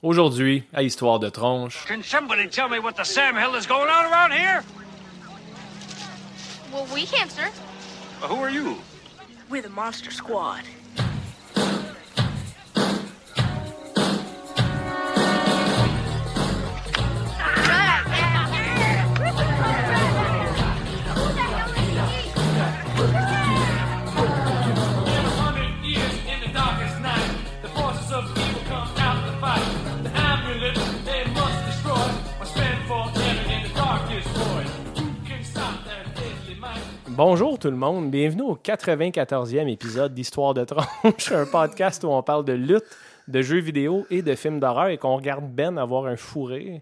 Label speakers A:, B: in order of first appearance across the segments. A: Aujourd'hui, à Histoire de tronche.
B: Can somebody tell me what the Sam Hill is going on around here?
C: Well, we can, sir.
B: Uh, Who are you?
D: We're the Monster Squad.
A: Bonjour tout le monde, bienvenue au 94e épisode d'Histoire de Tronche, un podcast où on parle de lutte, de jeux vidéo et de films d'horreur et qu'on regarde Ben avoir un fou rire.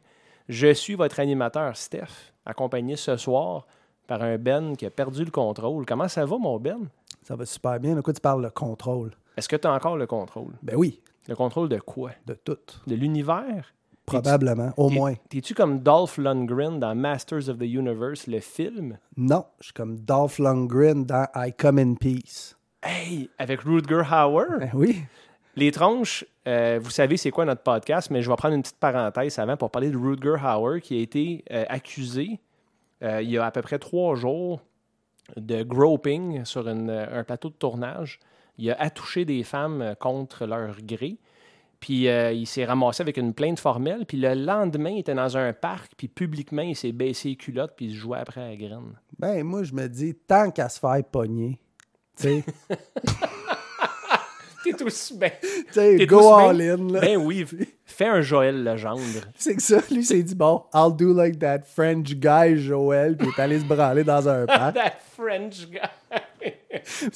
A: Je suis votre animateur Steph, accompagné ce soir par un Ben qui a perdu le contrôle. Comment ça va mon Ben?
E: Ça va super bien. De quoi tu parles le contrôle?
A: Est-ce que tu as encore le contrôle?
E: Ben oui,
A: Le contrôle de quoi?
E: de tout.
A: De l'univers?
E: Probablement, au
A: T'es-
E: moins.
A: T'es-tu comme Dolph Lundgren dans Masters of the Universe, le film?
E: Non, je suis comme Dolph Lundgren dans I Come in Peace.
A: Hey, avec Rutger Hauer?
E: Ben oui.
A: Les tronches, euh, vous savez c'est quoi notre podcast, mais je vais prendre une petite parenthèse avant pour parler de Rutger Hauer qui a été euh, accusé euh, il y a à peu près trois jours de groping sur une, euh, un plateau de tournage. Il a attouché des femmes euh, contre leur gré. Puis euh, il s'est ramassé avec une plainte formelle. Puis le lendemain, il était dans un parc. Puis publiquement, il s'est baissé les culottes. Puis il se jouait après à la graine.
E: Ben moi, je me dis, tant qu'à se faire pogner, tu sais,
A: T'es aussi bien.
E: tu sais,
A: T'es
E: go
A: tous
E: all
A: bien-
E: in. là.
A: Ben oui, fais un Joël Legendre.
E: C'est que ça, lui, s'est dit, bon, I'll do like that French guy Joel, puis il est allé se branler dans un parc.
A: That French guy.
E: puis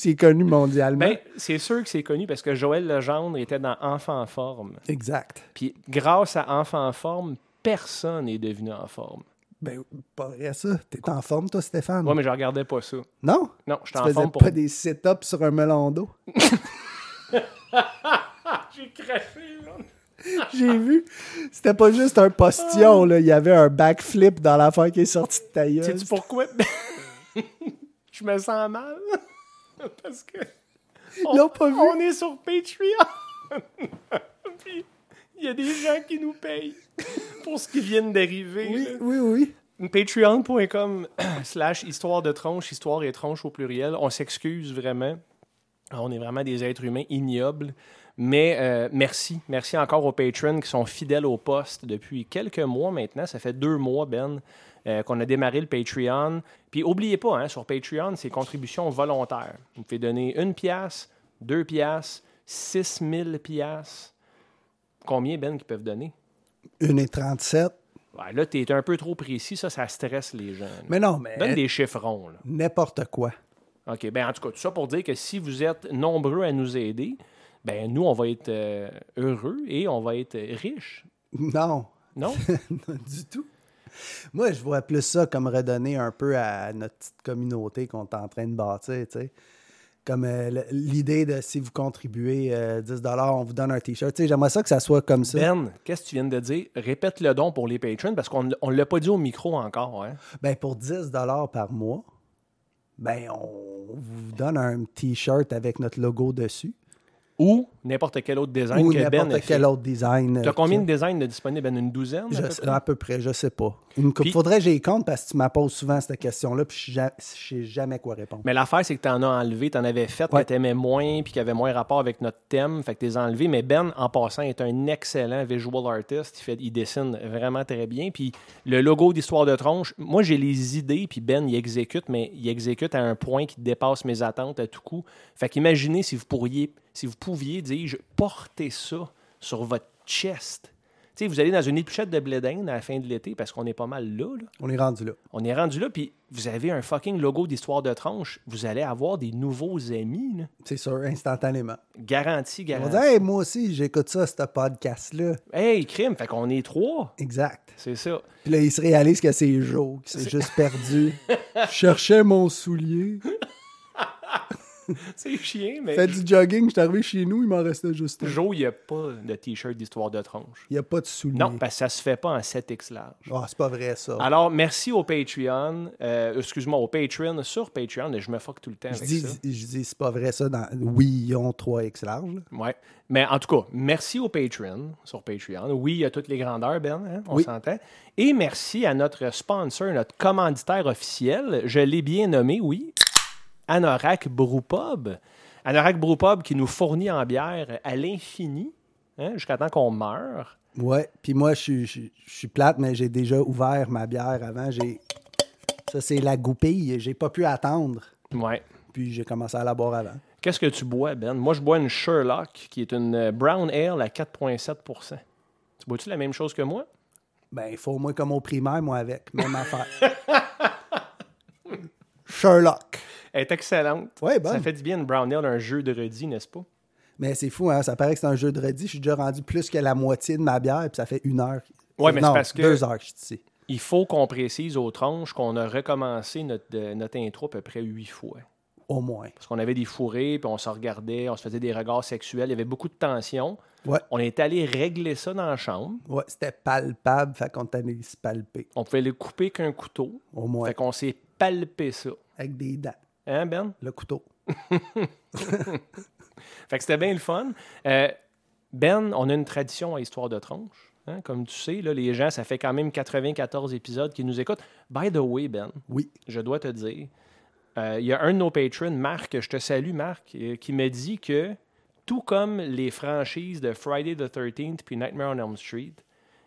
E: il est connu mondialement.
A: Ben, c'est sûr que c'est connu parce que Joël Legendre était dans Enfant en forme.
E: exact.
A: Puis grâce à Enfant en forme, personne n'est devenu en forme.
E: Ben, pas vrai ça. T'es en forme, toi, Stéphane?
A: Moi, mais je regardais pas ça.
E: Non?
A: Non, je suis
E: Tu
A: en
E: faisais
A: forme pour.
E: pas des sit-ups sur un melon d'eau?
A: J'ai craché, là.
E: J'ai vu. C'était pas juste un postillon, là. Il y avait un backflip dans l'affaire qui est sortie de ta gueule.
A: Sais-tu pourquoi? je me sens mal. parce que. On,
E: l'ont pas vu.
A: on est sur Patreon. Puis, il y a des gens qui nous payent pour ce qui vient d'arriver.
E: Oui,
A: là.
E: oui, oui.
A: Patreon.com slash histoire de tronche, histoire et tronche au pluriel. On s'excuse vraiment. On est vraiment des êtres humains ignobles. Mais euh, merci. Merci encore aux patrons qui sont fidèles au poste depuis quelques mois maintenant. Ça fait deux mois, Ben, euh, qu'on a démarré le Patreon. Puis oubliez pas, hein, sur Patreon, c'est contribution volontaire. Vous pouvez donner une pièce, deux pièces, six mille pièces. Combien, Ben, qui peuvent donner?
E: Une et 37.
A: Ouais, là, t'es un peu trop précis. Ça, ça stresse les gens. là.
E: Mais non, mais
A: Donne des chiffrons, là.
E: n'importe quoi.
A: OK. Ben, en tout cas, tout ça pour dire que si vous êtes nombreux à nous aider, ben nous, on va être euh, heureux et on va être euh, riches.
E: Non,
A: Non?
E: non, du tout. Moi, je vois plus ça comme redonner un peu à notre petite communauté qu'on est en train de bâtir, tu sais. Comme euh, le- l'idée de si vous contribuez euh, 10 on vous donne un T-shirt. Tu sais, j'aimerais ça que ça soit comme ça.
A: ben, qu'est-ce que tu viens de dire? Répète le don pour les patrons parce qu'on ne l'a pas dit au micro encore. Hein?
E: Ben, pour 10 par mois, ben, on vous donne un T-shirt avec notre logo dessus.
A: Ou n'importe quel autre design
E: Ou
A: que Ben
E: n'importe
A: a fait.
E: quel autre design.
A: T'as
E: euh,
A: combien de
E: qui-
A: designs de disponibles? Ben, une douzaine? à
E: je,
A: peu
E: sais-
A: près?
E: à peu près, je sais pas. Une coupe.
A: Puis-
E: Faudrait que j'y compte parce que tu m'apposes souvent cette question-là, puis je ja- je sais jamais quoi répondre.
A: Mais l'affaire, c'est que t'en as enlevé, t'en avais fait,
E: Ouais.
A: que t'aimais moins, puis qui avait moins rapport avec notre thème, fait que t'es enlevé. Mais Ben, en passant, est un excellent visual artist. Il, fait, il dessine vraiment très bien. Puis le logo d'Histoire de Tronche, moi, j'ai les idées, puis Ben, il exécute, mais il exécute à un point qui dépasse mes attentes à tout coup. Fait qu'imaginez si vous pourriez, si vous pouviez, dis-je, porter ça sur votre chest. Tu sais, vous allez dans une épluchette de blé d'Inde à la fin de l'été, parce qu'on est pas mal là, là.
E: On est rendu là.
A: On est rendu là, puis vous avez un fucking logo d'histoire de tranche. Vous allez avoir des nouveaux amis. là.
E: C'est sûr, instantanément.
A: Garanti,
E: On va
A: garanti.
E: dire, hey, moi aussi, j'écoute ça, ce podcast-là.
A: Hey, crime, fait qu'on est trois.
E: Exact.
A: C'est ça.
E: Puis là, il se réalise que c'est Joe qui s'est juste perdu. Je cherchais mon soulier.
A: C'est chiant, mais
E: Fait du jogging, je suis arrivé chez nous, il m'en restait juste un.
A: Joe, il n'y a pas de t-shirt d'histoire de tronche.
E: Il n'y a pas de souliers.
A: Non, parce que ça se fait pas en 7X large.
E: Ah, c'est pas vrai, ça.
A: Alors, merci au Patreon, euh, excuse-moi, au Patreon, sur Patreon, je me fuck tout le temps
E: je
A: avec
E: dis,
A: ça.
E: je dis, c'est pas vrai, ça. Dans... Oui, ils ont 3X large. là.
A: Ouais. Mais en tout cas, merci au Patreon, sur Patreon. Oui, il y a toutes les grandeurs, Ben, hein, on
E: Oui.
A: s'entend. Et merci à notre sponsor, notre commanditaire officiel, je l'ai bien nommé, oui, Anorak Brewpub. Anorak Brewpub qui nous fournit en bière à l'infini, hein, jusqu'à temps qu'on meure.
E: Ouais, puis moi, je suis- je suis- je suis plate, mais j'ai déjà ouvert ma bière avant. J'ai... Ça, c'est la goupille. J'ai pas pu attendre.
A: Ouais.
E: Puis j'ai commencé à la boire avant.
A: Qu'est-ce que tu bois, Ben? Moi, je bois une Sherlock, qui est une euh, Brown Ale à 4,7 Tu bois-tu la même chose que moi?
E: Ben, il faut au moins comme au primaire, moi, avec. Même affaire. Sherlock.
A: Elle est excellente.
E: Ouais, bonne.
A: Ça fait du bien une Brown Ale, un jeu de redis, n'est-ce pas?
E: Mais c'est fou, hein? Ça paraît que c'est un jeu de redis. Je suis déjà rendu plus que la moitié de ma bière, puis ça fait une heure.
A: Ouais, mais c'est
E: Non,
A: parce que-
E: Deux heures que je suis ici.
A: Il faut qu'on précise aux tronches qu'on a recommencé notre, de- notre intro à peu près huit fois.
E: Au moins.
A: Parce qu'on avait des fourrés, puis on se regardait, on se faisait des regards sexuels, il y avait beaucoup de tension.
E: Ouais.
A: On est allé régler ça dans la chambre.
E: Ouais, c'était palpable, fait qu'on t'a mis se palper,
A: On pouvait le couper qu'un couteau.
E: au moins,
A: Fait qu'on s'est palpé ça.
E: avec des dents,
A: Hein, Ben?
E: le couteau.
A: Fait que c'était bien le fun. Euh, ben, on a une tradition à Histoire de tronche. hein, comme tu sais, là, les gens, ça fait quand même 94 épisodes qui nous écoutent. By the way, Ben,
E: Oui,
A: je dois te dire, euh, il y a un de nos patrons, Marc, je te salue, Marc, euh, qui me dit que, tout comme les franchises de Friday the 13th puis Nightmare on Elm Street,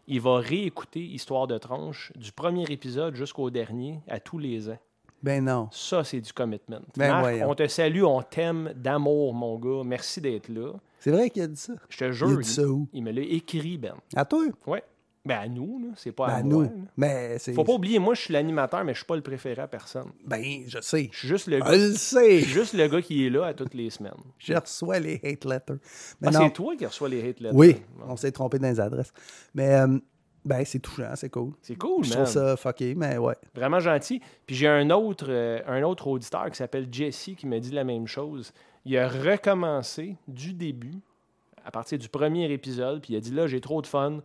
A: il va réécouter Histoire de tronche du premier épisode jusqu'au dernier à tous les ans.
E: ben non.
A: Ça, c'est du commitment.
E: Ben
A: Marc,
E: voyons.
A: on te salue, on t'aime d'amour, mon gars. Merci d'être là.
E: C'est vrai qu'il a dit ça.
A: Je te
E: Il
A: jure,
E: a dit ça où?
A: il me l'a écrit, Ben.
E: À toi?
A: Ouais. Ben, à nous, là. C'est pas
E: Ben,
A: à,
E: à
A: moi,
E: nous.
A: là.
E: Mais c'est...
A: Faut pas oublier, moi, je suis l'animateur, mais je suis pas le préféré à personne.
E: Ben, je sais.
A: Je suis juste le,
E: Je Ah, le sais.
A: je suis juste le gars qui est là à toutes les semaines.
E: Je reçois les hate letters. Mais
A: Ah,
E: non.
A: c'est toi qui reçois les hate letters.
E: Oui,
A: Bon.
E: on s'est trompé dans les adresses. Mais, euh, ben, c'est touchant, c'est cool.
A: C'est cool,
E: Je
A: man.
E: trouve ça fucké, mais ouais.
A: Vraiment gentil. Puis j'ai un autre, euh, un autre auditeur qui s'appelle Jesse qui m'a dit la même chose. Il a recommencé du début, à partir du premier épisode, puis il a dit là, j'ai trop de fun.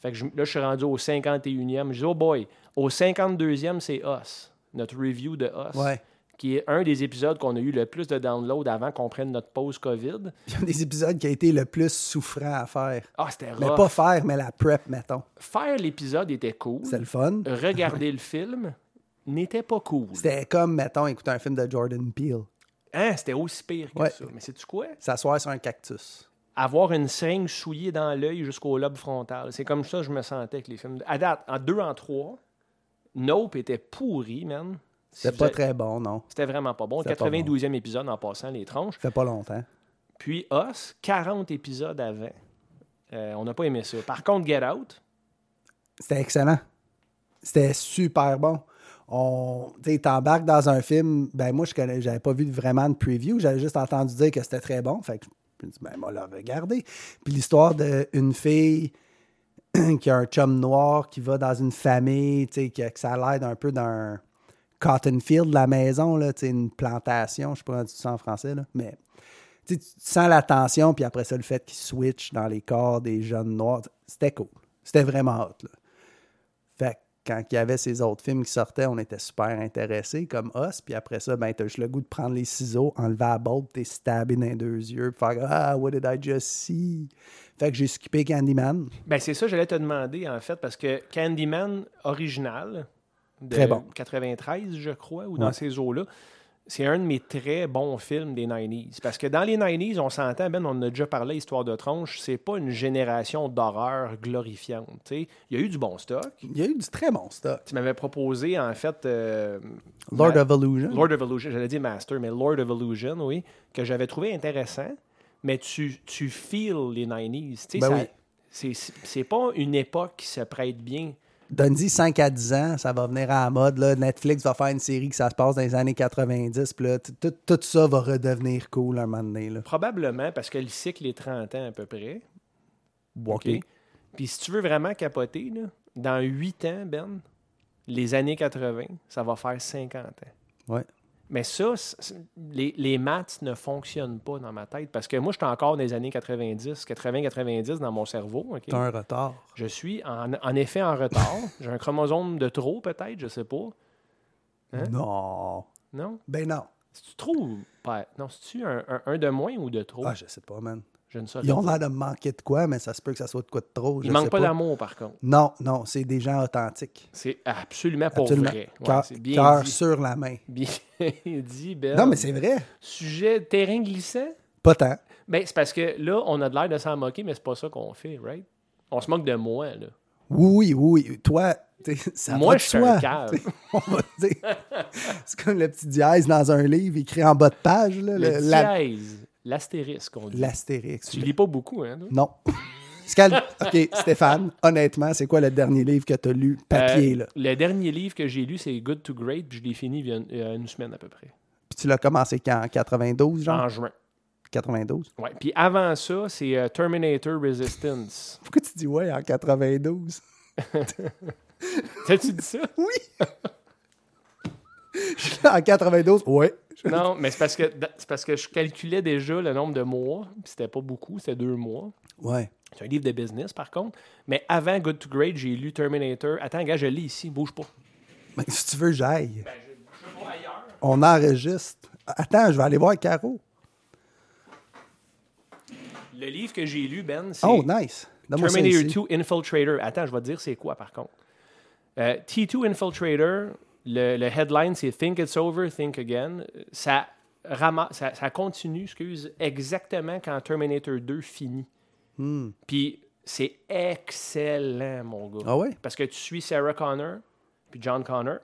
A: Fait que je- là, je suis rendu au 51e. Je dis oh boy, au 52e, c'est Us, notre review de Us,
E: Ouais.
A: qui est un des épisodes qu'on a eu le plus de download avant qu'on prenne notre pause COVID.
E: Il y a un des épisodes qui a été le plus souffrant à faire.
A: Ah, c'était
E: Mais
A: rough.
E: pas faire, mais la prep, mettons.
A: Faire l'épisode était cool.
E: C'était le fun.
A: Euh. regarder le film n'était pas cool.
E: C'était comme, mettons, écouter un film de Jordan Peele.
A: Hein, c'était aussi pire que
E: Ouais.
A: ça. Mais sais-tu quoi?
E: S'asseoir sur un cactus.
A: Avoir une seringue souillée dans l'œil jusqu'au lobe frontal. C'est comme ça que je me sentais avec les films. de- À date, en deux, en trois, Nope était pourri, man. Si
E: C'était
A: vous
E: pas
A: avez-
E: très bon, non.
A: C'était vraiment pas bon.
E: C'était pas bon.
A: 92e épisode en passant les tranches.
E: Ça fait pas longtemps.
A: Puis Us, 40 épisodes avant. Euh, on n'a pas aimé ça. Par contre, Get Out,
E: C'était excellent. C'était super bon. On, tu sais, t'embarques dans un film. Ben moi, je connais, j'avais pas vu vraiment de preview. J'avais juste entendu dire que c'était très bon. Fait que je me dis, ben, on l'a regardé. Puis l'histoire d'une fille qui a un chum noir qui va dans une famille, tu sais, que, que ça l'aide un peu d'un cotton field, la maison, là, tu sais, une plantation. Je sais pas comment tu dis ça en français, là, mais tu sais, tu sens la tension, puis après ça, le fait qu'ils switchent dans les corps des jeunes noirs, c'était cool. C'était vraiment hot. Là. Fait que quand il y avait ces autres films qui sortaient, on était super intéressés, comme Us, puis après ça, ben, t'as juste le goût de prendre les ciseaux, enlever la botte, t'es stabé dans les deux yeux, puis faire Ah, what did I just see? Fait que j'ai skippé Candyman.
A: Ben, c'est ça, j'allais te demander, en fait, parce que Candyman original, de
E: Très bon.
A: 93, je crois, ou dans ces eaux-là, c'est un de mes très bons films des 90s. Parce que dans les 90s, on s'entend, Ben, on en a déjà parlé, Histoire de tronche, c'est pas une génération d'horreur glorifiante. tu sais. Il y a eu du bon stock.
E: Il y a eu du très bon stock.
A: Tu m'avais proposé, en fait, euh,
E: Lord
A: Ma-
E: of Illusion.
A: Lord of Illusion, j'allais dire Master, mais Lord of Illusion, oui, que j'avais trouvé intéressant, mais tu, tu feels les 90s. Tu sais,
E: Ben
A: ça-
E: oui.
A: c'est- c'est c'est pas une époque qui se prête bien.
E: Donne-y 5 à 10 ans, ça va venir à la mode. Là. Netflix va faire une série que ça se passe dans les années 90. Puis là, t- tout tout ça va redevenir cool un moment donné. Là.
A: Probablement parce que le cycle est 30 ans à peu près.
E: OK.
A: OK? Puis si tu veux vraiment capoter, là, dans 8 ans, Ben, les années 80, ça va faire 50 ans.
E: Ouais.
A: Mais ça, c- c- les, les maths ne fonctionnent pas dans ma tête parce que moi, j'étais encore dans les années 90, 80-90 dans mon cerveau. ok?
E: T'as un retard.
A: Je suis en, en effet en retard. J'ai un chromosome de trop, peut-être, je sais pas. Hein?
E: Non.
A: Non?
E: Ben non.
A: C'est-tu trop ou pas? Non, c'est-tu un, un- un de moins ou de trop?
E: Ah, je sais pas, man.
A: je ne saurais
E: Ils ont
A: pas.
E: l'air de me manquer de quoi, mais ça se peut que ça soit de quoi de trop.
A: Il
E: je
A: manque
E: sais
A: pas d'amour, par contre.
E: Non, non, c'est des gens authentiques.
A: C'est absolument pour
E: Absolument.
A: vrai. Ouais,
E: Cœur-
A: c'est bien
E: cœur
A: dit.
E: sur la main.
A: Bien dit, Belle.
E: Non, mais c'est vrai.
A: Sujet terrain glissant?
E: Pas tant.
A: Ben, c'est parce que là, on a de l'air de s'en moquer, mais c'est pas ça qu'on fait, right? On se moque de moi, là.
E: Oui, oui, oui. Toi, t'es- ça
A: moi,
E: va de
A: je suis un
E: soi.
A: cave.
E: On va te dire. C'est comme le petit dièse dans un livre écrit en bas de page. là,
A: Le
E: le- la-
A: dièse, l'astérisque, on dit.
E: L'astérix.
A: Tu lis pas beaucoup, hein? toi?
E: Non. C'est quel- OK, Stéphane, honnêtement, c'est quoi le dernier livre que tu as lu papier?
A: Euh,
E: là?
A: Le dernier livre que j'ai lu, c'est Good to Great, puis je l'ai fini il y a une, il y a une semaine à peu près,
E: Puis tu l'as commencé quand? 92, genre?
A: en juin.
E: 92?
A: Ouais. Puis avant ça, c'est euh, Terminator Resistance.
E: Pourquoi tu dis ouais en 92?
A: T'as-tu dit ça?
E: Oui! en 92, ouais.
A: non, mais c'est parce, que, c'est parce que je calculais déjà le nombre de mois, puis c'était pas beaucoup, c'était deux mois.
E: Ouais.
A: C'est un livre de business, par contre. Mais avant Good to Great, j'ai lu Terminator. Attends, gars, je lis ici, bouge pas.
E: Mais Ben, si tu veux, j'aille.
A: Ben, je, je vais ailleurs.
E: On enregistre. Attends, je vais aller voir Caro.
A: Le livre que j'ai lu, Ben, c'est
E: Oh, nice. Donne-moi ça
A: Terminator
E: ici.
A: 2 Infiltrator. Attends, je vais te dire c'est quoi, par contre. Euh, T2 Infiltrator, le, le headline, c'est Think It's Over, Think Again. Euh, Ça, rama- ça, ça continue, excuse, exactement quand Terminator 2 finit.
E: Hmm.
A: Puis c'est excellent, mon gars.
E: Ah ouais?
A: Parce que tu suis Sarah Connor puis John Connor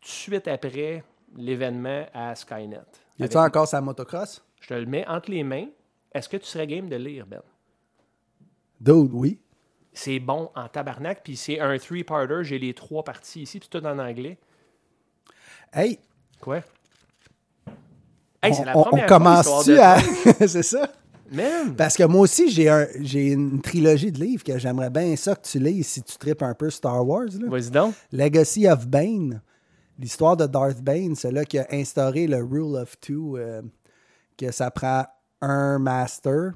A: tout de suite après l'événement à Skynet.
E: Y
A: Avec-
E: a-tu encore sa motocross?
A: Je te le mets entre les mains. Est-ce que tu serais game de lire, Ben?
E: Dude, oui.
A: C'est bon en tabarnak, puis c'est un three-parter. J'ai les trois parties ici, puis c'est tout en anglais.
E: Hey,
A: Quoi? Hey, c'est
E: on,
A: la
E: on- on
A: première fois,
E: commence-tu
A: histoire
E: à...
A: de-
E: c'est ça?
A: Man!
E: Parce que moi aussi, j'ai un- j'ai une trilogie de livres que j'aimerais bien ça que tu lises si tu tripes un peu Star Wars. là.
A: Vas-y donc.
E: Legacy of Bane, l'histoire de Darth Bane, c'est là qui a instauré le Rule of Two, euh, que ça prend un master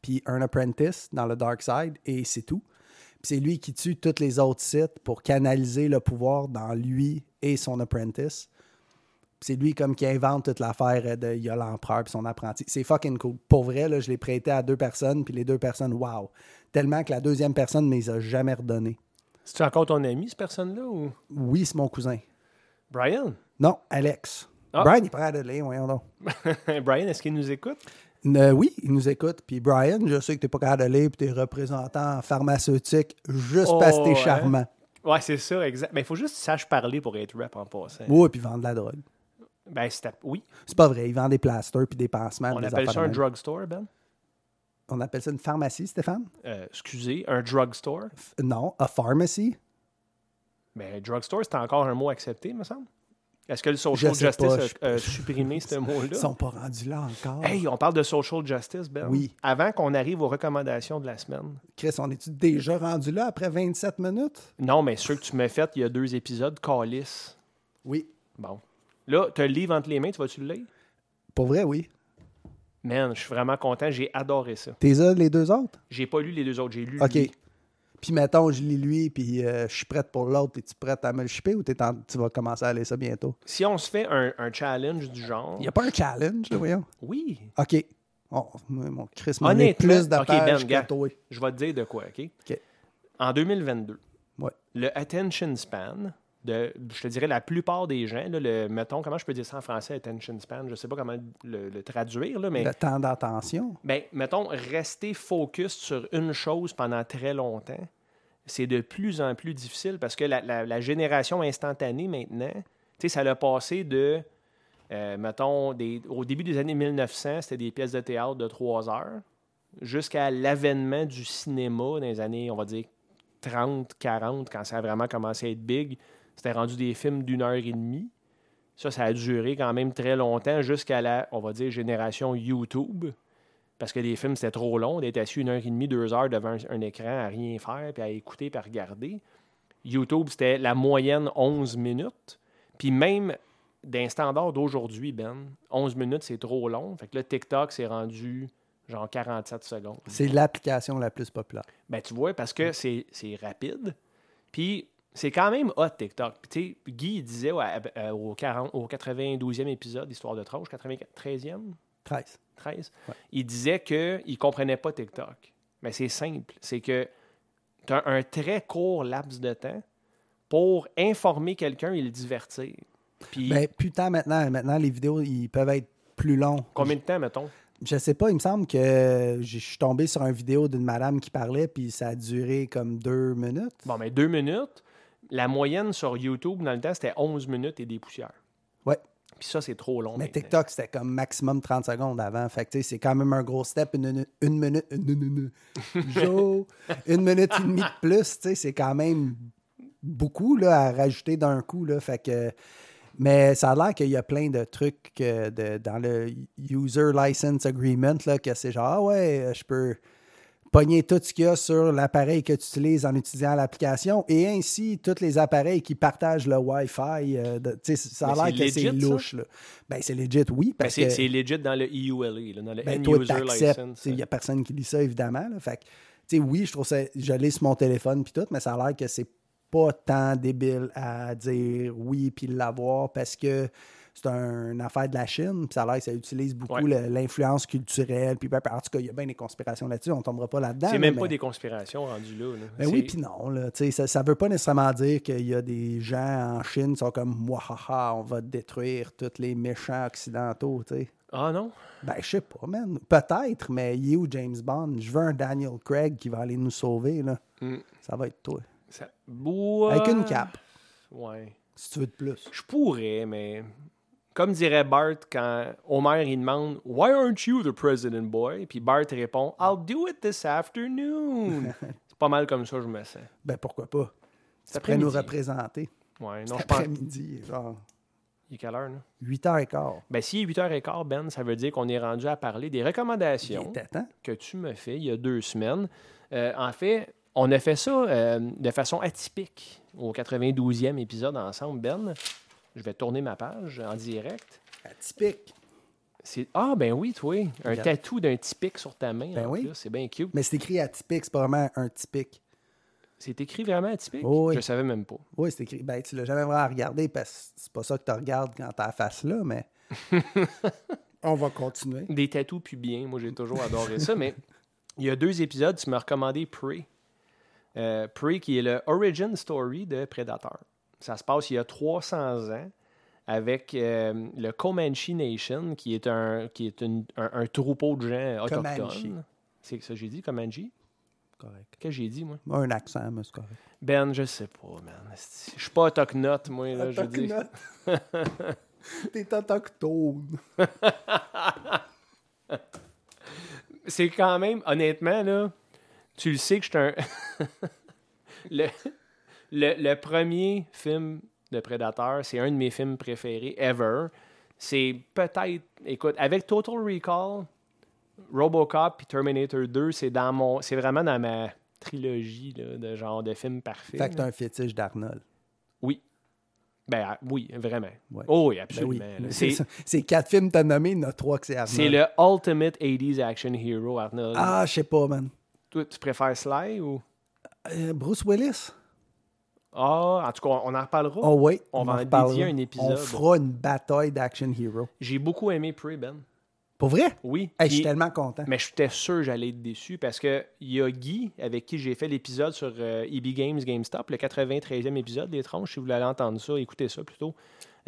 E: puis un apprentice dans le Dark Side, et c'est tout. Puis c'est lui qui tue tous les autres sites pour canaliser le pouvoir dans lui et son apprentice. Puis C'est lui comme qui invente toute l'affaire euh, de il y a l'empereur puis son apprenti. C'est fucking cool. Pour vrai, là, je l'ai prêté à deux personnes, puis les deux personnes, wow. Tellement que la deuxième personne ne les a jamais redonnés.
A: C'est-tu encore ton ami, cette personne-là, ou...
E: Oui, c'est mon cousin.
A: Brian?
E: Non, Alex.
A: Ah.
E: Brian, il est prêt à lire, voyons donc.
A: Brian, est-ce qu'il nous écoute?
E: Ne- oui, il nous écoute. Puis Brian, je sais que t'es pas capable de lire, puis t'es représentant pharmaceutique juste parce que
A: Oh,
E: t'es
A: hein?
E: charmant.
A: Ouais, c'est ça, exact. Mais il faut juste que tu saches parler pour être rap en passant.
E: Oui, puis vendre de la drogue.
A: Ben, c'est à- oui.
E: C'est pas vrai, il vend des plasters puis des pansements.
A: On
E: des
A: appelle
E: affaires
A: ça
E: de
A: un
E: même.
A: drugstore, Ben?
E: On appelle ça une pharmacie, Stéphane?
A: Euh, excusez, un drugstore?
E: F- Non, a pharmacy?
A: Mais drugstore, c'est encore un mot accepté, me semble. Est-ce que le
E: Je
A: social
E: sais
A: justice
E: pas,
A: a
E: je-
A: a supprimé ce
E: Ils
A: mot-là?
E: sont pas rendus là encore.
A: Hey, on parle de social justice, Ben.
E: Oui.
A: Avant qu'on arrive aux recommandations de la semaine.
E: Chris, on est-tu déjà rendu là après 27 minutes?
A: Non, mais ceux que tu m'as fait, il y a deux épisodes, Calice.
E: Oui.
A: Bon. Là, tu as le livre entre les mains, tu vas-tu le lire?
E: Pour vrai, oui.
A: Man, je suis vraiment content, j'ai adoré ça.
E: T'es là les deux autres?
A: J'ai pas lu les deux autres, j'ai lu.
E: OK.
A: lui.
E: Puis mettons, je lis lui, puis euh, je suis prête pour l'autre. Es-tu prête à me le shipper ou t'es en- tu vas commencer à aller ça bientôt?
A: Si on se fait un, un challenge du genre.
E: Il n'y a pas un challenge, là, voyons.
A: Oui.
E: OK. Oh, moi, mon Chris, mon nez,
A: Honnêtement,
E: plus
A: OK, Ben,
E: d'attache
A: gars,
E: que toi.
A: je vais te dire de quoi, OK?
E: OK.
A: En 2022,
E: Ouais.
A: le attention span de, je te dirais, la plupart des gens, là, le, mettons, comment je peux dire ça en français, attention span, je sais pas comment le, le traduire, là, mais,
E: Le temps d'attention.
A: ben, mettons, rester focus sur une chose pendant très longtemps, c'est de plus en plus difficile parce que la, la- la génération instantanée maintenant, tu sais, ça l'a passé de, euh, mettons, des- au début des années 1900, c'était des pièces de théâtre de trois heures, jusqu'à l'avènement du cinéma dans les années, on va dire, 30, 40, quand ça a vraiment commencé à être big, c'était rendu des films d'une heure et demie. Ça, ça a duré quand même très longtemps jusqu'à la, on va dire, génération YouTube. Parce que les films, c'était trop long d'être assis une heure et demie, deux heures devant un, un écran à rien faire, puis à écouter, puis à regarder. YouTube, c'était la moyenne 11 minutes. Puis même d'un standard d'aujourd'hui, Ben, 11 minutes, c'est trop long. Fait que là, TikTok, c'est rendu genre 47 secondes.
E: C'est l'application la plus populaire.
A: Ben, tu vois, parce que c'est c'est rapide. Puis, c'est quand même hot, TikTok. Puis, tu sais, Guy il disait ouais, euh, au, 40 au 92e épisode d'Histoire de Tranche, 93e,
E: 13.
A: 13, il disait qu'il ne comprenait pas TikTok. Mais c'est simple. C'est que tu as un très court laps de temps pour informer quelqu'un et le divertir. Puis,
E: Ben, putain, maintenant, maintenant, les vidéos, ils peuvent être plus longs.
A: combien de temps, mettons?
E: Je sais pas, il me semble que je suis tombé sur une vidéo d'une madame qui parlait, puis ça a duré comme deux minutes.
A: Bon, mais deux minutes. La moyenne sur YouTube, dans le temps, c'était 11 minutes et des poussières.
E: Ouais.
A: Puis ça, c'est trop long.
E: Mais
A: maintenant.
E: TikTok, c'était comme maximum 30 secondes avant. Fait que, tu sais, c'est quand même un gros step. Une, une- une minute. Une, une- une- Joe, une minute et demie de plus, tu sais, c'est quand même beaucoup là, à rajouter d'un coup. Là, fait que, mais ça a l'air qu'il y a plein de trucs que de- dans le User License Agreement là, que c'est genre, ah ouais, je peux pogner tout ce qu'il y a sur l'appareil que tu utilises en utilisant l'application et ainsi tous les appareils qui partagent le Wi-Fi. euh, de- tu sais, ça a
A: Mais
E: l'air
A: c'est
E: que c'est
A: legit, ça?
E: louche. là. Ben, c'est legit, oui,
A: Ben,
E: parce
A: c'est,
E: que
A: c'est legit dans le E EULA, là, dans le
E: ben,
A: End
E: toi,
A: User
E: t'acceptes.
A: License.
E: Il n'y a personne qui lit ça, évidemment. là. Fait que, tu sais, oui, je trouve ça. Je lis sur mon téléphone, puis tout, mais ça a l'air que c'est pas tant débile à dire oui, puis l'avoir, parce que c'est un- une affaire de la Chine, puis ça a l'air que ça utilise beaucoup
A: Ouais.
E: le- l'influence culturelle. Puis, ben, en tout cas, il y a bien des conspirations là-dessus, on tombera pas là-dedans.
A: C'est
E: là,
A: même
E: mais-
A: pas des conspirations rendues là. là.
E: ben oui,
A: C'est-
E: puis non. Là, Tu sais, ça- ça ne veut pas nécessairement dire qu'il y a des gens en Chine qui sont comme Mouahaha, on va détruire tous les méchants occidentaux. tu sais.
A: Ah non?
E: Ben, je sais pas, man. Peut-être, mais il est où James Bond? Je veux un Daniel Craig qui va aller nous sauver, là.
A: Mm.
E: Ça va être toi.
A: Ça... Ouah.
E: Avec une cape,
A: Ouais.
E: si tu veux de plus.
A: Je pourrais, mais comme dirait Bart quand Homer il demande Why aren't you the president boy? Puis Bart répond I'll do it this afternoon. c'est pas mal comme ça, je me sens.
E: Ben, pourquoi pas?
A: Ça
E: Tu pourrais nous représenter.
A: Ouais, non,
E: Cet
A: je pense.
E: après-midi, genre
A: Il est quelle heure, là?
E: 8h15.
A: Ben, si 8h15, Ben, ça veut dire qu'on est rendu à parler des
E: Il
A: recommandations.
E: était temps.
A: que tu me fais il y a deux semaines. Euh, en fait, on a fait ça euh, de façon atypique au 92e épisode ensemble, Ben. Je vais tourner ma page en direct.
E: Atypique.
A: C'est Ah, ben oui, toi. Un
E: Regarde.
A: tatou d'un typique sur ta main.
E: Ben
A: en
E: oui.
A: plus. C'est bien cute.
E: Mais c'est écrit atypique, c'est pas vraiment un typique.
A: C'est écrit vraiment atypique.
E: Oh oui.
A: Je savais même pas.
E: Oui, c'est écrit. Ben, tu l'as jamais vraiment regardé parce que c'est pas ça que tu regardes quand t'as la face là, mais. On va continuer.
A: Des tatous pubiens, moi j'ai toujours adoré ça, mais il y a deux épisodes, tu m'as recommandé Prey. Euh, Prey qui est le origin story de Predator. Ça se passe il y a 300 ans avec euh, le Comanche Nation qui est un, qui est une- un, un troupeau de gens
E: Comanche.
A: autochtones. C'est ça que j'ai dit, Comanche?
E: Correct.
A: Qu'est-ce que j'ai dit, moi?
E: Un accent, mais c'est correct.
A: Ben, je sais pas, man. Esti, Je suis pas autochtonote, moi, là, Euh, je veux dire.
E: Autochtone. T'es autochtone.
A: c'est quand même, honnêtement, là, tu le sais que je suis un. le, le, le premier film de Predator, c'est un de mes films préférés ever. C'est peut-être, écoute, avec Total Recall, Robocop puis Terminator 2, c'est dans mon, c'est vraiment dans ma trilogie là, de genre de films parfaits.
E: Fait
A: là.
E: que t'as un fétiche d'Arnold.
A: Oui. Ben ah, oui, vraiment.
E: Ouais.
A: Oh oui,
E: Ben oui.
A: absolument. là.
E: C'est
A: C'est-
E: ça. Ces quatre films t'as nommés, il y en a trois que c'est Arnold.
A: c'est le ultimate 80s action hero, Arnold.
E: Ah, je sais pas, man.
A: Toi, tu préfères Sly ou
E: Euh, Bruce Willis?
A: Ah, en tout cas, on en reparlera.
E: Oh, oui.
A: On va en
E: reparlera.
A: dédier un épisode.
E: On fera une bataille d'action hero.
A: J'ai beaucoup aimé Prey, Ben.
E: Pour vrai?
A: Oui.
E: Hey, je
A: puis-
E: suis tellement content.
A: Mais j'étais sûr que j'allais être déçu parce que il y a Guy, avec qui j'ai fait l'épisode sur euh, EB Games GameStop, le 93e épisode des tronches. Si vous voulez aller entendre ça, écoutez ça plutôt.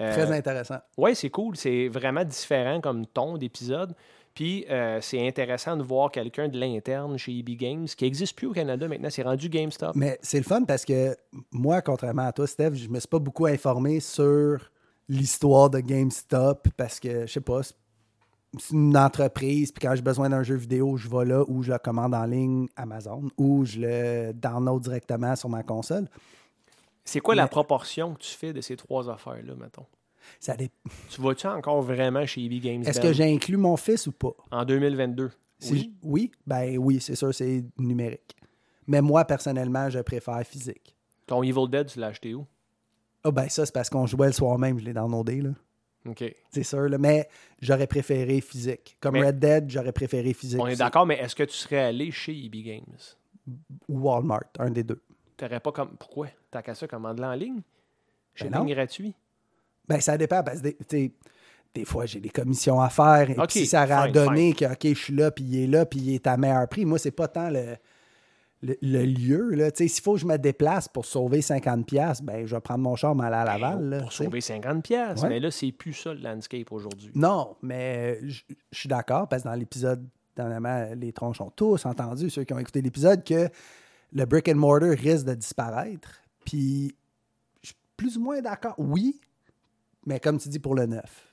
A: Euh,
E: Très intéressant.
A: Ouais, c'est cool. C'est vraiment différent comme ton d'épisode. Puis euh, c'est intéressant de voir quelqu'un de l'interne chez EB Games qui n'existe plus au Canada maintenant. C'est rendu GameStop.
E: Mais c'est le fun parce que moi, contrairement à toi, Steph, je me suis pas beaucoup informé sur l'histoire de GameStop parce que, je sais pas, c'est- c'est une entreprise, puis quand j'ai besoin d'un jeu vidéo, je vais là ou je le commande en ligne Amazon ou je le download directement sur ma console.
A: C'est quoi la proportion que tu fais de ces trois affaires-là, mettons?
E: Ça dé-
A: Tu vas-tu encore vraiment chez EB Games
E: Est-ce
A: Ben,
E: que j'ai inclus mon fils ou pas?
A: en 2022?
E: Si je- oui, ben oui, c'est sûr, c'est numérique. Mais moi, personnellement, je préfère physique.
A: Ton Evil Dead, tu l'as acheté où?
E: Ah ben ça, c'est parce qu'on jouait le soir même, je l'ai downloadé, là.
A: OK.
E: C'est sûr, là, mais j'aurais préféré physique. Comme
A: Mais-
E: Red Dead, j'aurais préféré physique.
A: On est
E: aussi.
A: d'accord, mais est-ce que tu serais allé chez EB Games?
E: Ou Walmart, un des deux.
A: T'aurais pas comme. Pourquoi? T'as qu'à ça commander en ligne? Chez
E: Ben non.
A: ligne gratuit.
E: Ben, ça dépend, parce que des, tu sais, des fois, j'ai des commissions à faire. Et puis
A: Ok,
E: si ça aurait
A: fine,
E: donné que, OK, je suis là, puis il est là, puis il est à meilleur prix, moi, c'est pas tant le, le, le lieu. là. Tu sais, S'il faut que je me déplace pour sauver 50$, ben, je vais prendre mon char, m'aller à Laval. là,
A: Ben, pour
E: tu sais.
A: sauver 50$. piastres.
E: Ouais.
A: Mais là, c'est plus ça le landscape aujourd'hui.
E: Non, mais euh, je je suis d'accord, parce que dans l'épisode, dernièrement, les tronches ont tous entendu, ceux qui ont écouté l'épisode, que le brick and mortar risque de disparaître. Puis, je suis plus ou moins d'accord. Oui, mais comme tu dis, pour le neuf.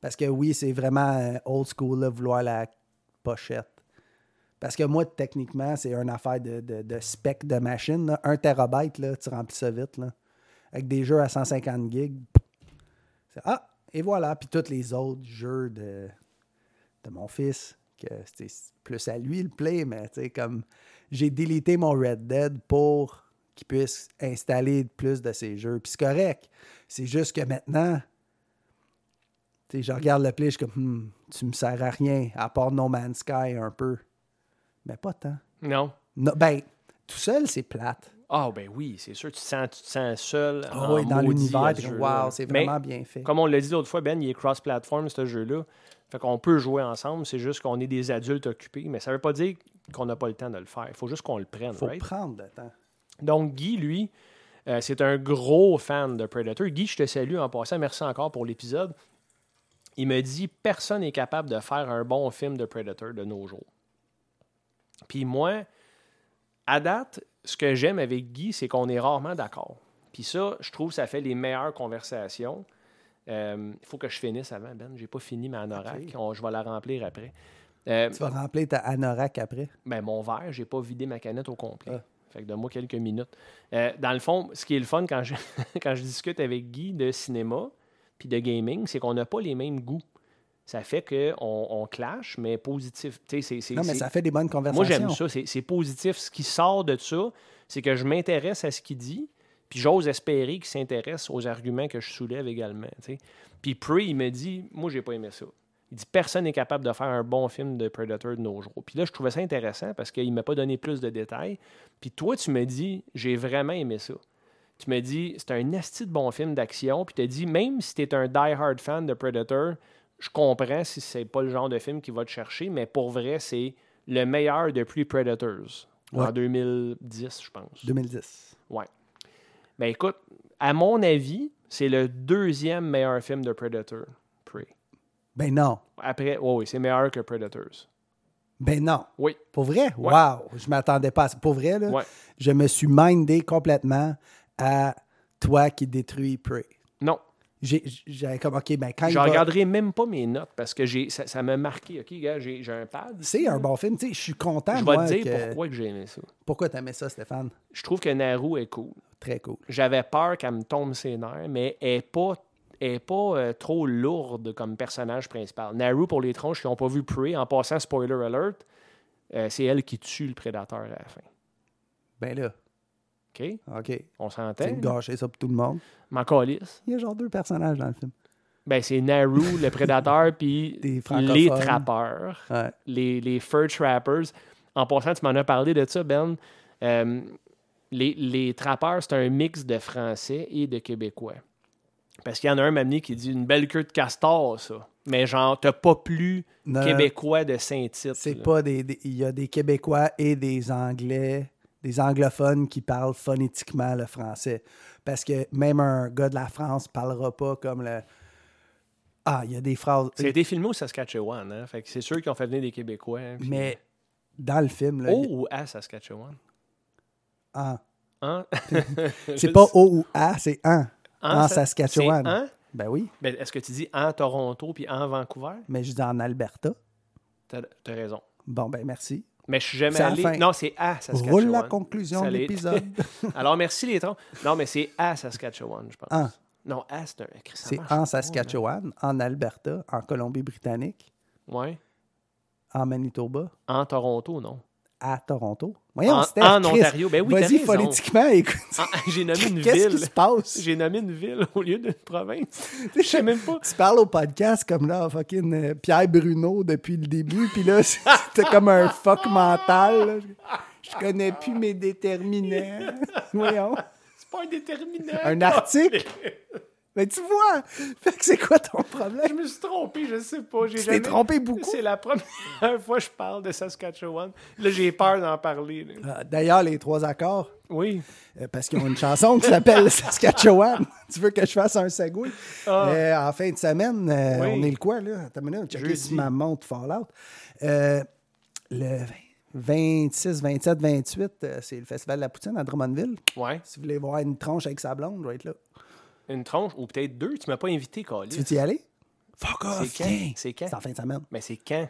E: Parce que oui, c'est vraiment euh, old school, là, vouloir la pochette. Parce que moi, techniquement, c'est une affaire de, de- de spec de machine. là. Un terabyte, là, tu remplis ça vite. Là. Avec des jeux à 150 gigs, c'est, ah, et voilà. Puis tous les autres jeux de, de mon fils, que c'était plus à lui le play, mais tu sais, comme j'ai délité mon Red Dead pour qu'il puisse installer plus de ces jeux. Puis c'est correct. C'est juste que maintenant, tu sais, je regarde le play, je suis comme, Hmm, tu me sers à rien, à part No Man's Sky un peu. Mais pas tant.
A: Non.
E: No- ben, tout seul, c'est plate.
A: Ah, ben oui, c'est sûr. Tu te sens, tu te sens seul.
E: Ah
A: en
E: oui, dans
A: maudit à ce
E: l'univers, t'es comme,
A: jeu-là.
E: wow, c'est
A: Mais,
E: vraiment bien fait.
A: Comme on l'a dit l'autre fois, Ben, il est cross-platform, ce jeu-là. Fait qu'on peut jouer ensemble, c'est juste qu'on est des adultes occupés. Mais ça veut pas dire qu'on n'a pas le temps de le faire. Il faut juste qu'on le prenne,
E: Faut
A: right?
E: prendre le temps.
A: Donc, Guy, lui, euh, c'est un gros fan de Predator. Guy, je te salue en passant. Merci encore pour l'épisode. Il me dit personne n'est capable de faire un bon film de Predator de nos jours. Puis moi, à date, ce que j'aime avec Guy, c'est qu'on est rarement d'accord. Puis ça, je trouve, ça fait les meilleures conversations. Il faut que je finisse avant, Ben. J'ai pas fini ma anorak. On- je vais la remplir après. Euh,
E: Tu vas remplir ta anorak après.
A: ben, mon verre, j'ai pas vidé ma canette au complet.
E: Ah.
A: Fait que donne-moi quelques minutes. Euh, dans le fond, ce qui est le fun quand je, quand je discute avec Guy de cinéma puis de gaming, c'est qu'on n'a pas les mêmes goûts. Ça fait qu'on on clash, mais positif. Tu sais, c'est- c'est-
E: Non, mais
A: c'est-
E: ça fait des bonnes conversations.
A: moi, j'aime ça. C'est c'est positif. Ce qui sort de ça, c'est que je m'intéresse à ce qu'il dit, puis j'ose espérer qu'il s'intéresse aux arguments que je soulève également. tu sais. Puis Prey, il me dit Moi, j'ai pas aimé ça. Il dit Personne n'est capable de faire un bon film de Predator de nos jours. Puis là, je trouvais ça intéressant parce qu'il m'a pas donné plus de détails. Puis toi, tu me dis J'ai vraiment aimé ça. Tu me dis C'est un esti de bon film d'action. Puis tu dit Même si tu es un die-hard fan de Predator, je comprends si c'est pas le genre de film qui va te chercher, mais pour vrai, c'est le meilleur depuis Predators en
E: Ouais.
A: 2010, je pense.
E: 2010.
A: Ouais. Ben écoute, à mon avis, c'est le deuxième meilleur film de Predator. Prey.
E: Ben non.
A: Après, ouais, oui, c'est meilleur que Predators.
E: Ben non.
A: Oui.
E: Pour vrai?
A: Ouais.
E: Wow! Je m'attendais pas à ça. Pour vrai, là,
A: Ouais.
E: je me suis mindé complètement à toi qui détruis Prey.
A: Non.
E: J'ai- J'avais comme, OK, ben quand il
A: Je
E: va-
A: regarderai même pas mes notes parce que j'ai, ça, ça m'a marqué. OK, gars, j'ai, j'ai un pad.
E: C'est un bon film. Tu sais, je suis content,
A: Je vais
E: moi,
A: te dire
E: que-
A: pourquoi que j'ai aimé ça.
E: Pourquoi t'aimais ça, Stéphane?
A: Je trouve que Naru est cool.
E: Très cool.
A: J'avais peur qu'elle me tombe ses nerfs, mais elle n'est pas, elle est pas euh, trop lourde comme personnage principal. Naru, pour les tronches qui n'ont pas vu Prey, en passant, spoiler alert, euh, c'est elle qui tue le prédateur à la fin.
E: Ben là,
A: OK?
E: OK.
A: On s'entend?
E: C'est une gâchée, ça, pour tout le monde.
A: M'en calisse.
E: Il y a genre deux personnages dans le film.
A: Ben, c'est Naru, le prédateur, puis
E: Des
A: les
E: francophones. Ah.
A: trappeurs.
E: Ouais.
A: les, les fur trappers. En passant, tu m'en as parlé de ça, Ben. Euh, les, les trappeurs, c'est un mix de français et de québécois. Parce qu'il y en a un m'amener qui dit une belle queue de castor, ça. Mais genre, t'as pas plus
E: Non,
A: québécois de Saint-Tite.
E: C'est
A: là.
E: pas des. des- Il y a des Québécois et des Anglais, des anglophones qui parlent phonétiquement le français. Parce que même un gars de la France parlera pas comme le. Ah, il y a des phrases.
A: C'est été filmé au Saskatchewan, hein? Fait que c'est sûr qu'ils ont fait venir des Québécois. hein, puis-
E: Mais dans le film, là.
A: Au
E: il-
A: ou à Saskatchewan?
E: ah.
A: Hein?
E: C'est pas O ou A, c'est un.
A: En
E: En,
A: Sa-
E: Saskatchewan.
A: c'est en?
E: Ben oui.
A: Ben, Est-ce que tu dis en Toronto puis en Vancouver?
E: Mais je dis en Alberta.
A: T'as t'as raison.
E: Bon, ben merci.
A: Mais je suis jamais
E: C'est la
A: allé.
E: fin.
A: Non, c'est à Saskatchewan.
E: Roule la conclusion
A: Ça
E: de
A: l'est.
E: l'épisode.
A: Alors, merci les tons. Non, mais c'est à Saskatchewan, je pense.
E: En.
A: Non, à, Ah. c'est un. Chris, ça
E: C'est
A: marche
E: en
A: pas,
E: Saskatchewan, en Alberta, en Colombie-Britannique,
A: là. Ouais.
E: en Manitoba,
A: En Toronto, non.
E: à Toronto. Voyons,
A: En-
E: Steph,
A: en
E: Chris,
A: Ontario. Ben oui, t'as
E: Vas-y,
A: raison.
E: politiquement, écoute.
A: Ah, j'ai nommé une
E: Qu'est-ce
A: ville.
E: qui se passe?
A: J'ai nommé une ville au lieu d'une province. Je sais même pas.
E: Tu parles au podcast comme là, fucking euh, Pierre Bruno depuis le début, puis là, c'est- t'as comme un fuck mental. là. Je, je connais plus mes déterminants. Voyons.
A: C'est pas un déterminant.
E: Un article? Mais tu vois, fait que c'est quoi ton problème?
A: Je me suis trompé, je sais pas. J'ai
E: Tu t'es trompé beaucoup.
A: C'est la première fois que je parle de Saskatchewan. Là, j'ai peur d'en parler. là.
E: Euh, D'ailleurs, les trois accords,
A: Oui.
E: euh, parce qu'ils ont une chanson qui s'appelle Saskatchewan. tu veux que je fasse un segway? Euh, en fin de semaine, euh,
A: Ah. Oui.
E: on est le quoi, là? Attends une minute, checker
A: Jeudi.
E: si ma montre Fallout. Euh, le 26, 27, 28, euh, c'est le Festival de la Poutine à Drummondville.
A: Ouais.
E: Si vous voulez voir une tranche avec sa blonde, je vais être là.
A: Une tronche, ou peut-être deux. Tu m'as pas invité,
E: Tu
A: Colin.
E: veux y aller? Fuck off!
A: quand?
E: viens.
A: C'est quand?
E: en fin de semaine.
A: Mais c'est quand?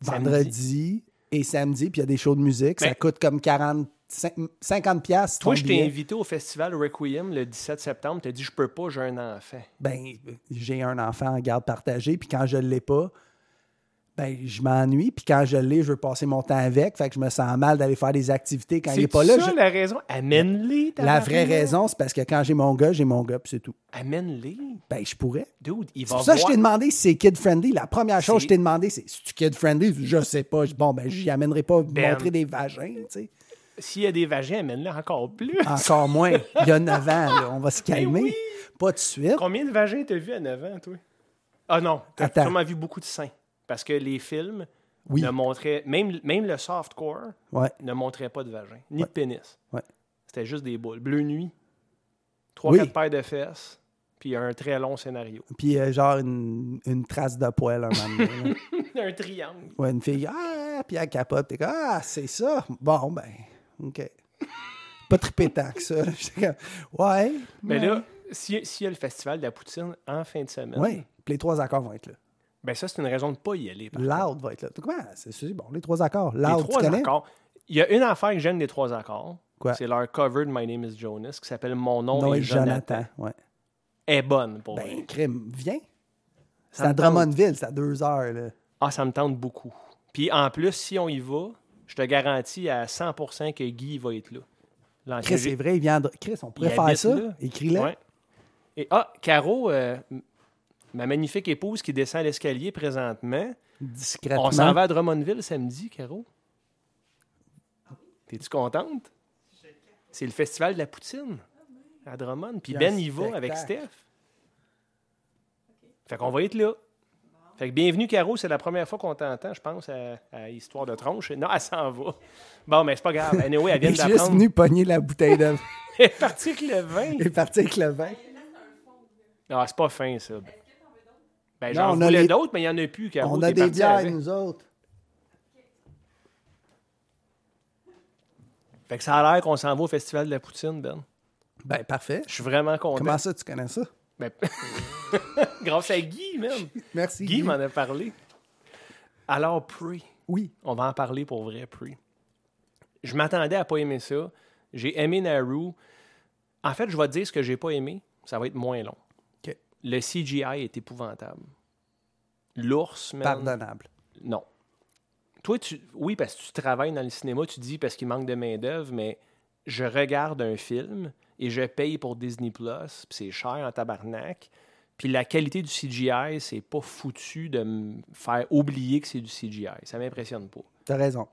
A: Samedi.
E: vendredi et samedi, puis il y a des shows de musique.
A: Mais-
E: Ça coûte comme 40, 50 piastres.
A: Toi,
E: ton
A: je t'ai
E: billet.
A: invité au festival Requiem le 17 septembre. T'as dit, je peux pas, j'ai un enfant.
E: Ben, j'ai un enfant en garde partagée, puis quand je l'ai pas, ben, je m'ennuie, puis quand je l'ai, je veux passer mon temps avec, fait que je me sens mal d'aller faire des activités quand il est
A: C'est
E: pas là.
A: ça
E: Je-
A: la raison? Amène-les.
E: La
A: tabarnak.
E: vraie raison, c'est parce que quand j'ai mon gars, j'ai mon gars, puis c'est tout.
A: Amène-les.
E: Ben, je pourrais.
A: Dude, il
E: C'est
A: va
E: pour ça que je
A: voir.
E: t'ai demandé si c'est kid-friendly. La première chose que je
A: C'est-
E: t'ai demandé, c'est si tu kid-friendly, je sais pas. Je- Bon, ben, j'y amènerai pas
A: Ben.
E: montrer des vagins, tu sais.
A: S'il y a des vagins, amène-les encore plus. Eh
E: Encore moins. Il y a 9 ans, là. on va se calmer.
A: oui.
E: Pas de suite.
A: Combien de vagins t'as vu à 9 ans, toi? Ah non, t'as
E: Attends.
A: sûrement vu beaucoup de seins. Parce que les films
E: Oui.
A: ne montraient, même, même le softcore
E: Ouais,
A: ne montrait pas de vagin, ni de pénis.
E: ouais.
A: C'était juste des boules. Bleu nuit, trois,
E: Oui.
A: quatre paires de fesses, puis un très long scénario.
E: Puis euh, genre une, une trace de poêle un moment donné, là.
A: un triangle.
E: Ouais, une fille, ah, puis elle capote. T'es comme, ah, c'est ça. Bon, ben, OK. Pas trippé tant que ça. J'étais comme, ouais.
A: Mais là, si- s'il y a le festival de la poutine en fin de semaine,
E: Ouais. Puis les trois accords vont être là.
A: ben ça, c'est une raison de ne pas y aller. par contre.
E: Loud va être là. T'es comme, ah, c'est c'est bon, les trois accords.
A: Les
E: Loud, tu
A: trois
E: connais?
A: accords. Il y a une affaire que j'aime des trois accords.
E: Quoi?
A: C'est leur cover de My Name is Jonas qui s'appelle Mon nom
E: Non,
A: est
E: et
A: Jonathan.
E: Jonathan. Ouais.
A: Est bonne pour vrai.
E: Ben, crime, viens. C'est
A: me
E: à
A: tente.
E: Drummondville, c'est à deux heures, là.
A: Ah, ça me tente beaucoup. Puis en plus, si on y va, je te garantis à 100% que Guy va être là. L'ancien
E: Chris, c'est vrai, il vient de... Chris, on pourrait
A: Il
E: faire
A: habite
E: ça.
A: là.
E: Écris-le.
A: Ouais. Et ah, Caro, euh, m- ma magnifique épouse qui descend l'escalier présentement.
E: discrètement.
A: On s'en va à Drummondville samedi, Caro. T'es-tu contente? C'est le festival de la poutine à Drummond. Puis
E: Il y a
A: Ben
E: un
A: y va avec Steph.
E: spectacle.
A: Fait qu'on va être là. Fait que bienvenue, Caro. C'est la première fois qu'on t'entend, je pense, à, à Histoire de tronche. Non, elle s'en va. Bon, mais c'est pas grave. Anyway, elle vient
E: Il est juste
A: d'apprendre.
E: venu pogner la bouteille de vin.
A: Elle est partie avec le vin.
E: Il est parti avec le vin.
A: Ah, c'est pas fin, ça. Ben,
E: Non,
A: j'en
E: on a
A: voulais
E: les-
A: d'autres, mais il n'y en a plus, Caro.
E: On a
A: T'es
E: des
A: partie
E: bières,
A: avec.
E: nous autres.
A: Fait que ça a l'air qu'on s'en va au Festival de la Poutine, Ben.
E: Ben, parfait.
A: Je suis vraiment content.
E: Comment ça, tu connais ça?
A: Ben, Grâce à Guy, même.
E: Merci.
A: Guy m'en a parlé. Alors, Pre.
E: Oui.
A: On va en parler pour vrai, Pre. Je m'attendais à pas aimer ça. J'ai aimé Naru. En fait, je vais te dire ce que j'ai pas aimé. Ça va être moins long.
E: OK.
A: Le CGI est épouvantable. L'ours, man.
E: Pardonnable.
A: Non. Toi, tu... oui, parce que tu travailles dans le cinéma, tu dis parce qu'il manque de main-d'œuvre, mais je regarde un film et je paye pour Disney Plus, puis c'est cher en tabarnak. Puis la qualité du CGI, c'est pas foutu de me faire oublier que c'est du CGI. Ça m'impressionne pas.
E: T'as raison.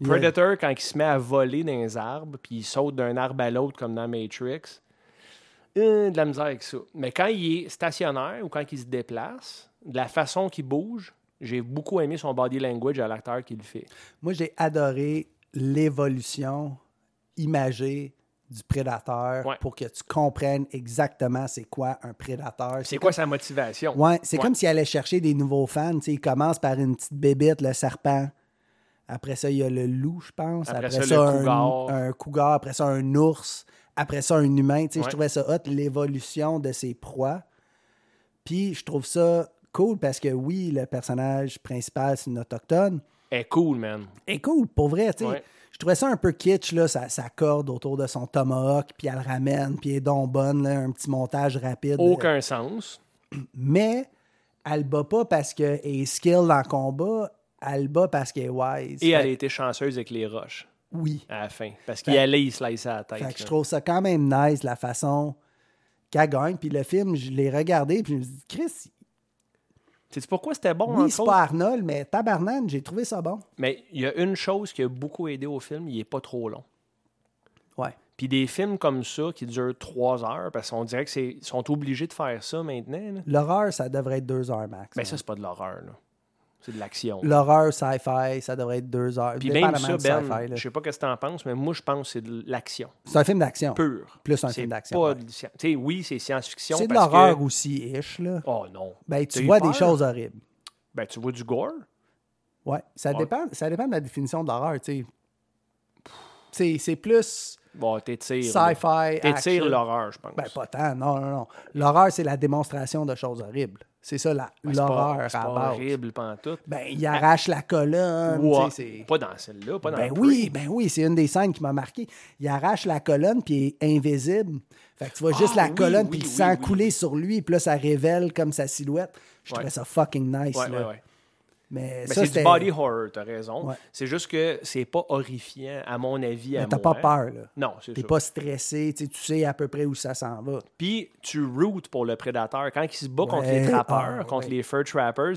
E: Il y a-
A: Predator, quand il se met à voler dans les arbres, puis il saute d'un arbre à l'autre comme dans Matrix, euh, de la misère avec ça. Mais quand il est stationnaire ou quand il se déplace, de la façon qu'il bouge, j'ai beaucoup aimé son body language à l'acteur qui le fait.
E: Moi, j'ai adoré l'évolution imagée du prédateur
A: Ouais.
E: pour que tu comprennes exactement c'est quoi un prédateur.
A: C'est quoi sa motivation?
E: Ouais, c'est comme s'il allait chercher des nouveaux fans. tu sais, il commence par une petite bébite, le serpent. Après ça, il y a le loup, je pense.
A: Après
E: Après,
A: ça,
E: ça,
A: le
E: un,
A: cougar.
E: un cougar. Après ça, un ours. Après ça, un humain. Tu sais,
A: Ouais.
E: Je trouvais ça hot, l'évolution de ses proies. Puis je trouve ça cool parce que oui, le personnage principal, c'est une autochtone.
A: Elle est cool, man.
E: Et cool, pour vrai, tu sais.
A: Ouais.
E: Je trouvais ça un peu kitsch, là, sa, sa corde autour de son tomahawk, puis elle le ramène, puis elle est donc bonne, là, un petit montage rapide.
A: Aucun sens.
E: Mais elle bat pas parce qu'elle est skilled en combat. Alba parce qu'elle est wise.
A: Et
E: Fait-
A: elle a été chanceuse avec les roches
E: Oui.
A: à la fin. Parce qu'il allait, il slicer la tête.
E: Fait que je
A: là.
E: trouve ça quand même nice, la façon qu'elle gagne. Puis le film, je l'ai regardé, puis je me suis dit, Chris,
A: Sais-tu pourquoi c'était bon,
E: oui,
A: entre
E: c'est
A: autres?
E: pas Arnold, mais tabarnane, j'ai trouvé ça bon.
A: Mais il y a une chose qui a beaucoup aidé au film, il est pas trop long.
E: Ouais.
A: Puis des films comme ça qui durent trois heures, parce qu'on dirait que c'est sont obligés de faire ça maintenant. là.
E: L'horreur, ça devrait être deux heures max.
A: Mais Ben, ça, c'est pas de l'horreur, là. C'est de l'action.
E: L'horreur sci-fi, ça devrait être deux heures.
A: Puis même ça,
E: dépendamment du sci-fi,
A: Ben,
E: là.
A: je sais pas ce que t'en penses, mais moi, je pense que c'est de l'action
E: C'est un film d'action.
A: pure.
E: Plus un
A: C'est
E: film d'action,
A: pas
E: ouais.
A: de sci- Tu sais, oui, c'est science-fiction.
E: C'est de
A: parce que-
E: l'horreur aussi, ish, là.
A: Oh non.
E: Ben, tu
A: T'as eu
E: vois
A: peur?
E: des choses horribles.
A: Ben, tu vois du gore.
E: Ouais. Ça, Dépend, ça dépend de la définition de l'horreur, tu sais. C'est- C'est plus
A: Bon, t'étires. là.
E: sci-fi, action.
A: T'étires l'horreur, je pense.
E: Ben, pas tant, non, non, non. L'horreur, c'est la démonstration de choses horribles. C'est ça, la-
A: Ben, c'est pas-
E: l'horreur à
A: C'est pas
E: base.
A: horrible, pantoute.
E: Ben, il arrache la colonne.
A: Ouais.
E: tu sais, c'est-
A: Pas dans celle-là, pas dans
E: Ben
A: le
E: oui, ben oui, c'est une des scènes qui m'a marqué. Il arrache la colonne, puis il est invisible. Fait que tu vois juste
A: Ah,
E: la
A: oui,
E: colonne,
A: oui,
E: puis le
A: oui,
E: sang
A: oui.
E: couler sur lui, puis là, ça révèle comme sa silhouette. Je
A: Ouais.
E: trouvais ça fucking nice.
A: Ouais,
E: là.
A: ouais, ouais.
E: Mais,
A: Mais
E: ça,
A: Ben, c'est du
E: c'était-
A: body horror, t'as raison.
E: Ouais.
A: C'est juste que c'est pas horrifiant, à mon avis. à
E: Mais t'as
A: moi.
E: pas peur, là.
A: Non, c'est
E: T'es
A: ça.
E: pas stressé, tu sais, tu sais à peu près où ça s'en va.
A: Puis tu routes pour le prédateur. Quand il se bat contre
E: Ouais,
A: les trappeurs,
E: ah,
A: contre
E: ouais.
A: les fur trappers,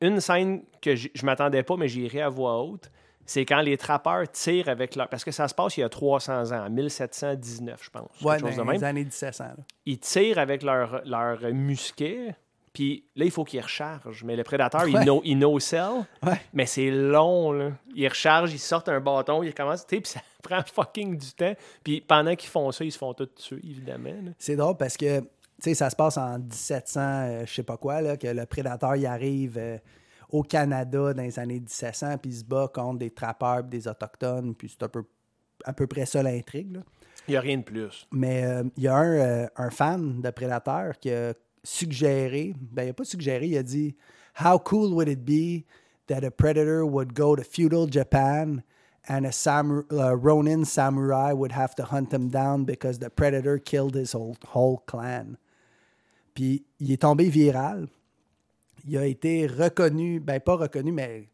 A: une scène que j- je m'attendais pas, mais j'irai à voix haute, c'est quand les trappeurs tirent avec leur. Parce que ça se passe il y a 300 ans, 1719, je pense.
E: Ouais, ben,
A: quelque chose
E: dans
A: de même.
E: les années 1700. là.
A: Ils tirent avec leur, leur musquet, puis là, il faut qu'ils rechargent. Mais le prédateur,
E: Ouais.
A: il, no, il no-sell,
E: Ouais.
A: mais c'est long. Là. Ils rechargent, ils sortent un bâton, ils recommencent, tu sais, puis ça prend fucking du temps. Puis pendant qu'ils font ça, ils se font tous tuer, évidemment. là.
E: C'est drôle parce que, tu sais, ça se passe en 1700, euh, je sais pas quoi, là, que le prédateur, il arrive euh, au Canada dans les années 1700, puis il se bat contre des trappeurs, puis des autochtones, puis c'est un peu, à peu près ça l'intrigue. là.
A: Il n'y a rien de plus.
E: Mais euh, il y a un, euh, un fan de Predator qui a suggéré, ben il a pas suggéré, il a dit How cool would it be that a predator would go to feudal Japan and a samu- a Ronin samurai would have to hunt him down because the predator killed his whole, whole clan. Puis il est tombé viral. Il a été reconnu, ben pas reconnu, mais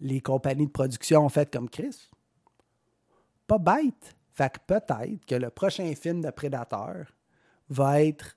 E: les compagnies de production ont fait comme Chris pas bête. Fait que peut-être que le prochain film de Predator va être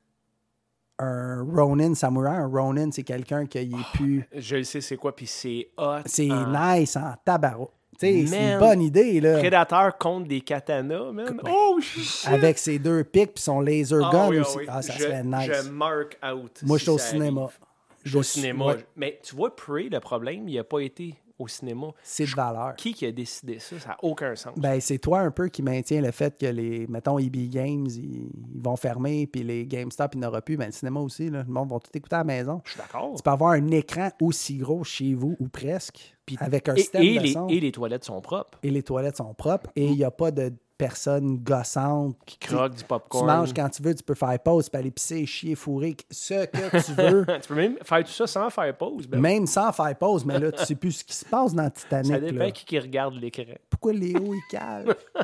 E: un Ronin samouraï. Un Ronin, c'est quelqu'un qui
A: Oh,
E: est plus.
A: Je le sais, c'est quoi, puis c'est hot.
E: C'est
A: en-
E: nice en tabarou. Tu sais, C'est
A: ah. Man.
E: une bonne idée, là.
A: Prédateur contre des katanas, man. Oh, shit!
E: Avec ses deux pics puis son laser
A: Ah
E: gun
A: oui, ah
E: aussi.
A: oui.
E: Ah, ça
A: je, Je
E: serait nice.
A: mark out. si
E: Moi, je suis au
A: ça
E: cinéma.
A: arrive. Je suis au
E: Je suis-
A: cinéma.
E: ouais.
A: Mais tu vois, Prey, le problème, il n'a pas été au cinéma.
E: C'est de valeur.
A: Qui qui a décidé ça? Ça n'a aucun sens.
E: Ben, c'est toi un peu qui maintient le fait que les, mettons, EB Games, ils, ils vont fermer, puis les GameStop, il n'y aura plus. Ben, le cinéma aussi, là, le monde va tout écouter à la maison.
A: je suis d'accord.
E: Tu peux avoir un écran aussi gros chez vous, ou presque, avec un
A: Et,
E: système
A: et
E: de
A: les,
E: son.
A: et les toilettes sont propres.
E: et les toilettes sont propres et il n'y a pas de personne gossante qui
A: Croque du
E: Tu
A: popcorn.
E: manges quand tu veux, tu peux faire pause, puis aller pisser, chier, fourrer, ce que tu veux,
A: Tu peux même faire tout ça sans faire pause. Ben,
E: même sans faire pause. Mais là, tu sais plus ce qui se passe dans Titanic.
A: ça dépend
E: là.
A: qui, qui regarde l'écran.
E: Pourquoi Léo, il cale? tu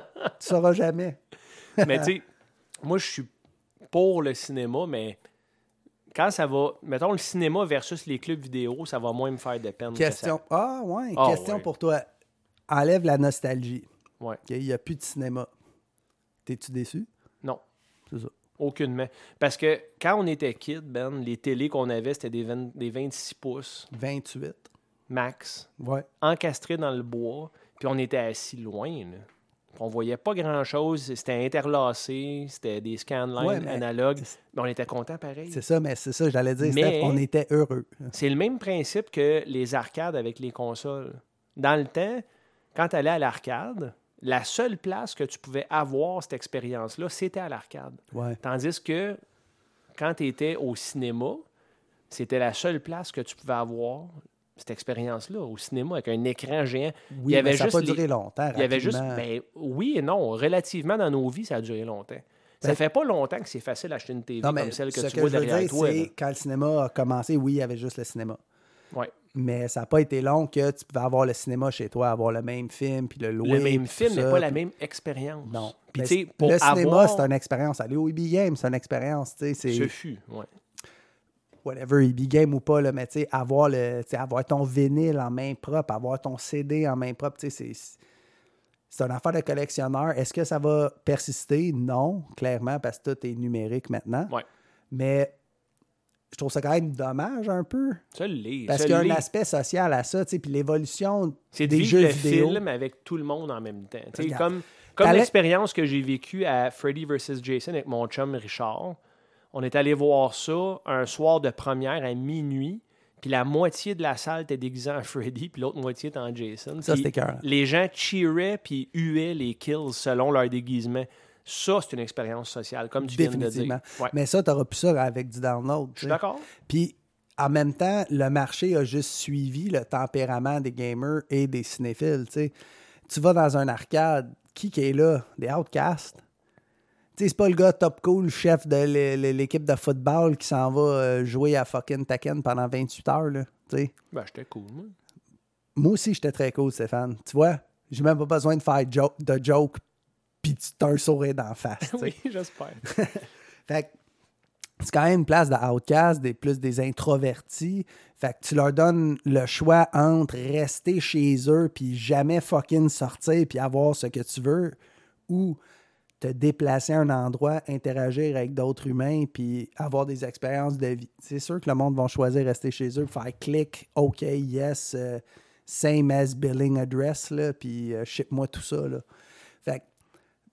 E: sauras jamais.
A: Mais tu sais, moi, je suis pour le cinéma, mais quand ça va. Mettons, le cinéma versus les clubs vidéo, ça va moins me faire de peine. que ça.
E: Question. Ah, ouais,
A: Ah,
E: question
A: ouais.
E: pour toi. Enlève la nostalgie.
A: Ouais.
E: OK, Il n'y a plus de cinéma. T'es-tu déçu?
A: Non,
E: C'est ça.
A: aucunement. Parce que quand on était kid, Ben, les télés qu'on avait, c'était des, 20 des 26 pouces
E: 28.
A: max,
E: Ouais.
A: encastrés dans le bois, puis on était assis loin. là. Puis On voyait pas grand-chose, c'était interlacé, c'était des scanlines
E: Ouais, mais-
A: analogues, mais on était content pareil.
E: C'est ça, mais c'est ça, j'allais dire, Steph,
A: Mais-
E: on était heureux.
A: C'est le même principe que les arcades avec les consoles. Dans le temps, quand tu allais à l'arcade, la seule place que tu pouvais avoir cette expérience-là, c'était à l'arcade.
E: Ouais.
A: Tandis que quand tu étais au cinéma, c'était la seule place que tu pouvais avoir cette expérience-là au cinéma avec un écran géant.
E: Oui, mais ça n'a pas
A: les-
E: duré longtemps.
A: Il y avait juste.
E: rapidement.
A: ben, oui et non. Relativement dans nos vies, ça a duré longtemps.
E: Ben-
A: ça fait pas longtemps que c'est facile d'acheter une TV
E: Non, mais
A: comme celle que
E: ce
A: tu vois
E: je veux
A: derrière
E: dire,
A: toi.
E: c'est quand le cinéma a commencé, oui, il y avait juste le cinéma.
A: là. Ouais.
E: Mais ça n'a pas été long que tu pouvais avoir le cinéma chez toi, avoir le même film, puis le louer.
A: le même
E: puis
A: film
E: tout
A: n'est
E: ça,
A: pas la
E: puis-
A: même expérience.
E: Non.
A: Puis
E: Mais
A: tu sais, pour
E: le cinéma,
A: avoir
E: E c'est une expérience. Aller au EB Games, c'est une expérience. tu sais, c'est-
A: ce fut, ouais.
E: whatever, EB Game ou pas, là, mais tu sais, avoir, le, tu sais, avoir ton vinyle en main propre, avoir ton CD en main propre, tu sais, c'est c'est une affaire de collectionneur. Est-ce que ça va persister? Non, clairement, parce que tout est numérique maintenant.
A: Ouais.
E: Mais je trouve ça quand même dommage un peu.
A: Ça l'est.
E: Parce
A: ça
E: qu'il y a un
A: l'est.
E: aspect social à ça, tu sais, puis l'évolution
A: C'est de
E: des
A: vivre
E: jeux
A: le
E: vidéo.
A: film avec tout le monde en même temps. Tu sais,
E: Regarde.
A: comme comme
E: T'allais-
A: l'expérience que j'ai vécue à Freddy vs. Jason avec mon chum Richard. On est allé voir ça un soir de première à minuit. Puis la moitié de la salle était déguisée en Freddy, puis l'autre moitié était en Jason.
E: Ça,
A: Puis
E: c'était écœurant.
A: Les gens cheeraient puis huaient les kills selon leur déguisement. Ça, c'est une expérience sociale, comme tu viens de le dire.
E: Définitivement.
A: Ouais.
E: Mais ça, tu n'auras plus ça avec du download.
A: Je suis d'accord.
E: Puis, en même temps, le marché a juste suivi le tempérament des gamers et des cinéphiles. tu sais. Tu vas dans un arcade, qui qui est là? Des outcasts. Tu sais, c'est pas le gars top cool, chef de l'é- l'é- l'équipe de football qui s'en va euh, jouer à fucking Taken pendant 28 heures. Là, tu sais.
A: Ben, j'étais cool. moi.
E: Moi aussi, j'étais très cool, Stéphane. Tu vois, j'ai même pas besoin de faire jo- de joke, puis tu t'as un sourire d'en face. tu sais.
A: Oui, j'espère.
E: Fait que c'est quand même une place de outcast, des plus des introvertis. Fait que tu leur donnes le choix entre rester chez eux puis jamais fucking sortir puis avoir ce que tu veux ou te déplacer à un endroit, interagir avec d'autres humains puis avoir des expériences de vie. C'est sûr que le monde va choisir rester chez eux, faire clic, OK, yes, euh, same as billing address, là, puis euh, ship-moi tout ça. Là. Fait que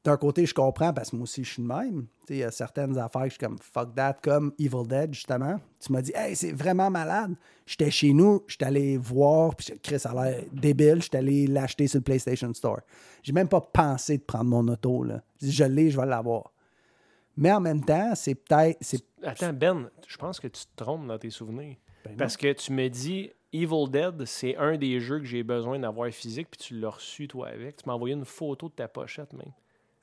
E: d'un côté, je comprends parce que moi aussi, je suis de même. Tu sais, Il y a certaines affaires que je suis comme fuck that, comme Evil Dead, justement. Tu m'as dit, hey, c'est vraiment malade. J'étais chez nous, j'étais allé voir, puis j'ai- Chris ça a l'air débile, j'étais allé l'acheter sur le PlayStation Store. J'ai même pas pensé de prendre mon auto. Là. J'ai dit, Je l'ai, je vais l'avoir. Mais en même temps, c'est peut-être. c'est-
A: Attends, Ben, je pense que tu te trompes dans tes souvenirs.
E: Ben
A: parce que tu me dis Evil Dead, c'est un des jeux que j'ai besoin d'avoir physique, puis tu l'as reçu toi avec. Tu m'as envoyé une photo de ta pochette même.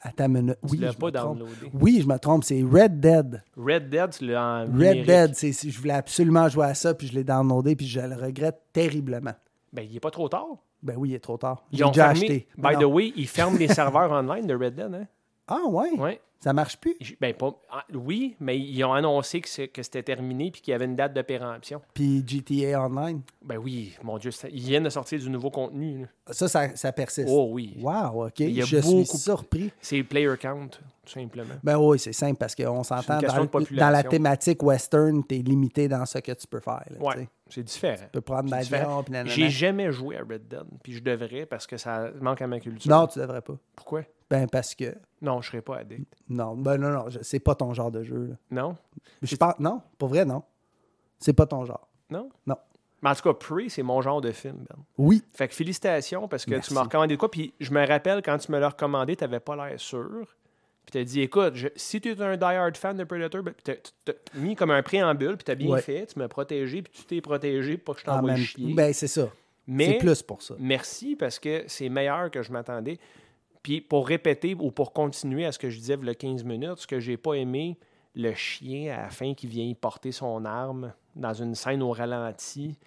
E: à ta minute. Oui,
A: l'as
E: je
A: pas
E: me trompe.
A: downloadé.
E: Oui, je me trompe, c'est Red Dead.
A: Red Dead, tu l'as en
E: Red
A: numérique.
E: Dead, c'est, c'est- je voulais absolument jouer à ça, puis je l'ai downloadé, puis je le regrette terriblement.
A: Ben, il est pas trop tard.
E: Ben oui, il est trop tard.
A: Ils
E: J'ai
A: ont
E: déjà
A: fermé-
E: acheté. Ben
A: By
E: Non.
A: the way, ils ferment les serveurs online de Red Dead, hein?
E: Ah ouais?
A: Ouais.
E: Ça marche plus?
A: J- Ben, pas... ah, oui, mais ils ont annoncé que, c'est- que c'était terminé puis qu'il y avait une date de péremption.
E: Puis GTA Online?
A: Ben oui, mon Dieu, ça- ils viennent de sortir du nouveau contenu. là.
E: Ça, ça, ça persiste.
A: Oh oui.
E: Wow, OK.
A: y a
E: Je
A: beaucoup-
E: suis surpris.
A: C'est player count, tout simplement.
E: Ben oui, c'est simple parce qu'on
A: C'est une
E: s'entend
A: question
E: dans,
A: de population.
E: dans la thématique western, t'es limité dans ce que tu peux faire. là, tu
A: Ouais,
E: sais.
A: c'est différent.
E: peux prendre
A: C'est
E: l'avion,
A: différent.
E: puis nanana.
A: J'ai jamais joué à Red Dead, puis je devrais parce que ça manque à ma culture.
E: Non, tu devrais pas.
A: Pourquoi?
E: Ben parce que.
A: Non, je serais pas addict.
E: Non, ben non, non, je- c'est pas ton genre de jeu. là.
A: Non?
E: Je pense, non, pour vrai, non. C'est pas ton genre.
A: Non?
E: Non.
A: Mais en tout cas, Prey, c'est mon genre de film, Ben.
E: Oui,
A: Fait que félicitations parce que
E: Merci.
A: tu m'as recommandé de quoi. Puis je me rappelle quand tu me l'as recommandé, tu n'avais pas l'air sûr. Puis tu as dit, écoute, je- si tu es un die-hard fan de Predator, ben, tu t'as mis comme un préambule, puis tu as bien
E: Ouais.
A: fait, tu m'as protégé, puis tu t'es protégé pour que je
E: en
A: t'envoie
E: même-
A: Ah chier.
E: Ben c'est ça.
A: Mais
E: C'est plus pour ça.
A: merci parce que c'est meilleur que je m'attendais. Puis pour répéter ou pour continuer à ce que je disais le 15 minutes, ce que j'ai pas aimé, le chien à la fin qui vient porter son arme dans une scène au ralenti,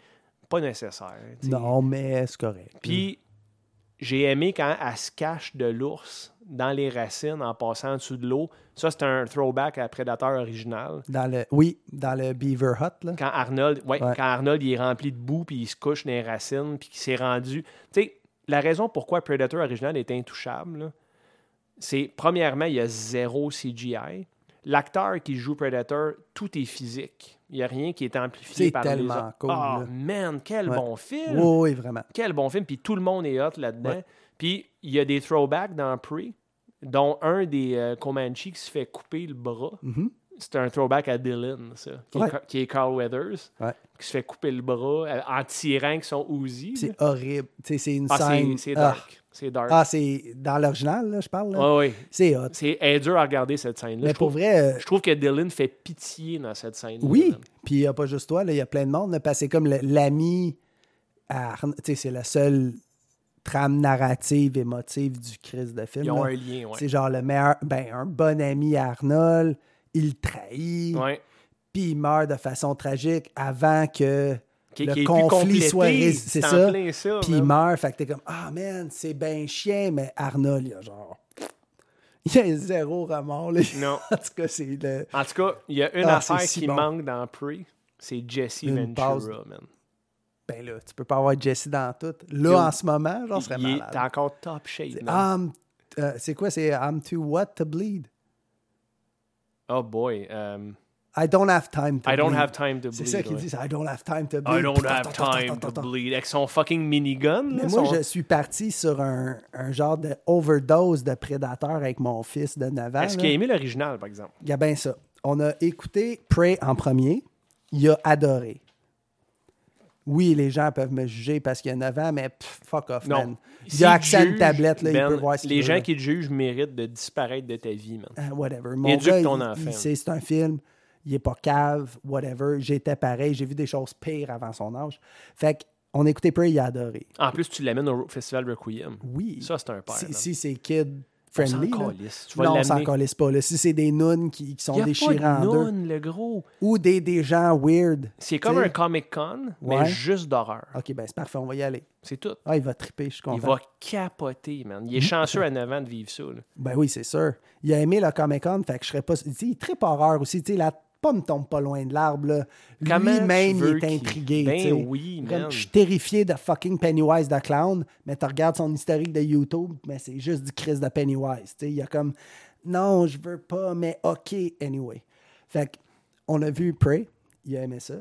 A: pas nécessaire. tu sais.
E: Non, mais c'est correct.
A: Puis j'ai aimé quand elle se cache de l'ours dans les racines en passant en dessous de l'eau. Ça, c'est un throwback à Predator original.
E: Dans le, oui, dans le Beaver Hut, là.
A: Quand Arnold, ouais,
E: Ouais.
A: quand Arnold il est rempli de boue, puis il se couche dans les racines, puis qu'il s'est rendu. Tu sais, la raison pourquoi Predator original est intouchable, là, c'est premièrement, il y a zéro CGI. L'acteur qui joue Predator, tout est physique. Il n'y a rien qui est amplifié
E: C'est
A: par
E: tellement
A: les autres.
E: cool,
A: Ah,
E: là.
A: man, quel
E: Ouais.
A: bon film!
E: Oui, oui, vraiment.
A: Quel bon film! Puis tout le monde est hot là-dedans.
E: Ouais.
A: Puis il y a des throwbacks dans Pre, dont un des euh, Comanches qui se fait couper le bras. C'est un throwback à Dylan, ça, qui,
E: Mhm. Ouais.
A: est, Ca- qui est Carl Weathers,
E: Ouais.
A: qui se fait couper le bras euh, en tirant avec son Uzi. là.
E: C'est horrible. Tu sais, c'est une
A: Ah, c'est-
E: scène.
A: c'est
E: ah.
A: dark. C'est dark.
E: Ah, c'est dans l'original, là, je parle. là.
A: Ouais, ouais.
E: C'est hot.
A: C'est elle est dur à regarder cette scène-là.
E: Mais
A: Je
E: pour
A: trouve-
E: vrai, euh,
A: Je trouve que Dylan fait pitié dans cette scène.
E: oui. Puis il n'y a pas juste toi, là, il y a plein de monde. là, parce que c'est comme le- l'ami à Arn- Tu sais, c'est la seule trame narrative émotive du Christ de film.
A: Ils ont
E: là.
A: un lien, ouais.
E: C'est genre le meilleur. Ben, un bon ami à Arnold, il le trahit.
A: Ouais.
E: Puis il meurt de façon tragique avant que.
A: Qui-
E: le
A: qui est plus
E: conflit
A: complété,
E: soit rés-
A: c'est
E: C'est
A: en
E: ça.
A: plein ça,
E: Puis
A: là.
E: il meurt. Fait que t'es comme, ah man, c'est ben chien, mais Arnold, il a genre. Il a zéro remords, là.
A: Non.
E: en tout cas, c'est le.
A: En tout cas, il y a une
E: Ah,
A: affaire
E: c'est si
A: qui
E: bon.
A: manque dans Pre, C'est Jesse
E: Une
A: Ventura,
E: passe.
A: man.
E: Ben là, tu peux pas avoir Jesse dans tout. Là,
A: Yo.
E: en ce moment, genre, ce serait
A: Il est-
E: malade.
A: T'es encore top shape, man.
E: I'm- euh, c'est quoi? C'est I'm too what to bleed?
A: Oh boy. um,
E: I don't have time to
A: I don't
E: bleed.
A: have time to
E: C'est
A: bleed.
E: ça qu'ils
A: ouais.
E: disent. I don't have time to bleed.
A: I Ah, don't have time to bleed. Avec son fucking minigun.
E: Mais
A: là,
E: moi,
A: son-
E: je suis parti sur un, un genre de overdose de prédateur avec mon fils de 9 ans.
A: Est-ce
E: là.
A: qu'il a aimé l'original, par exemple?
E: Il y a bien ça. On a écouté Prey en premier. Il a adoré. Oui, les gens peuvent me juger parce qu'il y a 9 ans, mais pff, fuck off,
A: Non.
E: man. Il
A: S'il
E: a accès à une
A: juge,
E: tablette, là,
A: Ben,
E: il peut voir ce qu'il
A: Les
E: veut,
A: gens
E: là.
A: qui te jugent méritent de disparaître de ta vie, man.
E: Ah, whatever. Mon
A: Éduque
E: gars,
A: ton
E: il-
A: enfant.
E: il sait, c'est un film. Il est pas cave, whatever. J'étais pareil. J'ai vu des choses pires avant son âge. Fait qu'on écoutait Prey, il a adoré.
A: En plus, tu l'amènes au Festival Requiem.
E: Oui.
A: Ça, c'est un père.
E: Si,
A: man.
E: si c'est kid friendly.
A: s'en
E: là.
A: calisse. Tu vas
E: non, on
A: l'amener.
E: s'en calisse pas. là. Si c'est des nounes qui, qui
A: Il y
E: sont
A: a
E: déchirées
A: pas de
E: en deux.
A: nonne, le gros.
E: Ou des, des gens weird.
A: C'est comme
E: t'sais.
A: un Comic Con, mais
E: Ouais.
A: juste d'horreur.
E: Ok, ben c'est parfait, on va y aller.
A: C'est tout.
E: Ah, il va triper, je suis
A: Il
E: content.
A: va capoter, man. Il est chanceux à 9 ans de vivre ça. là.
E: Ben oui, c'est sûr. Il a aimé le Comic Con, fait que je serais pas. Tu sais, il tripe horreur aussi. Tu sais, la pomme tombe pas loin de l'arbre. là.
A: Comment
E: Lui-même,
A: tu
E: il
A: veux
E: est
A: qu'il-
E: intrigué.
A: Ben
E: tu sais.
A: oui,
E: Comme,
A: man.
E: je suis terrifié de fucking Pennywise the Clown, mais tu regardes son historique de YouTube, mais c'est juste du Chris de Pennywise. tu sais. Il y a comme, non, je veux pas, mais OK, anyway. Fait que, on a vu Prey, il a aimé ça.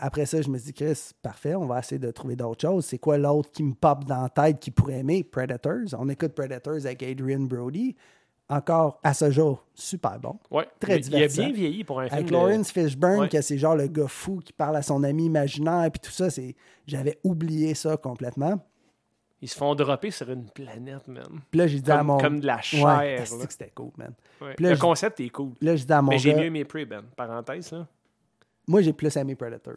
E: Après ça, je me dis, Chris, parfait, on va essayer de trouver d'autres choses. C'est quoi l'autre qui me pop dans la tête qui pourrait aimer? Predators. On écoute Predators avec Adrian Brody. Encore, à ce jour, super bon.
A: Ouais. Il-
E: Très
A: Il a
E: divertissant.
A: bien vieilli pour un film.
E: Avec
A: de-
E: Lawrence Fishburne,
A: euh, Ouais.
E: que c'est genre le gars fou qui parle à son ami imaginaire, puis tout ça, c'est j'avais oublié ça complètement.
A: Ils se font dropper sur une planète, man.
E: Puis là, j'ai dit à
A: Comme-
E: mon.
A: comme de la chair,
E: Ouais,
A: là.
E: asti que c'était cool, man.
A: Ouais.
E: Puis là,
A: le
E: je-
A: concept est cool.
E: Là, j'ai dit à mon
A: mais j'ai
E: gars,
A: mieux aimé Prey, Ben. Parenthèse, là.
E: moi, j'ai plus aimé Predators.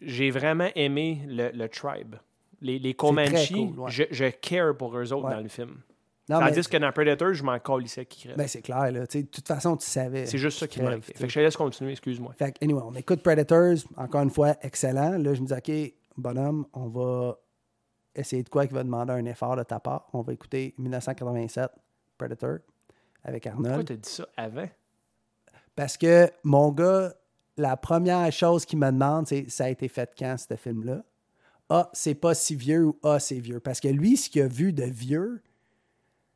A: J'ai vraiment aimé le, le Tribe. Les, les Comanches,
E: cool, ouais.
A: je, je care pour eux autres
E: Ouais.
A: dans le film.
E: Non, mais,
A: Tandis que dans Predator, je m'en calissais qui crève.
E: ben, c'est clair, là. tu sais, De toute façon, tu savais.
A: C'est juste ça
E: Tu
A: qui m'a
E: crèves,
A: fait.
E: tu
A: Fait
E: sais.
A: que je te laisse continuer, excuse-moi.
E: Fait que, anyway, on écoute Predators, encore une fois, excellent. Là, je me dis, OK, bonhomme, on va essayer de quoi qui va demander un effort de ta part. On va écouter 1987, Predator, avec
A: Pourquoi
E: Arnold.
A: t'as dit ça avant?
E: Parce que mon gars, la première chose qu'il me demande, c'est ça a été fait quand ce film-là? Ah, c'est pas si vieux ou ah, c'est vieux. Parce que lui, ce qu'il a vu de vieux,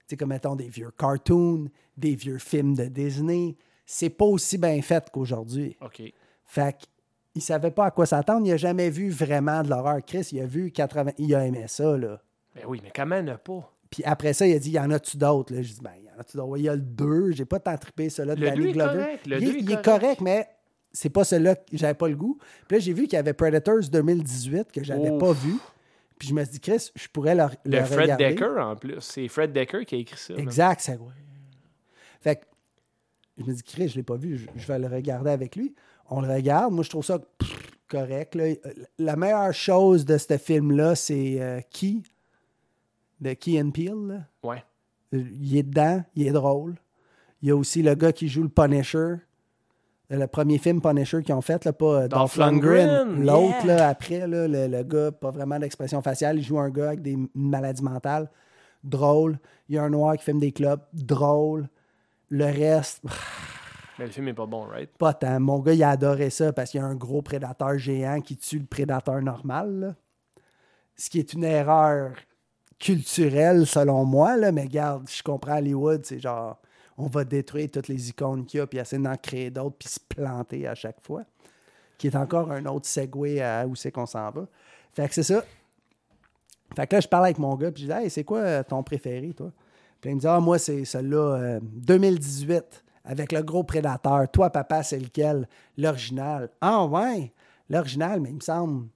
E: c'est comme mettons des vieux cartoons, des vieux films de Disney, c'est pas aussi bien fait qu'aujourd'hui.
A: OK.
E: Fait qu'il savait pas à quoi s'attendre. Il a jamais vu vraiment de l'horreur. Chris, il a vu 80. Il a aimé ça, là.
A: Ben oui, mais comment ne pas?
E: Puis après ça, il a dit, y en a-tu d'autres? là? J'ai dit, ben, y en a-tu d'autres? Ouais, Il y a le 2, j'ai pas tant trippé celui-là de
A: Le deux
E: Danny
A: est
E: Glover.
A: correct, le
E: il,
A: deux est
E: il
A: correct.
E: est correct, mais c'est pas celui-là que j'avais pas le goût. Puis là, j'ai vu qu'il y avait Predators 2018 que j'avais
A: Ouf.
E: pas vu. Puis je me suis dit, Chris, je pourrais le,
A: Le
E: le
A: Fred
E: regarder.
A: Decker, en plus. C'est Fred Decker qui a écrit ça. man.
E: Exact, ça. ouais. Fait que je me dis, Chris, je l'ai pas vu, je, je vais le regarder avec lui. On le regarde. Moi, je trouve ça pff, correct. là. La meilleure chose de ce film-là, c'est euh, Key, de Key and Peele. là.
A: Ouais.
E: Il est dedans, il est drôle. Il y a aussi le gars qui joue le Punisher. euh, Le premier film Punisher qu'ils ont fait, là, pas euh,
A: Dolph
E: Dolph Lundgren.
A: Lundgren,
E: L'autre,
A: yeah.
E: là, après, là, le, le gars, pas vraiment d'expression faciale. Il joue un gars avec des maladies mentales. Drôle. Il y a un noir qui filme des clubs. Drôle. Le reste,
A: Mais le film est pas bon, right?
E: pas tant. hein. Mon gars, il a adoré ça parce qu'il y a un gros prédateur géant qui tue le prédateur normal. là. Ce qui est une erreur culturelle, selon moi, là, mais regarde, je comprends Hollywood, c'est genre, on va détruire toutes les icônes qu'il y a, puis essayer d'en créer d'autres, puis se planter à chaque fois. Qui est encore un autre segue à où c'est qu'on s'en va. Fait que c'est ça. Fait que là, je parle avec mon gars, puis je dis, hey, c'est quoi euh, ton préféré, toi? Puis il me dit, ah, moi, c'est celui-là, euh, 2018, avec le gros prédateur. Toi, papa, c'est lequel? L'original. Ah, ouais, l'original, mais il me semble,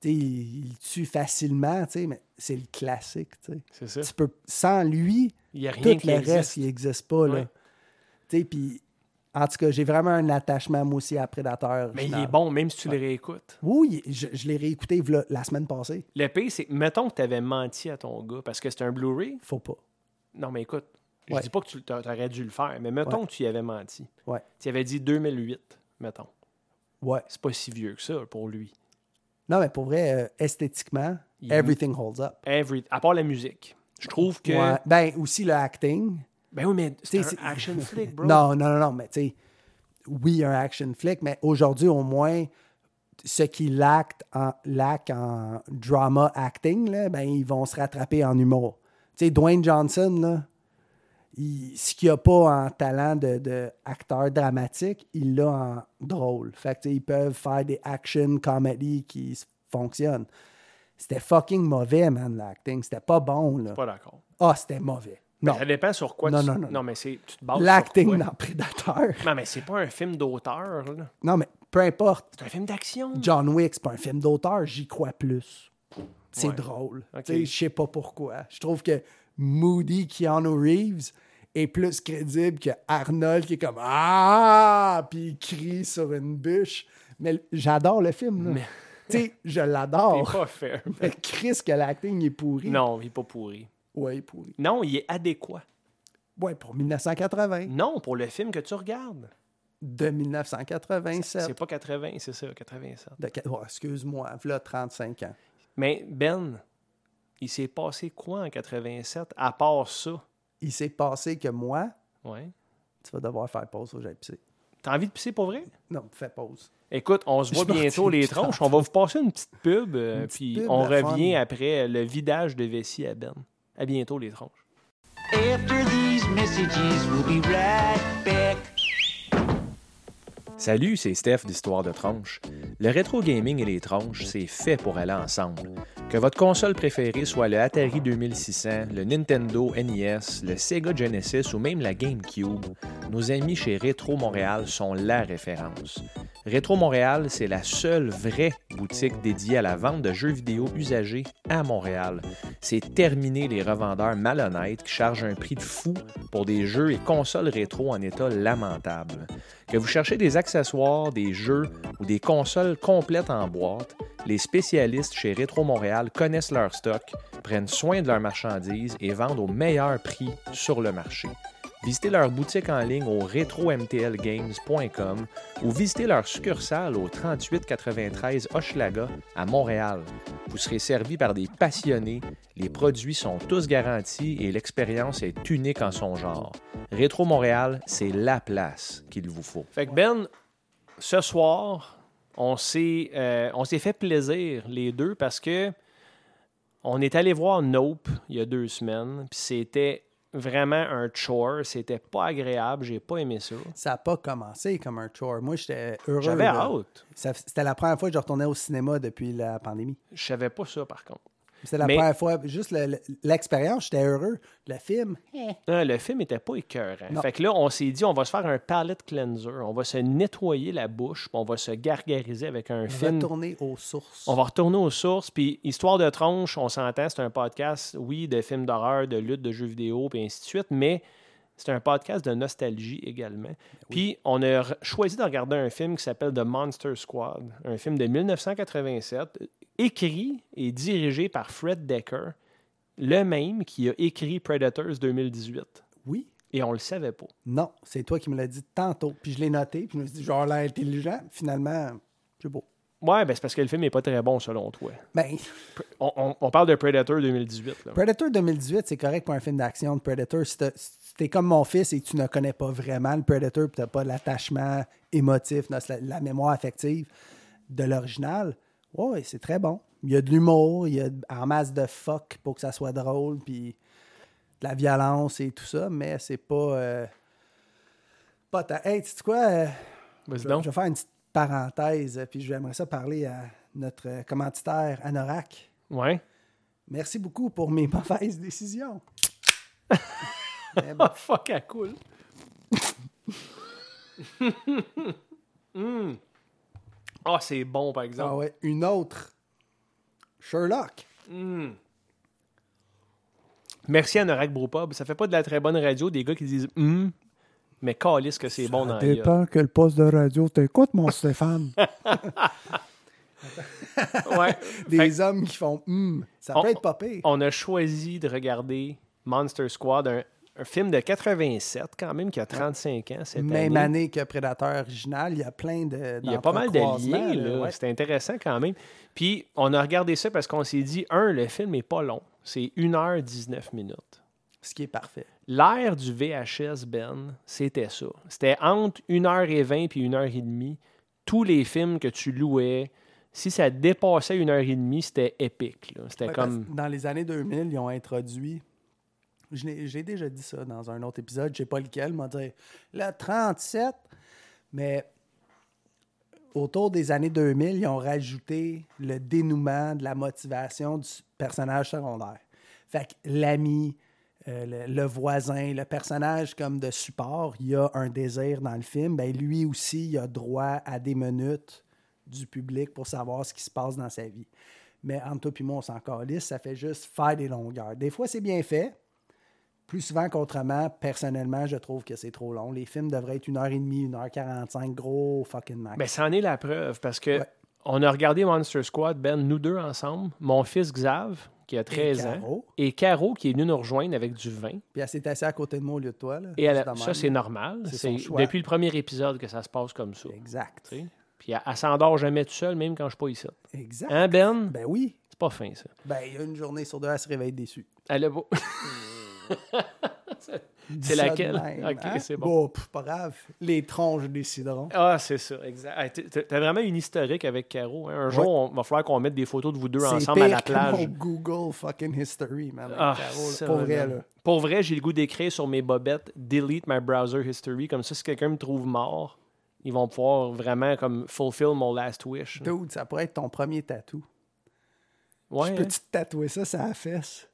E: tu sais, il, il tue facilement, tu sais, mais c'est le classique, tu sais.
A: C'est ça.
E: Tu peux, sans lui,
A: Il n'y a rien
E: tout
A: qui
E: le
A: existe.
E: reste, il n'existe pas, là.
A: Ouais.
E: Tu sais, puis, en tout cas, j'ai vraiment un attachement, moi aussi, à Prédateur.
A: Mais il
E: original.
A: est bon, même si tu le réécoutes.
E: Oui, je, je l'ai réécouté v'là, la semaine passée.
A: Le pire, c'est que, mettons que tu avais menti à ton gars parce que c'est un Blu-ray.
E: Faut pas.
A: Non, mais écoute,
E: Ouais.
A: je dis pas que tu aurais dû le faire, mais mettons que tu y avais menti.
E: Ouais.
A: Tu avais dit 2008, mettons.
E: Ouais.
A: C'est pas si vieux que ça pour lui.
E: Non, mais pour vrai, euh, esthétiquement,
A: Il-
E: everything holds up.
A: Every- À part la musique. Je trouve que.
E: Ouais. Ben, aussi le acting.
A: Ben oui, mais c'est
E: T'sais,
A: un action flick, bro.
E: Non, non, non, non, mais tu sais, oui, un action flick, mais aujourd'hui, au moins, ce qui lack en, lack en drama acting, là, ben, ils vont se rattraper en humour. Tu sais, Dwayne Johnson, là, il- ce qu'il a pas en talent de, de acteur dramatique, il l'a en drôle. Fait que, tu sais, ils peuvent faire des action comedy qui s- fonctionnent. C'était fucking mauvais, man, l'acting. C'était pas bon, là.
A: Pas d'accord.
E: Ah, c'était mauvais. Non.
A: Ça dépend sur quoi
E: Non,
A: tu...
E: non, non, non.
A: mais c'est... tu te bases sur
E: L'acting
A: quoi.
E: dans Predator.
A: Non, mais c'est pas un film d'auteur. là.
E: Non, mais peu importe.
A: C'est un film d'action.
E: John Wick, c'est pas un film d'auteur, j'y crois plus. C'est
A: Ouais.
E: drôle.
A: Ok.
E: Tu sais, Je sais pas pourquoi. Je trouve que Moody Keanu Reeves est plus crédible que Arnold qui est comme Ah! Puis il crie sur une bûche. Mais l- j'adore le film. là. Tu sais, je
A: Il est
E: l'adore.
A: pas fair.
E: Mais Chris, que l'acting est pourri.
A: Non, il est pas pourri.
E: Ouais, il est pourri.
A: Non, il est adéquat.
E: Ouais, pour 1980.
A: Non, pour le film que tu regardes.
E: De
A: C'est
E: 1987.
A: pas 80, c'est ça, 87.
E: De qua- oh, Excuse-moi, voilà 35 ans.
A: Mais Ben, il s'est passé quoi en 87 à part ça?
E: Il s'est passé que moi,
A: Ouais.
E: tu vas devoir faire pause au j'ai pisser.
A: T'as envie de pisser pour vrai?
E: Non, fais pause.
A: Écoute, on se voit
E: Je m'en
A: bientôt les
E: tiens, putain.
A: tronches. On va vous passer une petite pub, euh,
E: Une petite
A: puis
E: pub,
A: on
E: la
A: revient
E: fun.
A: après le vidage de vessie à Ben. À bientôt les tronches.
C: After these messages, we'll be right back.
F: Salut, c'est Steph d'Histoire de Tronche. Le rétro gaming et les tronches, c'est fait pour aller ensemble. Que votre console préférée soit le Atari 2600, le Nintendo NES, le Sega Genesis ou même la GameCube, nos amis chez Rétro Montréal sont la référence. Rétro Montréal, c'est la seule vraie boutique dédiée à la vente de jeux vidéo usagés à Montréal. C'est terminé les revendeurs malhonnêtes qui chargent un prix de fou pour des jeux et consoles rétro en état lamentable. Que vous cherchez des accessoires, des jeux ou des consoles complètes en boîte, les spécialistes chez Rétro Montréal connaissent leur stock, prennent soin de leurs marchandises et vendent au meilleur prix sur le marché. Visitez leur boutique en ligne au retromtlgames.com ou visitez leur succursale au 3893 Hochelaga à Montréal. Vous serez servi par des passionnés, les produits sont tous garantis et l'expérience est unique en son genre. Rétro Montréal, c'est la place qu'il vous faut.
A: Fait que Ben, ce soir, on s'est, euh, on s'est fait plaisir les deux parce que on est allé voir Nope il y a deux semaines, puis c'était vraiment un chore, c'était pas agréable, j'ai pas aimé ça.
E: Ça n'a pas commencé comme un chore. Moi, j'étais heureux.
A: J'avais
E: là.
A: hâte.
E: Ça- C'était la première fois que je retournais au cinéma depuis la pandémie.
A: Je savais pas ça par contre.
E: C'était la
A: Mais-
E: première fois, juste le- le- l'expérience, j'étais heureux. Le film,
A: Non, le film était pas écœurant.
E: Non.
A: Fait que là, on s'est dit, on va se faire un palette cleanser, on va se nettoyer la bouche, puis on va se gargariser avec un film
E: retourner aux sources.
A: On va retourner aux sources. Puis, Histoire de tronche, on s'entend, c'est un podcast, oui, de films d'horreur, de lutte, de jeux vidéo, puis ainsi de suite, mais c'est un podcast de nostalgie également. Puis, on a re- choisi de regarder un film qui s'appelle The Monster Squad, un film de 1987, euh, écrit et dirigé par Fred Decker, le même qui a écrit Predators 2018.
E: Oui.
A: Et on le savait pas.
E: Non, c'est toi qui me l'as dit tantôt. Puis je l'ai noté, puis je me suis dit, genre l'air intelligent. Finalement, c'est beau.
A: Ouais, ben c'est parce que le film est pas très bon selon toi.
E: Ben,
A: On, on- on parle de Predator 2018. là.
E: Predator 2018, c'est correct pour un film d'action de Predator. Si t'as- si t'es comme mon fils et que tu ne connais pas vraiment le Predator, puis t'as pas l'attachement émotif, non, c'est la, la mémoire affective de l'original, ouais, c'est très bon. Il y a de l'humour, il y a en masse de fuck pour que ça soit drôle, puis de la violence et tout ça, mais c'est pas. euh, pas tant. Hey, tu sais quoi? euh,
A: Vas-y
E: je,
A: donc.
E: je vais faire une petite parenthèse, puis j'aimerais ça parler à notre euh, commanditaire Anorak.
A: Ouais.
E: Merci beaucoup pour mes mauvaises décisions.
A: Ah, fuck, à cool. Hmm. Ah, c'est bon, par exemple.
E: Ah ouais, une autre. Sherlock.
A: Merci à Norak Brewpub. Ça fait pas de la très bonne radio, des gars qui disent hum, mais calisse que c'est bon dans la gueule.
E: quel poste de radio t'écoutes, mon Stéphane.
A: Ouais. Fait que
E: Des hommes qui font hum, ça
A: On-
E: peut être pas pire.
A: on a choisi de regarder Monster Squad, un, un film de 87, quand même, qui a 35 ans cette
E: Même
A: année.
E: année que Predator original, il y a plein de.
A: Ben Il y a pas mal de liens,
E: d'entrecroisements,
A: là.
E: ouais.
A: C'est intéressant quand même. Puis, on a regardé ça parce qu'on s'est dit, un, le film est pas long. C'est 1h19 minutes.
E: Ce qui est parfait.
A: L'ère du VHS, Ben, c'était ça. C'était entre 1h20 puis 1h30. Tous les films que tu louais, si ça dépassait 1h30, c'était épique. là. C'était
E: Ouais, parce
A: comme.
E: que Dans les années 2000, ils ont introduit. je l'ai- J'ai déjà dit ça dans un autre épisode, je sais pas lequel, m'a dit le 37. Mais autour des années 2000, ils ont rajouté le dénouement de la motivation du personnage secondaire. Fait que l'ami, euh, le, le voisin, le personnage comme de support, il a un désir dans le film, ben lui aussi, il a droit à des minutes du public pour savoir ce qui se passe dans sa vie. Mais entre toi puis moi, on s'en calisse, ça fait juste faire des longueurs. Des fois, c'est bien fait. Plus souvent qu'autrement, personnellement, je trouve que c'est trop long. Les films devraient être 1h30, 1h45, gros fucking max.
A: Ben, c'en est la preuve parce que
E: Ouais.
A: on a regardé Monster Squad, Ben, nous deux ensemble, mon fils Xav, qui a 13 ans,
E: Caro.
A: et Caro, qui est venue nous rejoindre avec du vin.
E: Puis elle s'est assise à côté de moi au lieu de toi. Là,
A: Et elle-
E: Juste de
A: ça,
E: même.
A: c'est normal.
E: C'est
A: C'est
E: son choix.
A: depuis le premier épisode que ça se passe comme ça.
E: Exact.
A: tu sais. Puis elle, elle s'endort jamais toute seule, même quand je suis pas ici.
E: Exact.
A: Hein, Ben?
E: Ben oui.
A: C'est pas fin, ça.
E: Ben, il y a une journée sur deux, elle se réveille déçue.
A: Elle a beau.
E: Mm. Dis
A: C'est
E: ça de
A: laquelle?
E: même,
A: Ok,
E: hein?
A: c'est bon.
E: pff, pas grave. Les tronches décideront.
A: Ah, c'est ça, exact. Hey, t'es- T'as t'as vraiment une historique avec Caro. hein. Un jour, on va falloir qu'on mette des photos de vous deux
E: C'est
A: ensemble à la
E: pire que
A: plage.
E: mon Google fucking history, man. avec
A: Ah,
E: Caro, là.
A: ça,
E: pour vrai,
A: man.
E: là.
A: Pour vrai, j'ai le goût d'écrire sur mes bobettes Delete my browser history. Comme ça, si quelqu'un me trouve mort, ils vont pouvoir vraiment comme fulfill mon last wish.
E: Dude, ça pourrait être ton premier tatou.
A: Ouais,
E: Je
A: hein.
E: peux-tu te tatouer ça sur la fesse?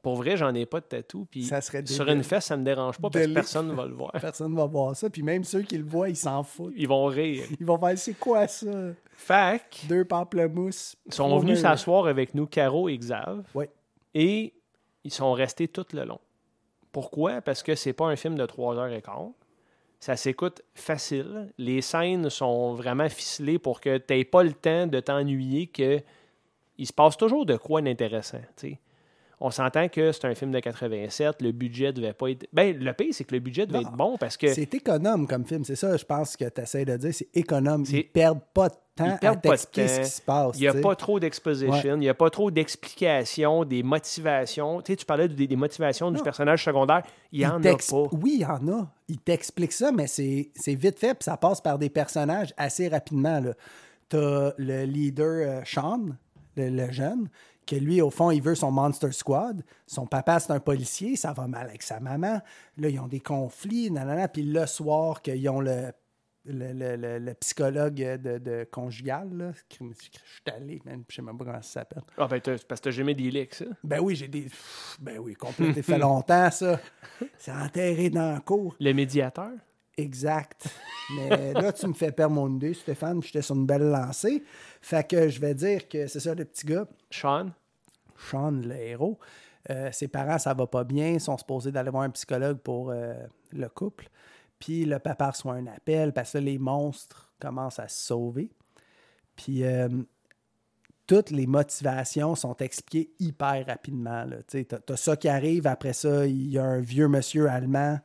A: Pour vrai, j'en ai pas de tatou. Puis
E: Ça serait
A: sur
E: débile.
A: une fesse, ça me dérange pas parce que
E: Delete.
A: personne ne va le voir.
E: Personne va voir ça. Puis même ceux qui le voient, ils s'en foutent.
A: Ils vont rire.
E: Ils vont faire, c'est quoi ça?
A: Fac,
E: Deux pamplemousses.
A: ils sont venus
E: trois-
A: s'asseoir avec nous, Caro et Xav.
E: Ouais.
A: Et ils sont restés tout le long. Pourquoi? Parce que c'est pas un film de 3h15. Ça s'écoute facile. Les scènes sont vraiment ficelées pour que tu pas le temps de t'ennuyer que il se passe toujours de quoi d'intéressant. tu sais. On s'entend que c'est un film de 87, le budget devait pas être. Ben, le pire, c'est que le budget devait
E: Non.
A: être bon parce que
E: C'est économe comme film, c'est ça, je pense que tu essaies de dire, c'est économe.
A: C'est-
E: Ils perdent pas de temps
A: Ils perdent
E: à
A: pas de
E: t'expliquer ce
A: temps.
E: qui se passe.
A: Il n'y a
E: tu sais.
A: pas trop d'exposition, il n'y a pas trop d'explications, des motivations. Tu sais, tu parlais des, des motivations du personnage secondaire. Il n'y en a
E: t'exp-
A: pas.
E: Oui, il y en a. Il t'explique ça, mais c'est c'est vite fait, puis ça passe par des personnages assez rapidement. là. T'as le leader euh, Sean, le, le jeune, que lui, au fond, il veut son Monster Squad. Son papa, c'est un policier, ça va mal avec sa maman. Là, ils ont des conflits, nanana. Puis le soir, qu'ils ont le, le, le- le- le psychologue de, de conjugal, là. Je suis allé, man, je sais même pas comment ça s'appelle.
A: Ah, ben, t'as- c'est parce que tu jamais dit ça.
E: Ben oui, j'ai des... pff, Ben oui, complètement. Ça fait longtemps, ça. C'est enterré dans la cour.
A: Le médiateur.
E: Exact. Mais là, tu me fais perdre mon idée, Stéphane. J'étais sur une belle lancée. Fait que je vais dire que c'est ça, le petit gars,
A: Sean.
E: Sean, le héros. euh, ses parents, ça va pas bien. Ils sont supposés d'aller voir un psychologue pour euh, le couple. Puis le papa reçoit un appel parce que là, les monstres commencent à se sauver. Puis euh, toutes les motivations sont expliquées hyper rapidement. là. Tu as, ça qui arrive. Après ça, il y a un vieux monsieur allemand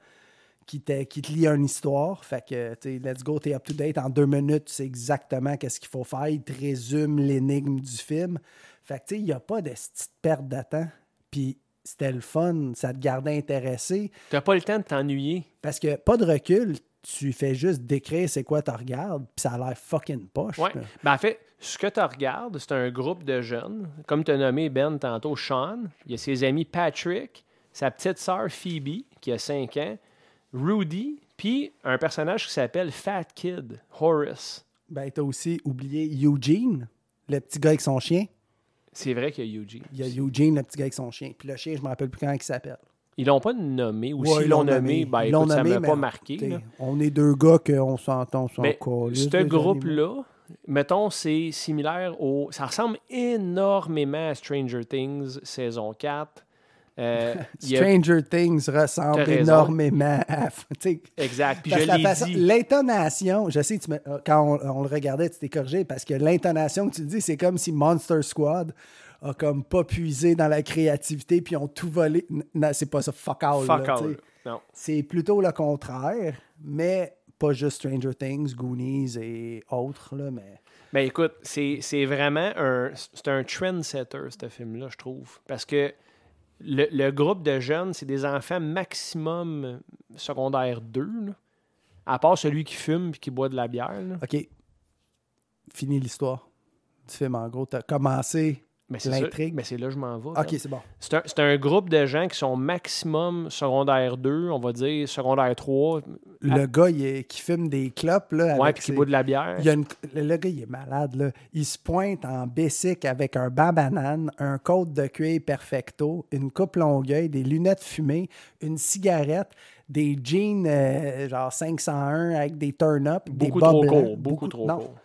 E: qui te, qui te lit une histoire. Fait que, tu sais, let's go, t'es up to date. En deux minutes, tu sais exactement qu'est-ce qu'il faut faire. Il te résume l'énigme du film. Fait que, tu sais, il n'y a pas de petite perte de temps. Puis c'était le fun, ça te gardait intéressé.
A: T'as pas le temps de t'ennuyer.
E: Parce que pas de recul, tu fais juste décrire c'est quoi tu regardes, puis ça a l'air fucking poche.
A: Ouais.
E: là.
A: Ben, en fait, ce que tu regardes, c'est un groupe de jeunes. Comme tu as nommé Ben tantôt, Sean. Il y a ses amis Patrick, sa petite sœur Phoebe, qui a 5 ans, Rudy, puis un personnage qui s'appelle Fat Kid, Horace.
E: Ben, t'as aussi oublié Eugene, le petit gars avec son chien.
A: C'est vrai qu'il y a Eugene.
E: Il y a Eugene, le petit gars avec son chien. Puis le chien, je me rappelle plus comment il s'appelle.
A: Ils l'ont pas nommé, ou
E: Ouais,
A: s'ils
E: ils
A: l'ont nommé, ben,
E: Ils
A: écoute,
E: l'ont
A: ça
E: nommé,
A: m'a
E: mais,
A: pas marqué.
E: t'sais,
A: là.
E: On est deux gars qu'on s'entend, on s'en
A: Mais
E: calisse,
A: ce
E: les animaux.
A: groupe-là, mettons, c'est similaire au... Ça ressemble énormément à Stranger Things, saison 4. Euh, il y a-
E: Stranger Things ressemble
A: T'as raison.
E: énormément à. t'sais,
A: Exact, puis je
E: parce que la
A: l'ai
E: façon-
A: dit.
E: L'intonation, je sais, tu me- euh, quand on, on le regardait, tu t'es corrigé parce que l'intonation que tu dis, c'est comme si Monster Squad a comme pas puisé dans la créativité puis ont tout volé. N- Non, c'est pas ça, fuck all.
A: Fuck
E: là,
A: all.
E: t'sais.
A: Non.
E: C'est plutôt le contraire, mais pas juste Stranger Things, Goonies et autres, là, mais.
A: Ben écoute, c'est c'est vraiment un, c'est un trendsetter, ce film-là, je trouve. Parce que le, le groupe de jeunes, c'est des enfants maximum secondaire 2, là. à part celui qui fume et qui boit de la bière. là.
E: OK. Fini l'histoire du film. En gros, tu as commencé.
A: Mais Ben, c'est ça-
E: L'intrigue.
A: Mais c'est là que je m'en vais. là.
E: OK, c'est bon.
A: C'est un, c'est un groupe de gens qui sont maximum secondaire 2, on va dire secondaire 3,
E: Le gars il est- qui filme des clopes. Là,
A: Ah. ouais,
E: avec
A: puis qui
E: ses-
A: boit de la bière.
E: Il y a une- le, le gars, il est malade. Là. Il se pointe en basic avec un bas banane, un côte de cuir perfecto, une coupe longueuil, des lunettes fumées, une cigarette, des jeans euh, genre 501 avec des turn-up. des
A: Beaucoup
E: bas
A: trop
E: blancs.
A: court, beaucoup trop
E: non.
A: court.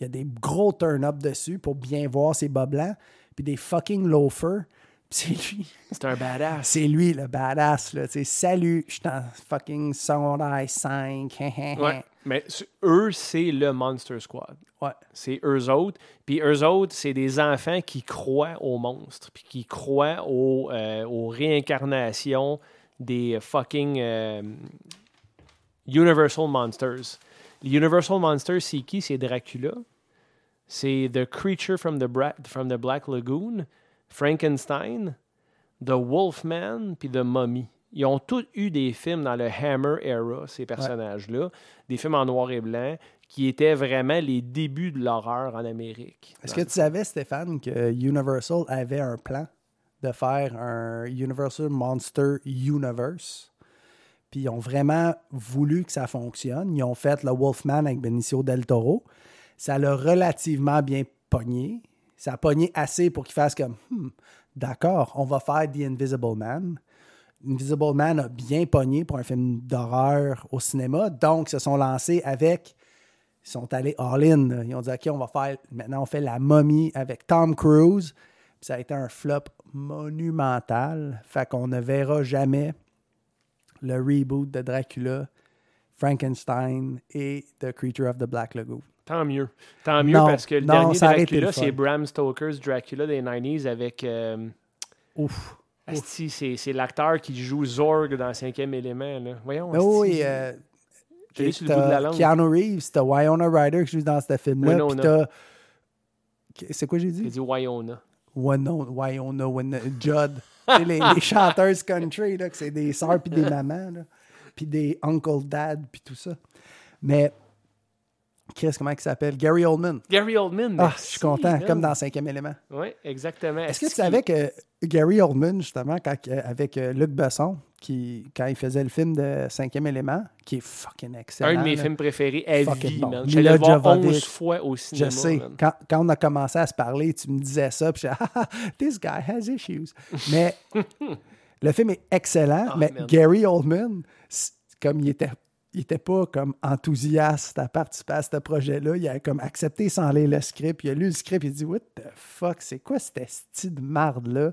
E: Il y a des gros turn-up dessus pour bien voir ses bas blancs, puis des fucking loafers. Puis C'est lui.
A: C'est un badass.
E: C'est lui le badass, là. Tu sais, salut, je suis en fucking secondaire 5.
A: Ouais. Mais c- eux, c'est le Monster Squad.
E: Ouais.
A: C'est eux autres. Puis eux autres, c'est des enfants qui croient aux monstres, puis qui croient aux, euh, aux réincarnations des fucking euh, Universal Monsters. Les Universal Monsters, c'est qui? C'est Dracula. C'est The Creature from the, Bra- from the Black Lagoon, Frankenstein, The Wolfman, puis The Mummy. Ils ont tous eu des films dans le Hammer era, ces personnages-là, des films en noir et blanc, qui étaient vraiment les débuts de l'horreur en Amérique.
E: Est-ce que tu savais, Stéphane, que Universal avait un plan de faire un Universal Monster Universe? Puis ils ont vraiment voulu que ça fonctionne. Ils ont fait le Wolfman avec Benicio del Toro. Ça l'a relativement bien pogné. Ça a pogné assez pour qu'ils fassent comme Hmm, d'accord, on va faire The Invisible Man. Invisible Man a bien pogné pour un film d'horreur au cinéma. Donc, ils se sont lancés avec ils sont allés all-in. là. Ils ont dit, OK, on va faire, maintenant, on fait la momie avec Tom Cruise. Puis ça a été un flop monumental. Fait qu'on ne verra jamais le reboot de Dracula, Frankenstein et The Creature of the Black Lagoon.
A: Tant mieux. Tant mieux
E: Non,
A: parce que le
E: non,
A: dernier
E: ça aurait été
A: Dracula,
E: le fun.
A: c'est Bram Stoker's Dracula des 90s avec. euh,
E: Ouf.
A: Asti, c'est c'est l'acteur qui joue Zorg dans Cinquième élément. Là. Voyons.
E: Mais
A: asti,
E: oui,
A: j'ai-
E: euh,
A: je l'ai Ah, sur le bout de la
E: t'as
A: langue.
E: Keanu Reeves, t'as Wyona Ryder qui joue dans ce film-là.
A: Winona.
E: Puis t'as... Qu- C'est quoi j'ai
A: J'ai
E: dit?
A: dit Wyona.
E: Wyona, Wyona, Wyona Judd. Tu sais, les, les chanteuses country, là, que c'est des sœurs puis des mamans, là, puis des uncle dad, puis tout ça. Mais, Chris, comment il s'appelle? Gary Oldman.
A: Gary Oldman.
E: Ah, je
A: merci,
E: suis content,
A: man. Ben,
E: comme dans Cinquième élément.
A: Oui, exactement.
E: Est-ce que tu savais que Gary Oldman, justement, quand- euh, avec euh, Luc Besson, qui, quand il faisait le film de Cinquième élément, qui est fucking excellent.
A: un de mes
E: là.
A: films préférés à
E: Fucking
A: vie,
E: bon.
A: man. Je suis allé le
E: Mila
A: voir 11
E: Jovovich.
A: fois au
E: Je
A: cinéma.
E: sais.
A: man.
E: Quand, quand on a commencé à se parler, tu me disais ça, puis je ah, ah, this guy has issues. Mais le film est excellent, mais
A: Ah, man.
E: Gary Oldman, c'est- comme il était, il était pas comme enthousiaste à participer à ce projet-là, il a comme accepté sans lire le script, il a lu le script, il a dit what the fuck, c'est quoi cette style de marde là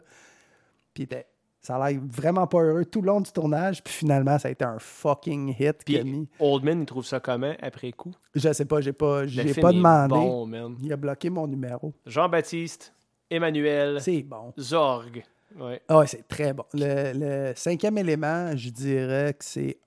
E: Puis il était- ça a l'air vraiment pas heureux tout le long du tournage, puis finalement ça a été un fucking hit qu'il a
A: Puis
E: mis.
A: Oldman, il trouve ça comment après coup?
E: Je sais pas, j'ai pas,
A: Le
E: j'ai
A: film
E: pas
A: est
E: demandé.
A: Bon, man.
E: Il a bloqué mon numéro.
A: Jean-Baptiste, Emmanuel,
E: C'est bon.
A: Zorg. Ouais.
E: Ah, ouais, c'est très bon. Le, le cinquième élément, je dirais que c'est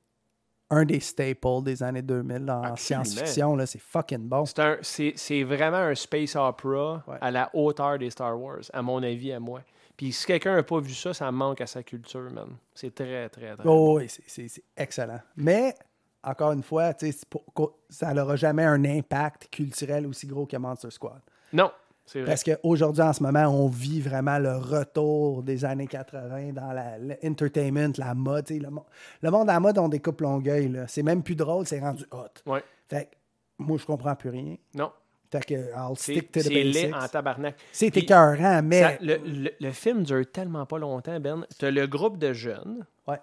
E: un des staples des années 2000 en
A: Absolument.
E: science-fiction. là, C'est fucking bon.
A: C'est un- C'est c'est vraiment un space opera
E: Ouais.
A: à la hauteur des Star Wars, à mon avis, à moi. Puis si quelqu'un n'a pas vu ça, ça manque à sa culture, man. C'est très, très, très.
E: Oh, oui, c'est- c'est c'est excellent. Mais, encore une fois, tu sais, c'est pour- co- ça n'aura jamais un impact culturel aussi gros que Monster Squad.
A: Non, c'est vrai.
E: Parce qu'aujourd'hui, en ce moment, on vit vraiment le retour des années 80 dans la- l'entertainment, la, mode. tu sais, Le, mo- le monde à la mode, on découpe longueuil. là. C'est même plus drôle, c'est rendu hot.
A: Ouais.
E: Fait que, moi, je comprends plus rien.
A: Non.
E: Fait que, I'll
A: C'est
E: stick to the
A: c'est laid
E: basics.
A: en tabarnak.
E: C'est
A: Puis,
E: écœurant, mais.
A: ça- le, le- le film dure tellement pas longtemps, Ben. T'as le groupe de jeunes
E: Ouais.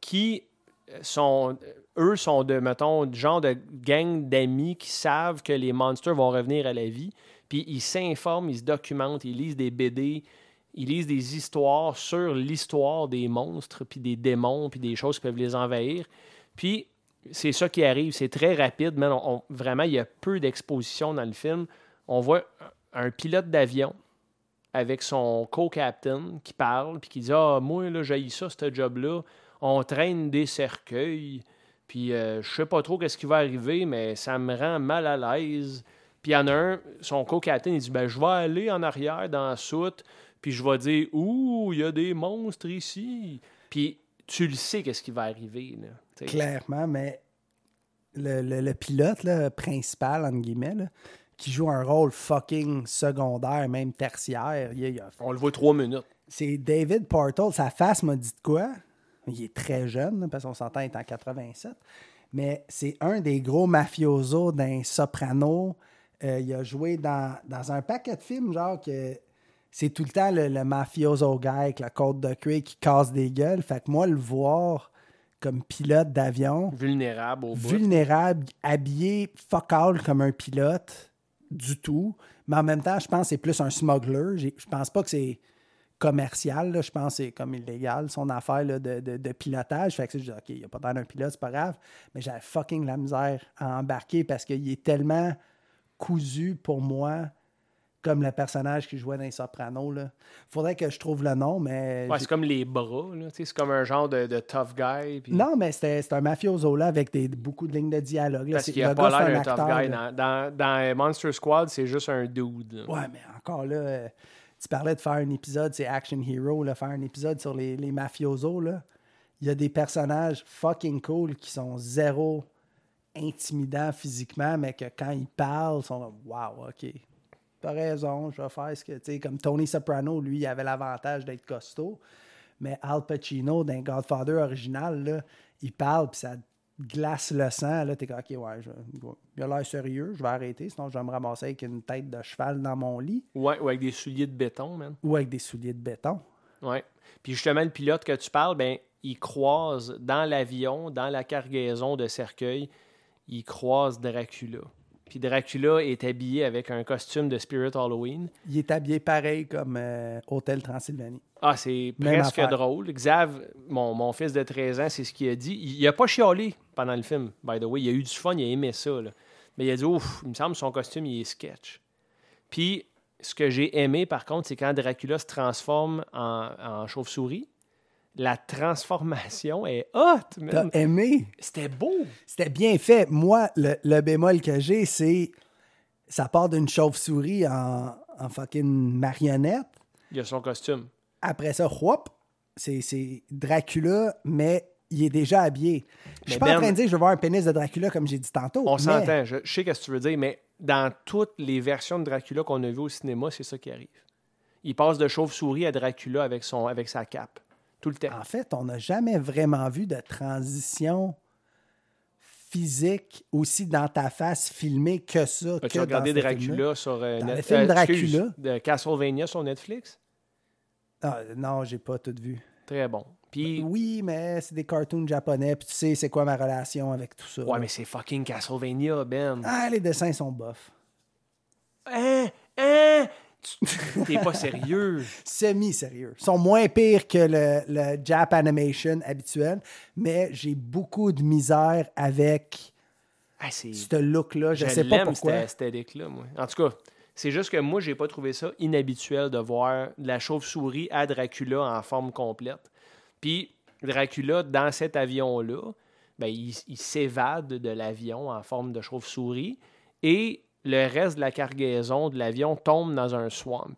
A: qui euh, sont. euh, Eux sont de, mettons, du genre de gang d'amis qui savent que les monsters vont revenir à la vie. Puis ils s'informent, ils se documentent, ils lisent des BD, ils lisent des histoires sur l'histoire des monstres, puis des démons, puis des choses qui peuvent les envahir. Puis c'est ça qui arrive. C'est très rapide, mais on- on- vraiment, il y a peu d'exposition dans le film. On voit un un pilote d'avion avec son co-captain qui parle, puis qui dit Ah, moi, là, j'ai ça, ce job-là. On traîne des cercueils, puis euh, je sais pas trop qu'est-ce qui va arriver, mais ça me rend mal à l'aise. Puis il y en a un, son co-capitaine, il dit ben, Je vais aller en arrière dans la soute, puis je vais dire Ouh, il y a des monstres ici. Puis tu le sais qu'est-ce qui va arriver. Là, tu sais.
E: Clairement, mais le, le- le pilote là, principal, entre guillemets, là, qui joue un rôle fucking secondaire, même tertiaire, il y a- il y a-
A: On le voit trois minutes.
E: c'est David Portal. Sa face m'a dit de quoi? Il est très jeune, là, parce qu'on s'entend, il est en 87. Mais c'est un des gros mafiosos d'un soprano. Euh, il a joué dans, dans un paquet de films, genre que c'est tout le temps le, le mafioso guy avec la côte de cuir qui casse des gueules. Fait que moi, le voir comme pilote d'avion,
A: Vulnérable au bout.
E: vulnérable, habillé fuck all comme un pilote du tout. Mais en même temps, je pense que c'est plus un smuggler. J'ai- Je pense pas que c'est commercial. là. Je pense que c'est comme illégal, son affaire là, de, de- de pilotage. Fait que je dis, OK, il n'y a pas d'air d'un pilote, c'est pas grave. Mais j'avais fucking la misère à embarquer parce qu'il est tellement cousu pour moi comme le personnage qui jouait dans les Sopranos. Là. Faudrait que je trouve le nom, mais...
A: Ouais,
E: j'ai-
A: c'est comme les bras, là, tu sais, c'est comme un genre de, de tough guy. puis-
E: Non, mais c'était c'était un mafioso là avec des, beaucoup de lignes de dialogue. là.
A: Parce
E: C'est-
A: qu'il a
E: le
A: pas
E: gars, c'est
A: l'air d'un
E: un
A: tough
E: acteur,
A: guy.
E: là.
A: Dans, dans, dans Monster Squad, c'est juste un dude. là.
E: Ouais, mais encore là, euh, tu parlais de faire un épisode, c'est Action Hero, là, faire un épisode sur les, les mafiosos. Là. Il y a des personnages fucking cool qui sont zéro intimidants physiquement, mais que quand ils parlent, ils sont comme Wow, OK. T'as raison, je vais faire ce que. Tu sais, comme Tony Soprano, lui, il avait l'avantage d'être costaud. Mais Al Pacino, d'un Godfather original, là, il parle, puis ça glace le sang. Là, t'es comme, OK, ouais, je, il a l'air sérieux, je vais arrêter, sinon je vais me ramasser avec une tête de cheval dans mon lit
A: Ouais, ou avec des souliers de béton, man.
E: ou avec des souliers de béton.
A: Ouais. Puis justement, le pilote que tu parles, ben, il croise dans l'avion, dans la cargaison de cercueil, il croise Dracula. Puis Dracula est habillé avec un costume de Spirit Halloween.
E: Il est habillé pareil comme euh, Hôtel Transylvanie.
A: Ah, c'est
E: Même
A: presque
E: affaire.
A: drôle. Xav, mon, mon fils de 13 ans, c'est ce qu'il a dit. Il, il a pas chialé pendant le film, by the way. Il a eu du fun, il a aimé ça. là. Mais il a dit Ouf, il me semble que son costume, il est sketch. Puis, ce que j'ai aimé, par contre, c'est quand Dracula se transforme en, en chauve-souris, la transformation est hot,
E: T'as
A: man.
E: aimé?
A: C'était beau.
E: C'était bien fait. Moi, le, le bémol que j'ai, c'est ça part d'une chauve-souris en, en fucking marionnette.
A: Il a son costume.
E: Après ça, whoop, c'est- c'est Dracula, mais il est déjà habillé. Je suis
A: Mais
E: pas
A: Ben-
E: en train de dire que je veux voir un pénis de Dracula comme j'ai dit tantôt.
A: On
E: mais
A: s'entend, je, je sais ce que tu veux dire, mais dans toutes les versions de Dracula qu'on a vues au cinéma, c'est ça qui arrive. Il passe de chauve-souris à Dracula avec, son, avec sa cape. Tout le temps.
E: En fait, on n'a jamais vraiment vu de transition physique aussi dans ta face filmée que ça. que
A: As-tu
E: dans
A: regardé
E: ce film-là.
A: Dracula sur euh,
E: Dans
A: Net-
E: le film
A: euh, excuse,
E: Dracula.
A: de Castlevania sur Netflix?
E: Ah, non, j'ai pas tout vu.
A: Très bon. Puis,
E: Ben, Oui, mais c'est des cartoons japonais, puis tu sais, c'est quoi ma relation avec tout ça.
A: ouais, mais c'est fucking Castlevania, Ben.
E: Ah, les dessins sont bof.
A: Hein? Hein? Tu- T'es pas sérieux.
E: Semi-sérieux. Ils sont moins pires que le, le Jap animation habituel, mais j'ai beaucoup de misère avec
A: Ah, c'est...
E: ce look-là. Je,
A: Je
E: sais pas
A: l'aime,
E: pourquoi.
A: cette esthétique-là, moi. En tout cas, c'est juste que moi, j'ai pas trouvé ça inhabituel de voir de la chauve-souris à Dracula en forme complète. Puis Dracula, dans cet avion-là, ben, il, il s'évade de l'avion en forme de chauve-souris et le reste de la cargaison de l'avion tombe dans un swamp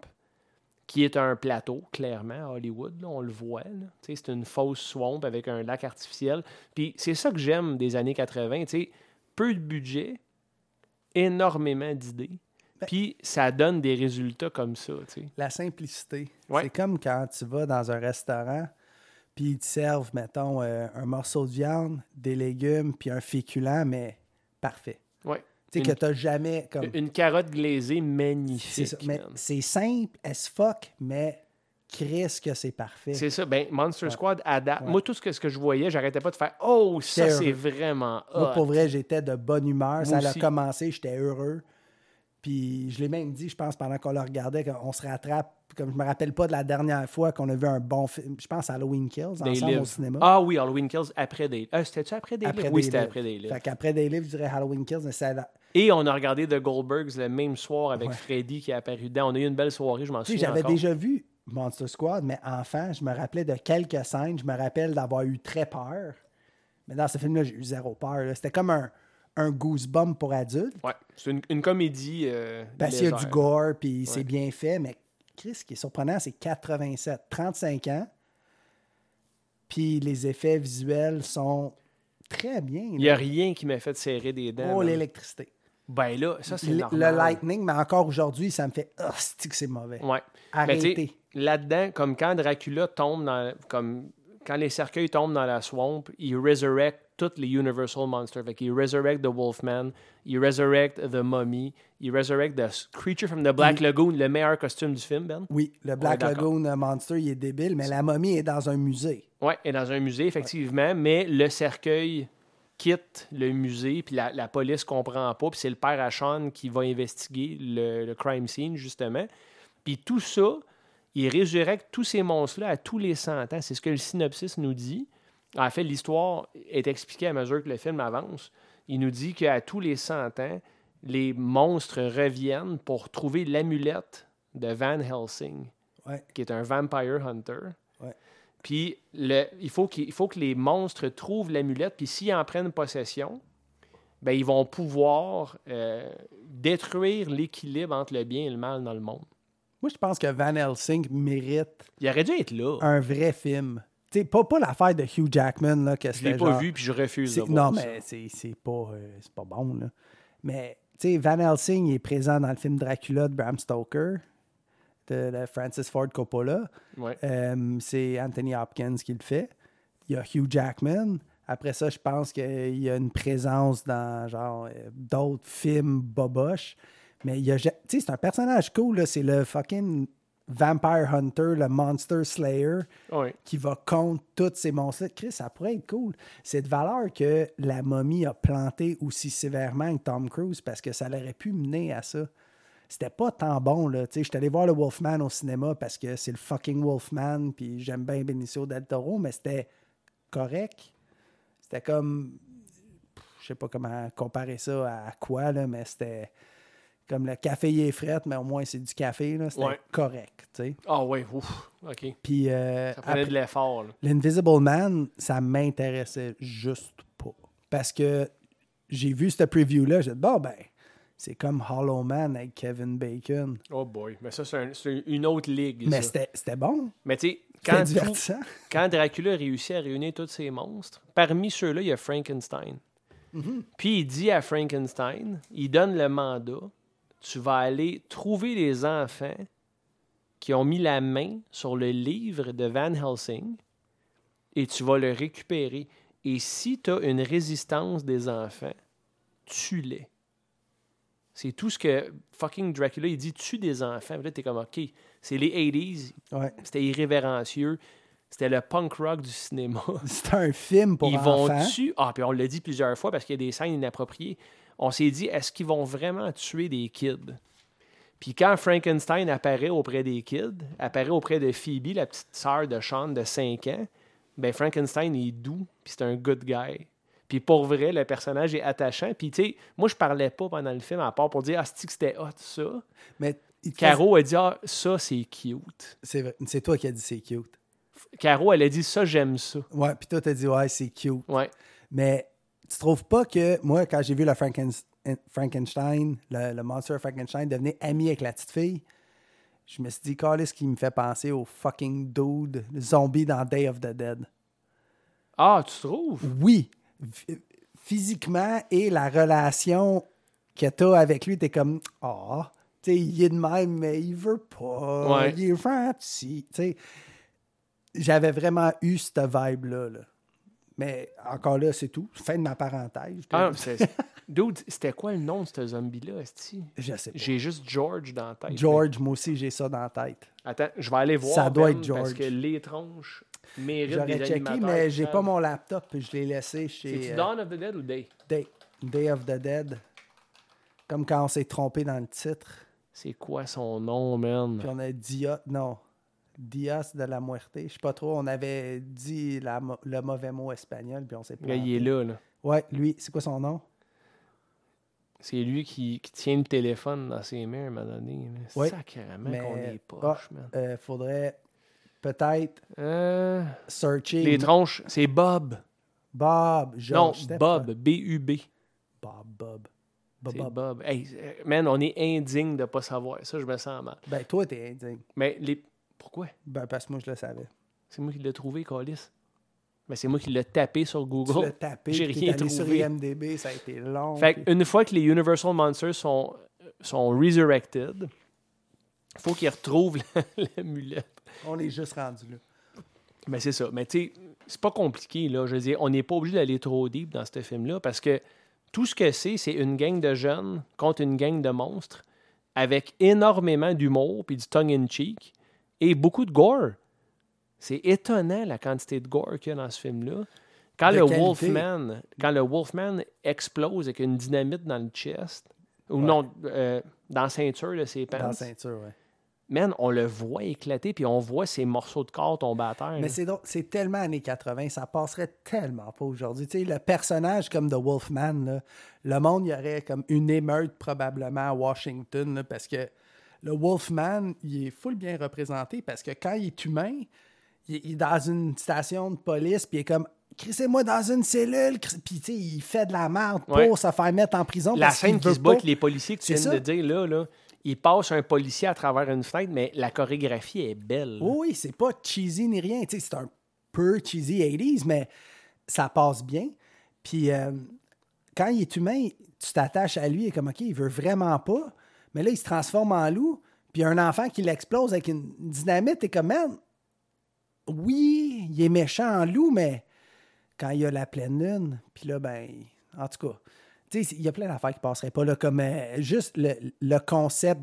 A: qui est un plateau, clairement, à Hollywood. là, on le voit. là. Tu sais, C'est une fausse swamp avec un lac artificiel. Puis c'est ça que j'aime des années 80. tu sais, Peu de budget, énormément d'idées.
E: Ben
A: Puis ça donne des résultats comme ça. tu sais.
E: La simplicité.
A: Ouais.
E: C'est comme quand tu vas dans un restaurant, puis ils te servent, mettons, euh, un morceau de viande, des légumes, puis un féculent, mais parfait.
A: Ouais.
E: Tu sais,
A: Une-
E: que t'as jamais comme.
A: Une carotte glaisée
E: C'est
A: magnifique.
E: ça, mais
A: man.
E: c'est simple as fuck, mais Chris que c'est parfait.
A: C'est ça. Ben, Monster Squad adapte. Moi, tout ce que, ce que je voyais, j'arrêtais pas de faire Oh, ça,
E: C'était
A: c'est
E: heureux.
A: vraiment hot.
E: Moi, pour vrai, j'étais de bonne humeur. ça a
A: aussi.
E: commencé, j'étais heureux. Puis je l'ai même dit, je pense, pendant qu'on le regardait, qu'on se rattrape. Comme je me rappelle pas de la dernière fois qu'on a vu un bon film, je pense à Halloween Kills,
A: Des
E: ensemble au
A: livres.
E: cinéma.
A: Ah oui, Halloween Kills après des. Ah, c'était-tu après des livres? Oui, c'était
E: livres.
A: après des livres.
E: Fait qu'après des livres, je dirais Halloween Kills, mais c'est la-
A: Et on a regardé The Goldbergs le même soir avec Freddy qui est apparu dedans. On a eu une belle soirée, je m'en
E: Tu sais,
A: souviens
E: j'avais
A: encore.
E: déjà vu Monster Squad, mais enfant, je me rappelais de quelques scènes. Je me rappelle d'avoir eu très peur. Mais dans ce film-là, j'ai eu zéro peur. là. C'était comme un, un goosebump pour adulte.
A: Ouais, c'est une, une comédie. euh,
E: Parce qu'il y a du
A: légère.
E: gore, puis c'est
A: Ouais.
E: bien fait, mais Chris, ce qui est surprenant, c'est 87, 35 ans. Puis les effets visuels sont très bien.
A: Il n'y
E: là.
A: a rien qui m'a fait serrer des dents.
E: Oh,
A: man.
E: l'électricité.
A: Ben là, ça, c'est
E: Le,
A: normal.
E: le lightning, mais encore aujourd'hui, ça me fait. Ah, c'est que c'est mauvais.
A: Ouais. Mais tu
E: Arrêtez.
A: sais, Là-dedans, comme quand Dracula tombe dans. Comme quand les cercueils tombent dans la swamp, il resurrect tous les Universal Monsters. Fait qu'il resurrect The Wolfman, il resurrect The Mummy, il resurrect The Creature from the Black Lagoon, le meilleur costume du film, Ben.
E: Oui, le Black
A: d'accord.
E: Lagoon euh, Monster, il est débile, mais la momie est dans un musée.
A: Oui, et dans un musée, effectivement, mais le cercueil quitte le musée, puis la, la police comprend pas, puis c'est le père à Sean qui va investiguer le, le crime scene, justement. Puis tout ça, il résurrecte tous ces monstres-là à tous les 100 ans. C'est ce que le synopsis nous dit. En fait, l'histoire est expliquée à mesure que le film avance. Il nous dit qu'à tous les 100 ans, les monstres reviennent pour trouver l'amulette de Van Helsing,
E: Ouais.
A: qui est un vampire hunter.
E: Ouais.
A: Puis le, il, faut qu'il- il faut que les monstres trouvent l'amulette, puis s'ils en prennent possession, ben, ils vont pouvoir euh, détruire l'équilibre entre le bien et le mal dans le monde.
E: Moi, je pense que Van Helsing mérite
A: Il aurait dû être là.
E: un vrai film. Tu sais, pas, pas l'affaire de Hugh Jackman, là, que
A: Je l'ai
E: c'était
A: pas
E: genre-
A: vu, puis je refuse
E: C'est-
A: de voir
E: Non,
A: ça.
E: mais c'est c'est pas, euh, c'est pas bon, là. Mais, tu sais, Van Helsing il est présent dans le film Dracula de Bram Stoker, de, de Francis Ford Coppola.
A: Ouais.
E: Euh, c'est Anthony Hopkins qui le fait. Il y a Hugh Jackman. Après ça, je pense qu'il y a une présence dans genre euh, d'autres films boboches. Mais il y a, ja- tu sais, c'est un personnage cool. là. C'est le fucking Vampire Hunter, le Monster Slayer,
A: Ouais.
E: qui va contre tous ces monstres-là. Chris, ça pourrait être cool. C'est de valeur que la momie a planté aussi sévèrement que Tom Cruise parce que ça l'aurait pu mener à ça. C'était pas tant bon, là. Tu sais, je suis allé voir le Wolfman au cinéma parce que c'est le fucking Wolfman, puis j'aime bien Benicio del Toro, mais c'était correct. C'était comme. pff, Je sais pas comment comparer ça à quoi, là, mais c'était comme le café il est fret, mais au moins c'est du café, là. C'était
A: Ouais.
E: correct, tu sais.
A: Ah ouais, ouf, OK.
E: Puis. euh,
A: Ça prenait
E: après-
A: de l'effort. là.
E: L'Invisible Man, ça m'intéressait juste pas. Parce que j'ai vu cette preview-là, j'ai dit, bon, ben, c'est comme Hollow Man avec Kevin Bacon.
A: Oh boy, mais ça, c'est un- c'est une autre ligue.
E: Mais
A: ça.
E: c'était c'était bon.
A: Mais tu sais,
E: C'était
A: quand, tout-
E: divertissant.
A: quand Dracula réussit à réunir tous ces monstres, parmi ceux-là, il y a Frankenstein. Puis il dit à Frankenstein, il donne le mandat, tu vas aller trouver les enfants qui ont mis la main sur le livre de Van Helsing et tu vas le récupérer. Et si tu as une résistance des enfants, tue-les. C'est tout ce que fucking Dracula, il dit tue des enfants. Puis Là, t'es comme, OK, c'est les 80s,
E: Ouais.
A: c'était irrévérencieux. C'était le punk rock du cinéma.
E: C'était un film pour
A: Ils vont
E: enfants.
A: tuer. Ah, puis on l'a dit plusieurs fois parce qu'il y a des scènes inappropriées. On s'est dit, est-ce qu'ils vont vraiment tuer des kids? Puis quand Frankenstein apparaît auprès des kids, apparaît auprès de Phoebe, la petite sœur de Sean de 5 ans, ben Frankenstein est doux, puis c'est un good guy. Puis pour vrai, le personnage est attachant. Puis tu sais, moi je parlais pas pendant le film à part pour dire ah c'est-tu que c'était hot ça.
E: Mais il-
A: Caro a dit ah ça c'est cute.
E: C'est vrai, c'est toi qui as dit c'est cute.
A: Caro elle a dit ça j'aime ça.
E: Ouais, puis toi, t'as dit, ouais, c'est cute.
A: Ouais.
E: Mais tu trouves pas que, moi, quand j'ai vu le Franken- Frankenstein, le, le monster Frankenstein devenir ami avec la petite fille, je me suis dit, Carlis, qui me fait penser au fucking dude, le zombie dans Day of the Dead.
A: Ah tu trouves?
E: Oui, Ph- physiquement et la relation que t'as avec lui, t'es comme, ah, tu sais, il est de même, mais il veut pas.
A: Ouais.
E: Il est gentil. Tu sais, j'avais vraiment eu cette vibe-là. là. Mais encore là, c'est tout. Fin de ma parenthèse. je te
A: Ah,
E: dis.
A: c'est- Dude, c'était quoi le nom de ce zombie-là, esti?
E: Je sais pas.
A: J'ai juste George dans la tête.
E: George, moi aussi, j'ai ça dans la tête.
A: Attends, je vais aller voir.
E: Ça doit
A: Ben,
E: être George.
A: Parce que les tronches méritent des
E: J'aurais checké,
A: animateurs
E: mais
A: qui
E: j'ai
A: savent.
E: pas mon laptop. puis Je l'ai laissé chez
A: C'est-tu
E: euh,
A: Dawn of the Dead ou Day?
E: Day, Day of the Dead. Comme quand on s'est trompé dans le titre.
A: C'est quoi son nom, man?
E: Puis on a Dia... Non. Dias de la Muerte. Je sais pas trop. On avait dit la mo- le mauvais mot espagnol, puis on s'est
A: Là,
E: pas.
A: il est là, là.
E: Ouais, lui, c'est quoi son nom?
A: C'est lui qui, qui tient le téléphone dans ses mains à un moment donné. là.
E: Ouais.
A: Sacrément qu'on est
E: ah,
A: poche, man.
E: euh, faudrait peut-être
A: Euh,
E: searcher
A: les tronches, c'est Bob.
E: Bob.
A: non,
E: George Stepp,
A: Bob, B-U-B.
E: Bob, Bob. Bob,
A: C'est
E: Bob.
A: Bob. Hey, euh, man, on est indigne de pas savoir. Ça, je me sens mal.
E: Ben, toi, t'es indigne.
A: Mais les... pourquoi?
E: Ben, parce que moi, je le savais.
A: C'est moi qui l'ai trouvé, Calis. Ben, c'est moi qui l'ai tapé sur
E: Tu l'as
A: Google.
E: tapé,
A: j'ai
E: puis t'es
A: rien
E: allé sur
A: trouvé.
E: IMDB, ça a été long.
A: Fait
E: puis-
A: une fois que les Universal Monsters sont, sont resurrected, faut qu'ils retrouvent l'amulette.
E: On est juste rendu là.
A: Mais Ben, c'est ça. Mais tu sais, c'est pas compliqué, là. Je veux dire, on n'est pas obligé d'aller trop deep dans ce film-là parce que tout ce que c'est, c'est une gang de jeunes contre une gang de monstres avec énormément d'humour puis du tongue-in-cheek et beaucoup de gore. C'est étonnant la quantité de gore qu'il y a dans ce film-là. Quand
E: De
A: le
E: qualité.
A: Wolfman, quand le Wolfman explose avec une dynamite dans le chest, ou non, euh, dans la ceinture de ses pants,
E: Dans la ceinture, ouais.
A: euh, man, on le voit éclater puis on voit ses morceaux de corps tomber à terre. là.
E: Mais c'est drôle, c'est tellement années 80, ça passerait tellement pas aujourd'hui. Tu sais, le personnage comme de Wolfman, là, le monde, il y aurait comme une émeute probablement à Washington là, parce que le Wolfman, il est full bien représenté parce que quand il est humain, il est- il est dans une station de police puis il est comme crissez-moi dans une cellule, Crisse- puis tu sais, il fait de la merde pour
A: Ouais.
E: se faire mettre en prison.
A: La
E: parce qu'il
A: scène qui
E: veut
A: se bat
E: pas.
A: avec les policiers que tu
E: C'est
A: viens de
E: ça.
A: dire, là, là, il passe un policier à travers une fenêtre, mais la chorégraphie est belle.
E: Oui, Oh oui, c'est pas cheesy ni rien. Tu sais, c'est un peu cheesy 80s, mais ça passe bien. Puis euh, quand il est humain, tu t'attaches à lui et comme, OK, il veut vraiment pas. Mais là, il se transforme en loup. Puis un enfant qui l'explose avec une dynamite, et comme, man, oui, il est méchant en loup, mais quand il y a la pleine lune, puis là, ben, en tout cas, tu sais, il y a plein d'affaires qui passeraient pas, là, comme euh, juste le, le concept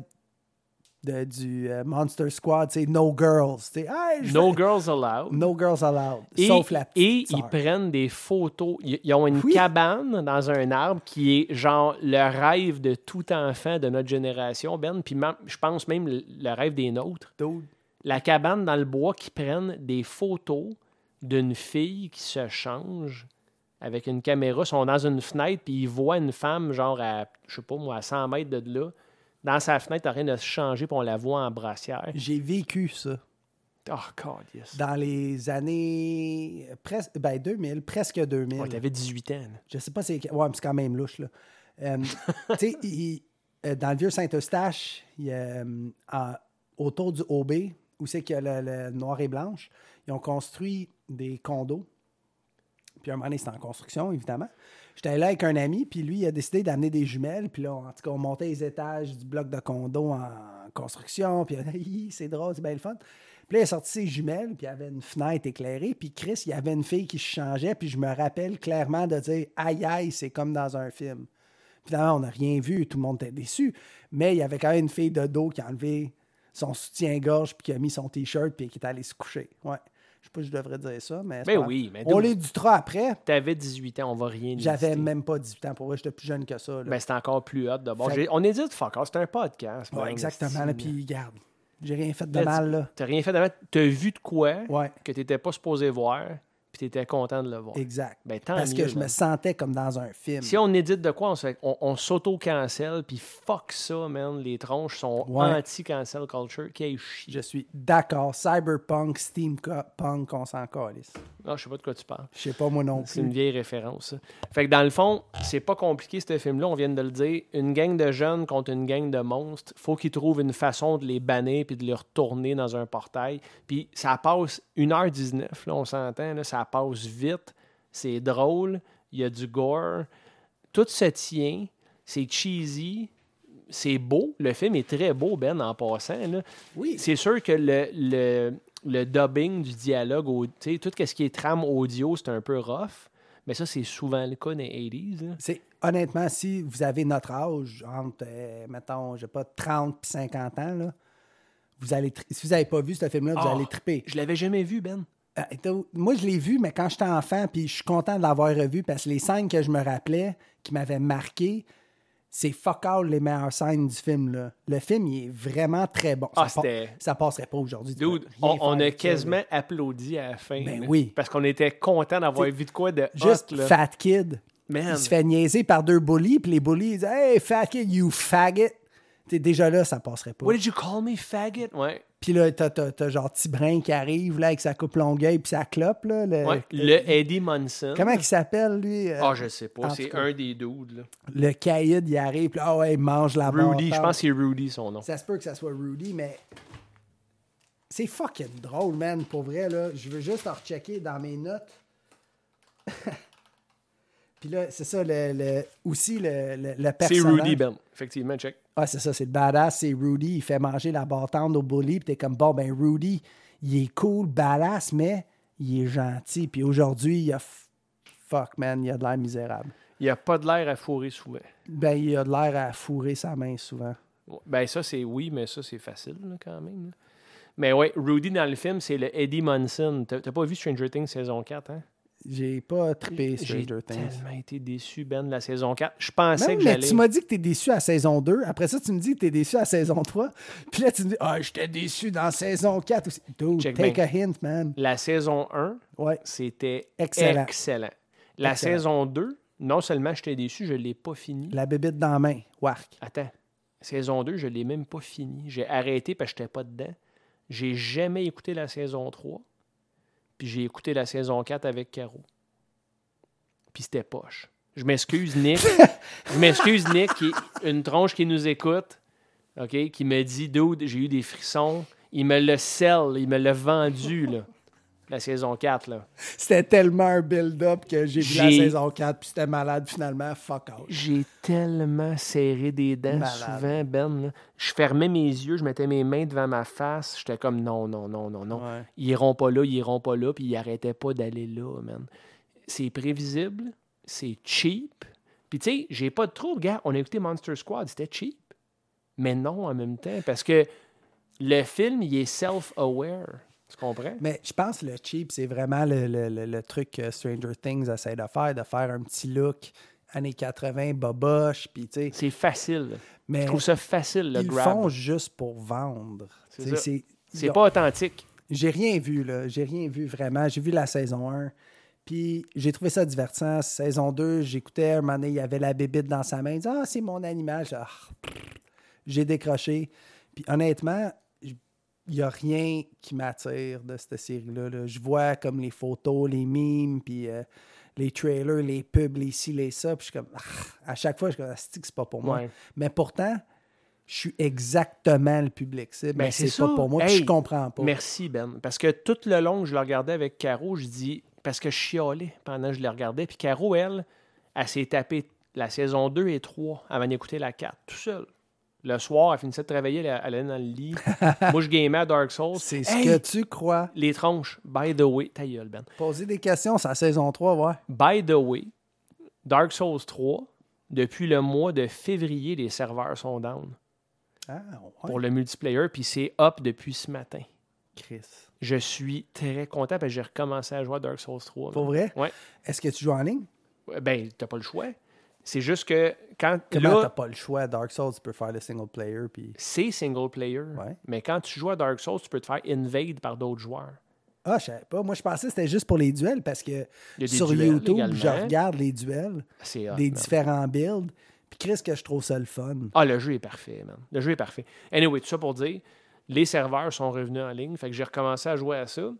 E: de, du euh, Monster Squad, tu sais, no girls, tu sais, Hey, je
A: No
E: fais-
A: girls allowed.
E: no girls allowed,
A: Et,
E: sauf la petite
A: et ils
E: sœur.
A: prennent des photos. Ils, ils ont une
E: Oui.
A: cabane dans un arbre qui est genre le rêve de tout enfant de notre génération, Ben. Puis même- je pense même le, le rêve des nôtres.
E: Dude,
A: La cabane dans le bois qui prennent des photos d'une fille qui se change avec une caméra. Ils sont dans une fenêtre, puis ils voient une femme, genre à, je sais pas moi, à 100 mètres de là, dans sa fenêtre, en train de se changer, puis on la voit en brassière.
E: J'ai vécu ça
A: Oh, God, yes.
E: dans les années presque ben 2000, presque 2000.
A: Ouais, T'avais 18 ans. là.
E: Je sais pas, c'est. Ouais, mais c'est quand même louche, là. Euh, tu sais, il- euh, dans le vieux Saint-Eustache, il y a, euh, en- autour du OB, où c'est qu'il y a le, le noir et blanche, ils ont construit des condos. Puis à un moment donné, c'était en construction, évidemment. J'étais là avec un ami, puis lui, il a décidé d'amener des jumelles. Puis là, en tout cas, on montait les étages du bloc de condos en construction. Puis hi, c'est drôle, c'est bien le fun. Puis là, il a sorti ses jumelles, puis il y avait une fenêtre éclairée. Puis Chris, il y avait une fille qui se changeait. Puis je me rappelle clairement de dire Aïe, aïe, c'est comme dans un film. Finalement, on n'a rien vu, tout le monde était déçu. Mais il y avait quand même une fille de dos qui a enlevé son soutien-gorge, puis qui a mis son T-shirt, puis qui est allée se coucher. Ouais. Je sais pas si je devrais dire ça, mais. c'est
A: Ben
E: pas-
A: oui, mais
E: On
A: d'où-
E: les dutera après,
A: T'avais 18 ans, on va rien
E: j'avais
A: éditer.
E: même pas 18 ans. Pour vrai, j'étais plus jeune que ça. là.
A: Ben, c'était encore plus hot de bord.
E: Fait-
A: J'ai- On est dit de fuck off, c'est un podcast.
E: Ouais,
A: man,
E: exactement.
A: esti,
E: Là,
A: là.
E: puis, garde, j'ai rien fait de
A: Là, tu-
E: mal. Là.
A: T'as rien fait d'avant. T'as vu de quoi
E: Ouais.
A: que t'étais pas supposé voir, puis t'étais content de le voir.
E: Exact.
A: Ben, tant
E: Parce
A: mieux,
E: que je me
A: man.
E: sentais comme dans un film.
A: Si on édite de quoi, on, se fait- on, on s'auto-cancel, puis fuck ça, man. Les tronches sont
E: Ouais.
A: anti-cancel culture. Qui est chier.
E: Je suis d'accord. Cyberpunk, steampunk, on s'en calisse.
A: Non, Ah, je sais pas de quoi tu parles.
E: Je sais pas, moi non
A: C'est
E: plus.
A: une vieille référence. ça. Fait que dans le fond, c'est pas compliqué, ce film-là. On vient de le dire. Une gang de jeunes contre une gang de monstres. Faut qu'ils trouvent une façon de les bannir puis de les retourner dans un portail. Puis ça passe 1h19, là, on s'entend. là, ça passe vite. C'est drôle. Il y a du gore. Tout se tient. C'est cheesy. C'est beau. Le film est très beau, Ben, en passant. là.
E: Oui.
A: C'est sûr que le, le, le dubbing du dialogue, au- tu sais, tout ce qui est trame audio, c'est un peu rough. Mais ça, c'est souvent le cas dans les 80s. là.
E: C'est honnêtement, si vous avez notre âge, entre, euh, mettons, je sais pas, 30 et 50 ans, là, vous allez tri- si vous n'avez pas vu ce film-là, vous
A: Ah,
E: allez triper.
A: Je l'avais jamais vu, Ben.
E: Euh, t'as- moi, je l'ai vu, mais quand j'étais enfant, puis je suis content de l'avoir revu parce que les scènes que je me rappelais, qui m'avaient marqué, c'est fuck all les meilleures scènes du film. Là. Le film, il est vraiment très bon.
A: Ah,
E: ça, pa-
A: c'était-
E: ça passerait pas aujourd'hui. tu
A: Dude,
E: peux
A: on, on
E: rien faire
A: a
E: avec ça, là.
A: quasiment applaudi à la fin.
E: Ben
A: là,
E: oui.
A: Parce qu'on était content d'avoir vu de quoi de
E: Juste
A: hot, là.
E: Fat Kid.
A: Man.
E: Il se fait niaiser par deux bullies, puis les bullies, ils disent Hey, Fat Kid, you faggot. T'sais, déjà là, ça passerait pas.
A: What did you call me, faggot? Ouais.
E: Puis là, t'as, t'as- t'as genre Tibrin qui arrive là, avec sa coupe longueuil puis sa clope. Là, le-
A: Ouais, le Eddie Munson.
E: Euh, Comment il s'appelle, lui? euh,
A: Ah, je sais pas.
E: en
A: C'est
E: tout cas.
A: un des dudes. là.
E: Le caïd, il arrive. Puis là, ah ouais, il mange la
A: Rudy,
E: bâtarde.
A: je pense que c'est Rudy son nom.
E: Ça se peut que ça soit Rudy, mais c'est fucking drôle, man. Pour vrai, là, je veux juste en rechecker dans mes notes. Puis là, c'est ça, le, le- aussi le, le, le
A: C'est
E: personnage.
A: Rudy Ben. Effectivement, check.
E: Ah, c'est ça, c'est le badass, c'est Rudy. Il fait manger la bâtarde au bully, puis t'es comme, bon, ben, Rudy, il est cool, badass, mais il est gentil. Puis aujourd'hui, il a. f- Fuck, man, il a de l'air misérable.
A: Il n'y a pas de l'air à fourrer souvent.
E: Ben, il a de l'air à fourrer sa main souvent.
A: Ouais. Ben ça, c'est oui, mais ça, c'est facile là, quand même. là. Mais ouais, Rudy dans le film, c'est le Eddie Munson. T'as t'as pas vu Stranger Things saison 4, hein?
E: J'ai pas trippé
A: J'ai
E: Stranger Things.
A: tellement été déçu, Ben, de la saison 4. Je pensais
E: Même,
A: que
E: mais
A: j'allais...
E: tu m'as dit que t'es déçu à saison 2. Après ça, tu me dis que t'es déçu à saison 3. Puis là, tu me dis, ah, j'étais déçu dans saison 4 aussi. Dude,
A: Check
E: take
A: bien.
E: a hint, man.
A: La saison 1,
E: Ouais.
A: c'était
E: Excellent.
A: excellent. La
E: Excellent.
A: saison 2, non seulement j'étais déçu, je l'ai pas fini.
E: La bébite dans la main. Wark.
A: Attends, saison 2, je l'ai même pas fini. J'ai arrêté parce que j'étais pas dedans. J'ai jamais écouté la saison 3. Puis j'ai écouté la saison 4 avec Caro. Puis c'était poche. Je m'excuse, Nick. je m'excuse, Nick, qui est une tronche qui nous écoute, OK, qui me dit Dude, j'ai eu des frissons. Il me le sell, il me l'a vendu, là. La saison 4, là.
E: C'était tellement un build-up que j'ai vu la
A: J'ai-
E: saison 4, puis c'était malade finalement. Fuck out.
A: J'ai tellement serré des dents
E: Malade.
A: souvent, Ben. là. Je fermais mes yeux, je mettais mes mains devant ma face. J'étais comme non, non, non, non, non.
E: Ouais.
A: Ils iront pas là, ils iront pas là, puis ils arrêtaient pas d'aller là, man. C'est prévisible, c'est cheap. Puis tu sais, j'ai pas de trouble, gars. On a écouté Monster Squad, c'était cheap. Mais non en même temps, parce que le film, il est self-aware. Tu comprends?
E: Mais je pense que le cheap, c'est vraiment le, le- le- le truc que Stranger Things essaie de faire, de faire un petit look années 80, boboche, puis tu sais.
A: C'est facile.
E: Mais
A: Je trouve ça facile, le
E: ils le
A: grab.
E: font juste pour vendre.
A: C'est
E: Tu sais,
A: ça.
E: c'est- ils
A: C'est
E: ont-
A: pas authentique.
E: J'ai rien vu, là. J'ai rien vu vraiment. J'ai vu la saison 1. Puis j'ai trouvé ça divertissant. Saison 2, j'écoutais, un moment donné, il y avait la bébite dans sa main. Il disait, ah, c'est mon animal. J'ai, ah, j'ai décroché. Puis honnêtement, j- il n'y a rien qui m'attire de cette série-là. là. Je vois comme les photos, les mimes, puis euh, les trailers, les pubs, les ci, les ça. Puis je suis comme, Ah! à chaque fois, je suis comme, Ah, c'est-tu que c'est pas pour moi.
A: Ouais.
E: Mais pourtant, je suis exactement le public. C'est,
A: Ben,
E: c'est,
A: c'est
E: pas
A: ça.
E: pour moi. puis
A: Hey,
E: je comprends pas.
A: Merci, Ben. Parce que tout le long, je le regardais avec Caro, je dis, parce que je chialais pendant que je le regardais. Puis Caro, elle, elle s'est tapée la saison 2 et 3 avant d'écouter la 4, tout seul. Le soir, elle finissait de travailler, elle elle allait dans le lit. Moi, je gamais à Dark Souls.
E: C'est
A: Hey,
E: ce que tu crois.
A: Les tronches, by the way, ta gueule, Ben.
E: Poser des questions, c'est la saison 3, ouais.
A: By the way, Dark Souls 3, depuis le mois de février, les serveurs sont down
E: Ah, ouais.
A: pour le multiplayer, puis c'est up depuis ce matin.
E: Chris.
A: Je suis très content parce que j'ai recommencé à jouer à Dark Souls 3.
E: Pour
A: man.
E: vrai?
A: Ouais.
E: Est-ce que tu joues en ligne?
A: Ouais, Ben, t'as pas le choix. C'est juste que quand
E: Comment t'as
A: là,
E: pas le choix? Dark Souls, tu peux faire le single player, puis...
A: c'est single player,
E: Ouais.
A: mais quand tu joues à Dark Souls, tu peux te faire invade par d'autres joueurs.
E: Ah, je savais pas. Moi, je pensais que c'était juste pour les duels, parce que
A: Il y a des
E: sur
A: duels
E: YouTube,
A: également. Ah,
E: je regarde les duels,
A: C'est hot,
E: des
A: man.
E: différents builds, puis Chris, que je trouve ça le fun.
A: Ah, le jeu est parfait, man. Le jeu est parfait. Anyway, tout ça pour dire, les serveurs sont revenus en ligne, fait que j'ai recommencé à jouer à ça.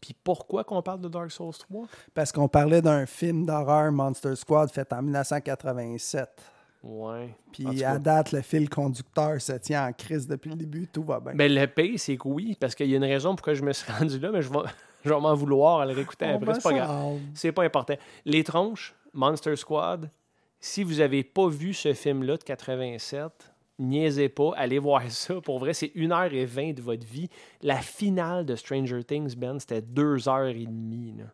A: Puis pourquoi qu'on parle de Dark Souls 3
E: Parce qu'on parlait d'un film d'horreur, Monster Squad, fait en 1987.
A: Ouais. En tout
E: Puis
A: cas.
E: à date, le fil conducteur se tient en crise depuis le début, tout va bien.
A: Ben, le pire, c'est que oui, parce qu'il y a une raison pourquoi je me suis rendu là, mais je vais, je vais m'en vouloir à le réécouter
E: On
A: après.
E: va
A: C'est pas
E: s'en
A: grave.
E: rendre.
A: C'est pas important. Les tronches, Monster Squad, si vous avez pas vu ce film-là de 87, niaisez pas, allez voir ça. Pour vrai, c'est 1h20 de votre vie. La finale de Stranger Things, Ben, c'était 2h30. là.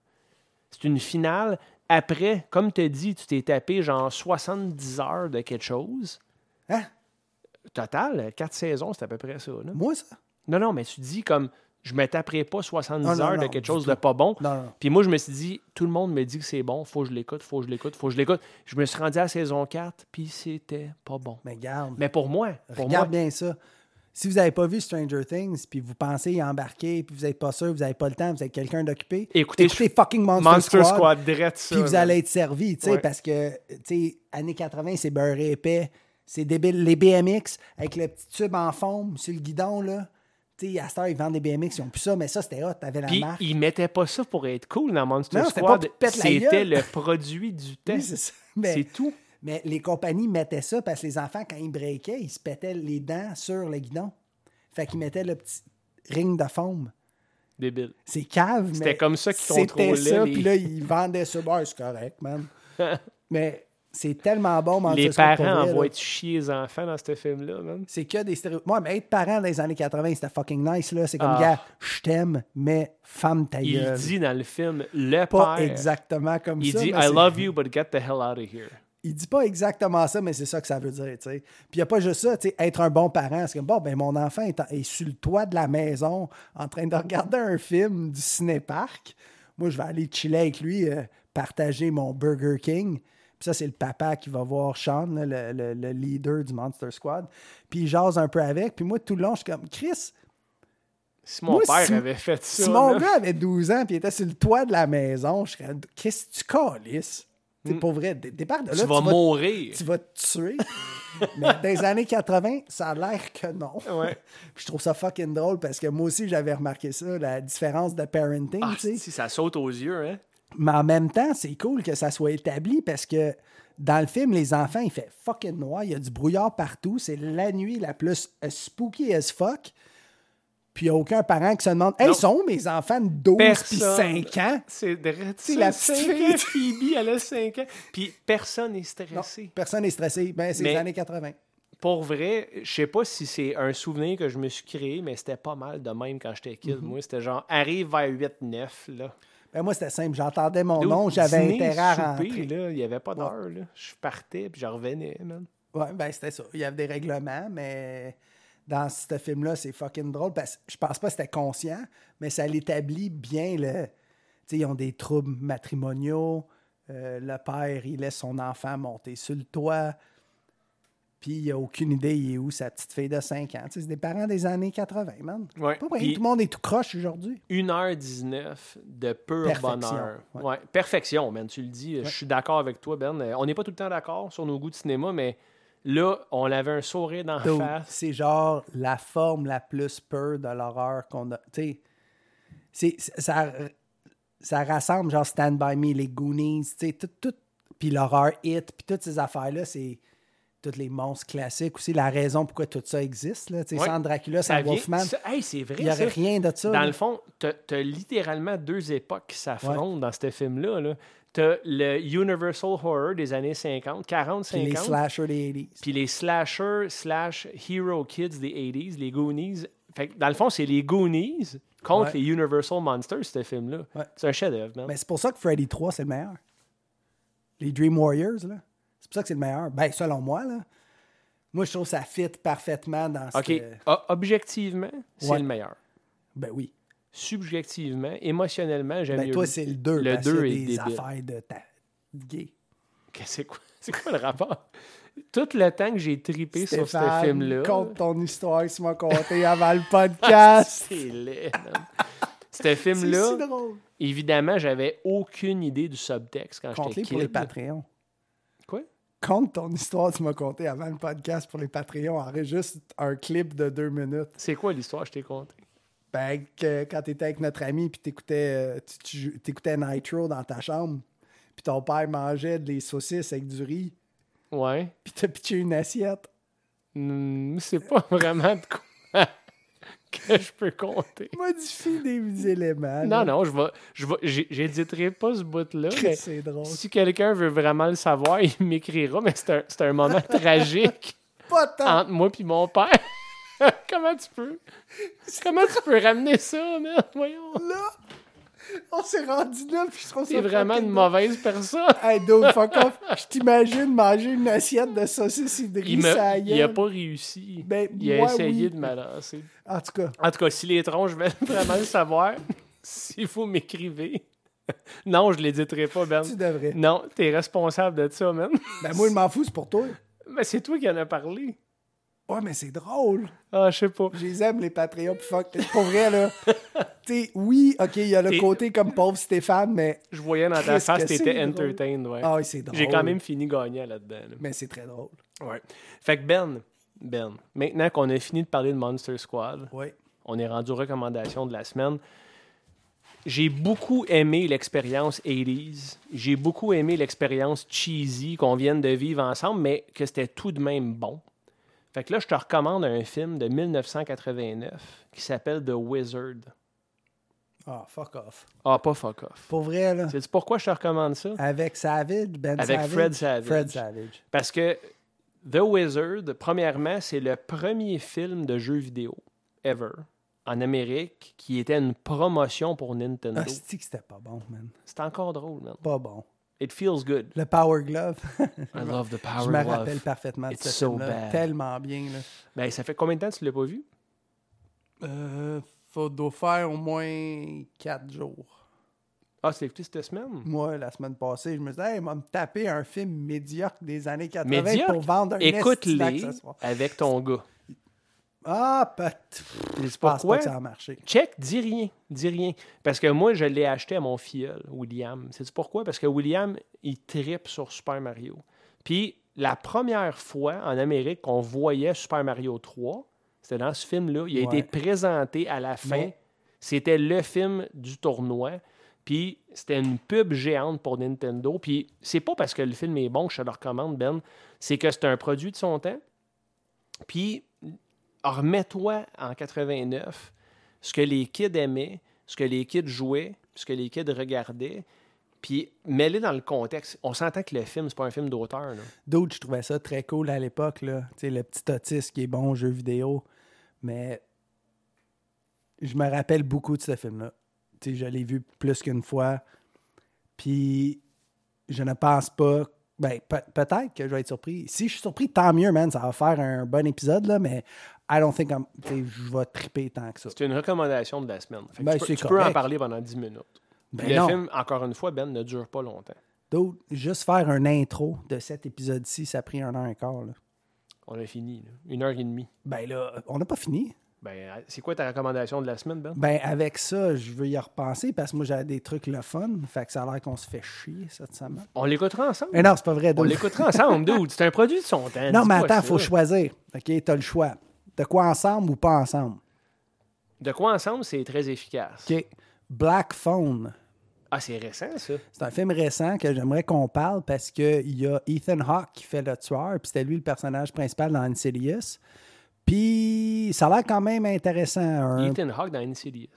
A: C'est une finale. Après, comme tu dit, tu t'es tapé genre 70 heures de quelque chose.
E: Hein?
A: Total, 4 saisons, c'est à peu près ça. là.
E: Moi, ça?
A: Non, non, mais tu dis comme je me taperai pas 70
E: Ah, non,
A: heures de
E: non,
A: quelque
E: du
A: chose
E: tout.
A: de pas bon.
E: Non, non.
A: Puis moi, je me suis dit, tout le monde me dit que c'est bon, faut que je l'écoute, faut que je l'écoute, faut que je l'écoute. Je me suis rendu à la saison 4, puis c'était pas bon.
E: Mais garde.
A: Mais pour moi, pour
E: Regarde
A: moi,
E: bien ça. Si vous n'avez pas vu Stranger Things, puis vous pensez y embarquer, puis vous n'êtes pas sûr, vous n'avez pas le temps, vous êtes quelqu'un d'occupé,
A: Écoutez, je-
E: fucking Monster,
A: Monster
E: Squad,
A: Squad, drette ça.
E: puis vous
A: là.
E: allez être servi, tu sais,
A: Ouais.
E: parce que, tu sais, années 80, c'est beurré épais, c'est débile. Les BMX, avec le petit tube en forme sur le guidon, là, tu sais, à cette heure, ils vendent des BMX, ils ont plus ça, mais ça, c'était hot, t'avais la
A: Puis
E: marque.
A: ils mettaient pas ça pour être cool dans Monster
E: Non, c'était pas
A: Squad.
E: pour te péter la
A: C'était
E: gueule.
A: le produit du
E: Oui,
A: test.
E: c'est ça. Mais-
A: C'est tout.
E: Mais les compagnies mettaient ça parce que les enfants, quand ils breakaient, ils se pétaient les dents sur le guidon. Fait qu'ils mettaient le petit ring de foam.
A: Débile.
E: C'est cave, mais.
A: C'était comme ça qu'ils
E: c'était
A: contrôlaient
E: ça,
A: les-
E: Puis là, ils vendaient ça. Bon, c'est correct, man. mais c'est tellement bon, man.
A: les
E: c'est ça, pour
A: parents
E: vrai, là.
A: envoient chier les enfants dans ce film-là, man.
E: C'est que des stéréotypes. Moi, mais être parent dans les années 80, c'était fucking nice, là. C'est comme,
A: Ah.
E: gars, je t'aime, mais femme ta
A: Il
E: gueule.
A: dit dans le film le
E: pas
A: père.
E: exactement comme
A: Il
E: ça.
A: dit
E: mais
A: I
E: c'est-
A: love you, but get the hell out of here.
E: il dit pas exactement ça, mais c'est ça que ça veut dire, tu sais. Puis il n'y a pas juste ça, tu sais, être un bon parent. C'est comme, bon, ben mon enfant est, en- est sur le toit de la maison en train de regarder un film du ciné-parc. Moi, je vais aller chiller avec lui, euh, partager mon Burger King. Puis ça, c'est le papa qui va voir Sean, là, le, le- le leader du Monster Squad. Puis il jase un peu avec. Puis moi, tout le long, je suis comme, Chris,
A: Si mon
E: moi,
A: père
E: si-
A: avait fait ça.
E: Si mon
A: là.
E: gars avait 12 ans puis il était sur le toit de la maison, je serais, qu'est-ce que tu calisses? C'est
A: Hmm.
E: pour vrai, dé- départ de là,
A: tu vas mourir.
E: tu vas te tuer. Mais dans les années 80, ça a l'air que non.
A: Ouais.
E: Puis je trouve ça fucking drôle parce que moi aussi, j'avais remarqué ça, la différence de parenting,
A: Ah,
E: tu sais.
A: si ça saute aux yeux, hein.
E: Mais en même temps, c'est cool que ça soit établi parce que dans le film, les enfants, il fait fucking noir, il y a du brouillard partout, c'est la nuit la plus spooky as fuck. Puis il n'y a aucun parent qui se demande Hey,
A: Non.
E: sont où mes enfants de 12 puis
A: Personne.
E: 5 ans
A: C'est de
E: C'est la petite fille.
A: Phoebe, elle a 5 ans. Puis personne n'est
E: Non,
A: stressé.
E: Personne n'est stressé. Ben, c'est
A: Mais-
E: les années 80.
A: Pour vrai, je sais pas si c'est un souvenir que je me suis créé, mais c'était pas mal de même quand j'étais
E: Mhm.
A: kid. Moi, c'était genre arrive vers 8-9, là.
E: Ben, moi, c'était simple. J'entendais mon
A: Dude,
E: nom, Oh j'avais
A: dîner,
E: intérêt à
A: souper,
E: rentrer.
A: là, il n'y avait pas d'heure, là. Je partais, puis je revenais, man.
E: Ouais, ben c'était ça. Il y avait des règlements, mais dans ce film-là, c'est fucking drôle parce que je pense pas que c'était conscient, mais ça l'établit bien le. Tu sais, ils ont des troubles matrimoniaux. euh, le père, il laisse son enfant monter sur le toit. Puis il a aucune idée, il est où sa petite fille de 5 ans. Tu sais, c'est des parents des années 80, man.
A: Ouais,
E: Pas vrai,
A: puis-
E: Tout le monde est tout croche aujourd'hui.
A: 1h19 de pur
E: Perfection,
A: bonheur.
E: ouais.
A: Ouais, Perfection, man. Tu le dis, euh, je suis d'accord avec toi, Ben. Euh, On n'est pas tout le temps d'accord sur nos goûts de cinéma, mais là, on avait un sourire dans la
E: Donc,
A: face.
E: C'est genre la forme la plus peur de l'horreur qu'on a. Tu sais, c'est- ça, ça rassemble genre Stand By Me, les Goonies, tu sais, tout, tout. Puis l'horreur hit, puis toutes ces affaires-là, c'est tous les monstres classiques aussi, la raison pourquoi tout ça existe. Là, tu sais,
A: Ouais.
E: Sans Dracula,
A: Ça
E: sans
A: vient-
E: Wolfman,
A: ça- hey, c'est vrai,
E: il n'y aurait
A: ça.
E: rien de ça.
A: Dans
E: là.
A: le fond, t'as as littéralement deux époques qui s'affrontent dans ce film-là. Là. T'as le Universal Horror des années 50, 40,
E: Puis
A: 50.
E: les slashers des 80s.
A: puis les slashers slash hero kids des 80s, les Goonies. Fait que dans le fond, c'est les Goonies contre
E: Ouais.
A: les Universal Monsters, ce film-là.
E: Ouais.
A: C'est un chef-d'œuvre, man.
E: Mais ben, c'est pour ça que Freddy 3, c'est le meilleur. Les Dream Warriors, là. C'est pour ça que c'est le meilleur. Ben, selon moi, là. Moi, je trouve que ça fit parfaitement dans ce.
A: OK. O- objectivement, c'est
E: Ouais.
A: le meilleur.
E: Ben oui.
A: Subjectivement, émotionnellement, j'aime
E: Ben
A: mieux
E: toi, c'est le 2.
A: Le
E: parce qu'il y a
A: 2 est
E: des
A: débile.
E: affaires de ta... gay.
A: Que- C'est quoi, c'est quoi le rapport? Tout le temps que j'ai tripé sur ce
E: Stéphane,
A: film-là.
E: Compte ton histoire que tu m'as contée avant le podcast.
A: C'est laid, man. Ce film-là,
E: C'est si drôle.
A: évidemment, j'avais aucune idée du subtexte quand j'étais
E: Compte-les
A: kid.
E: pour les Patreons.
A: Quoi?
E: Compte ton histoire que tu m'as contée avant le podcast pour les Patreons. Enregistre un clip de deux minutes.
A: C'est quoi l'histoire que je t'ai contée?
E: Ben, que quand t'étais avec notre ami puis t'écoutais, euh, tu- tu jou- t'écoutais Nitro dans ta chambre, puis ton père mangeait des saucisses avec du riz,
A: Ouais.
E: puis t'as pitché une assiette.
A: Hmm, c'est pas vraiment de quoi que je peux compter.
E: Modifie des éléments.
A: Non,
E: là.
A: non, je vais, je vais, j'ai- j'éditerai pas ce bout-là. mais
E: C'est drôle.
A: Si quelqu'un veut vraiment le savoir, il m'écrira, mais c'est un, c'est un moment tragique
E: Pas tant.
A: entre moi et mon père. Comment tu peux? Comment tu peux ramener ça, man? Voyons.
E: là. On s'est rendu là, puis je trouve ça.
A: T'es vraiment
E: fucking
A: une
E: drôle.
A: mauvaise personne.
E: Hey, dude, fuck off. Je t'imagine manger une assiette de saucisses et de riz,
A: Il, me-
E: ça
A: il a pas réussi.
E: Ben,
A: il a
E: moi,
A: essayé
E: oui.
A: de m'alancer.
E: En tout cas,
A: En tout cas, si les troncs, je vais vraiment le savoir. si vous m'écrivez. non, je l'éditerai pas, Ben.
E: tu devrais.
A: Non, t'es responsable de ça, man.
E: Ben, moi, je m'en fous, c'est pour toi.
A: Mais c'est toi qui en as parlé.
E: Ouais, mais c'est drôle.
A: Ah, je sais pas.
E: Je les aime, les Patreons, puis fuck. Pour vrai, là. tu sais, oui, OK, il y a
A: T'es-
E: le côté comme pauvre Stéphane, mais.
A: Je voyais dans ta
E: Christ,
A: face,
E: que c'est
A: t'étais
E: drôle.
A: entertained, ouais.
E: Ah, oui, c'est drôle.
A: J'ai quand même fini gagnant là-dedans. là.
E: Mais c'est très drôle.
A: Ouais. Fait que Ben, Ben, maintenant qu'on a fini de parler de Monster Squad,
E: Ouais.
A: On est rendu aux recommandations de la semaine. J'ai beaucoup aimé l'expérience 80s. J'ai beaucoup aimé l'expérience cheesy qu'on vient de vivre ensemble, mais que c'était tout de même bon. Fait que là, je te recommande un film de 1989 qui s'appelle The Wizard.
E: Ah, fuck off.
A: Ah, pas fuck off.
E: Pour vrai, là.
A: Sais-tu pourquoi je te recommande ça?
E: Avec Savage, Ben
A: Avec
E: Savage.
A: Fred Savage.
E: Fred Savage.
A: Parce que The Wizard, premièrement, c'est le premier film de jeu vidéo ever en Amérique qui était une promotion pour Nintendo.
E: Ah, c'est que c'était pas bon, man.
A: c'est encore drôle, man.
E: Pas bon.
A: It feels good.
E: Le Power Glove.
A: I love the power of
E: Je me
A: love.
E: rappelle parfaitement de
A: It's
E: ce
A: so
E: film-là.
A: bad.
E: Tellement bien, là.
A: Ben, ça fait combien de temps que tu l'as pas vu?
E: Euh, faut, doit faire au moins 4 jours.
A: Ah, c'est écouté cette semaine?
E: Moi, la semaine passée, je me disais, hey, il va me taper un film médiocre des années 80
A: Médiocre.
E: pour vendre un esti
A: Écoute-les
E: d'accessoire.
A: avec ton gars.
E: Ah, peut-être. Je pense
A: pourquoi?
E: pas que ça a marché.
A: Check, dis rien, dis rien. Parce que moi, je l'ai acheté à mon filleul, William. Sais-tu pourquoi? Parce que William, il tripe sur Super Mario. Puis, la première fois en Amérique qu'on voyait Super Mario 3, c'était dans ce film-là. Il a
E: Ouais.
A: été présenté à la fin.
E: Ouais.
A: C'était le film du tournoi. Puis, c'était une pub géante pour Nintendo. Puis, c'est pas parce que le film est bon que je te le recommande, Ben. C'est que c'est un produit de son temps. Puis, remets-toi en 89 ce que les kids aimaient, ce que les kids jouaient, ce que les kids regardaient. Puis mêlé dans le contexte, on s'entend que le film, c'est pas un film d'auteur. là.
E: D'autres, je trouvais ça très cool à l'époque, là. Tu sais, le petit autiste qui est bon aux jeux vidéo. Mais je me rappelle beaucoup de ce film-là. Tu sais, je l'ai vu plus qu'une fois. Puis je ne pense pas. Ben, pe- peut-être que je vais être surpris. Si je suis surpris, tant mieux, man. Ça va faire un bon épisode, là. Mais I don't think I'm- tu sais, je vais triper tant que ça.
A: C'est une recommandation de la semaine. Fait que
E: Ben,
A: tu peux,
E: c'est
A: tu peux en
E: correct.
A: parler pendant 10 minutes.
E: Ben
A: le
E: non.
A: film, encore une fois, Ben, ne dure pas longtemps.
E: D'autres, juste faire un intro de cet épisode-ci, ça a pris un an et quart, là.
A: On a fini. là. Une heure et demie.
E: Ben là, on n'a pas fini.
A: Ben, c'est quoi ta recommandation de la semaine, Ben?
E: Ben, avec ça, je veux y repenser parce que moi, j'avais des trucs le fun. Fait que ça a l'air qu'on se fait chier, cette semaine.
A: On l'écoutera ensemble.
E: Mais non, c'est pas vrai.
A: On
E: dude.
A: l'écoutera ensemble, dude. C'est un produit de son temps.
E: Euh, Non,
A: Dis
E: mais
A: pas
E: attends,
A: ça.
E: faut choisir. OK, t'as le choix. De quoi ensemble ou pas ensemble?
A: De quoi ensemble, c'est très efficace.
E: OK. Black Phone.
A: Ah, c'est récent, ça.
E: C'est un film récent que j'aimerais qu'on parle parce qu'il y a Ethan Hawke qui fait le tueur, puis c'était lui le personnage principal dans Insidious. Puis ça a l'air quand même intéressant. un-
A: Ethan Hawke dans Insidious.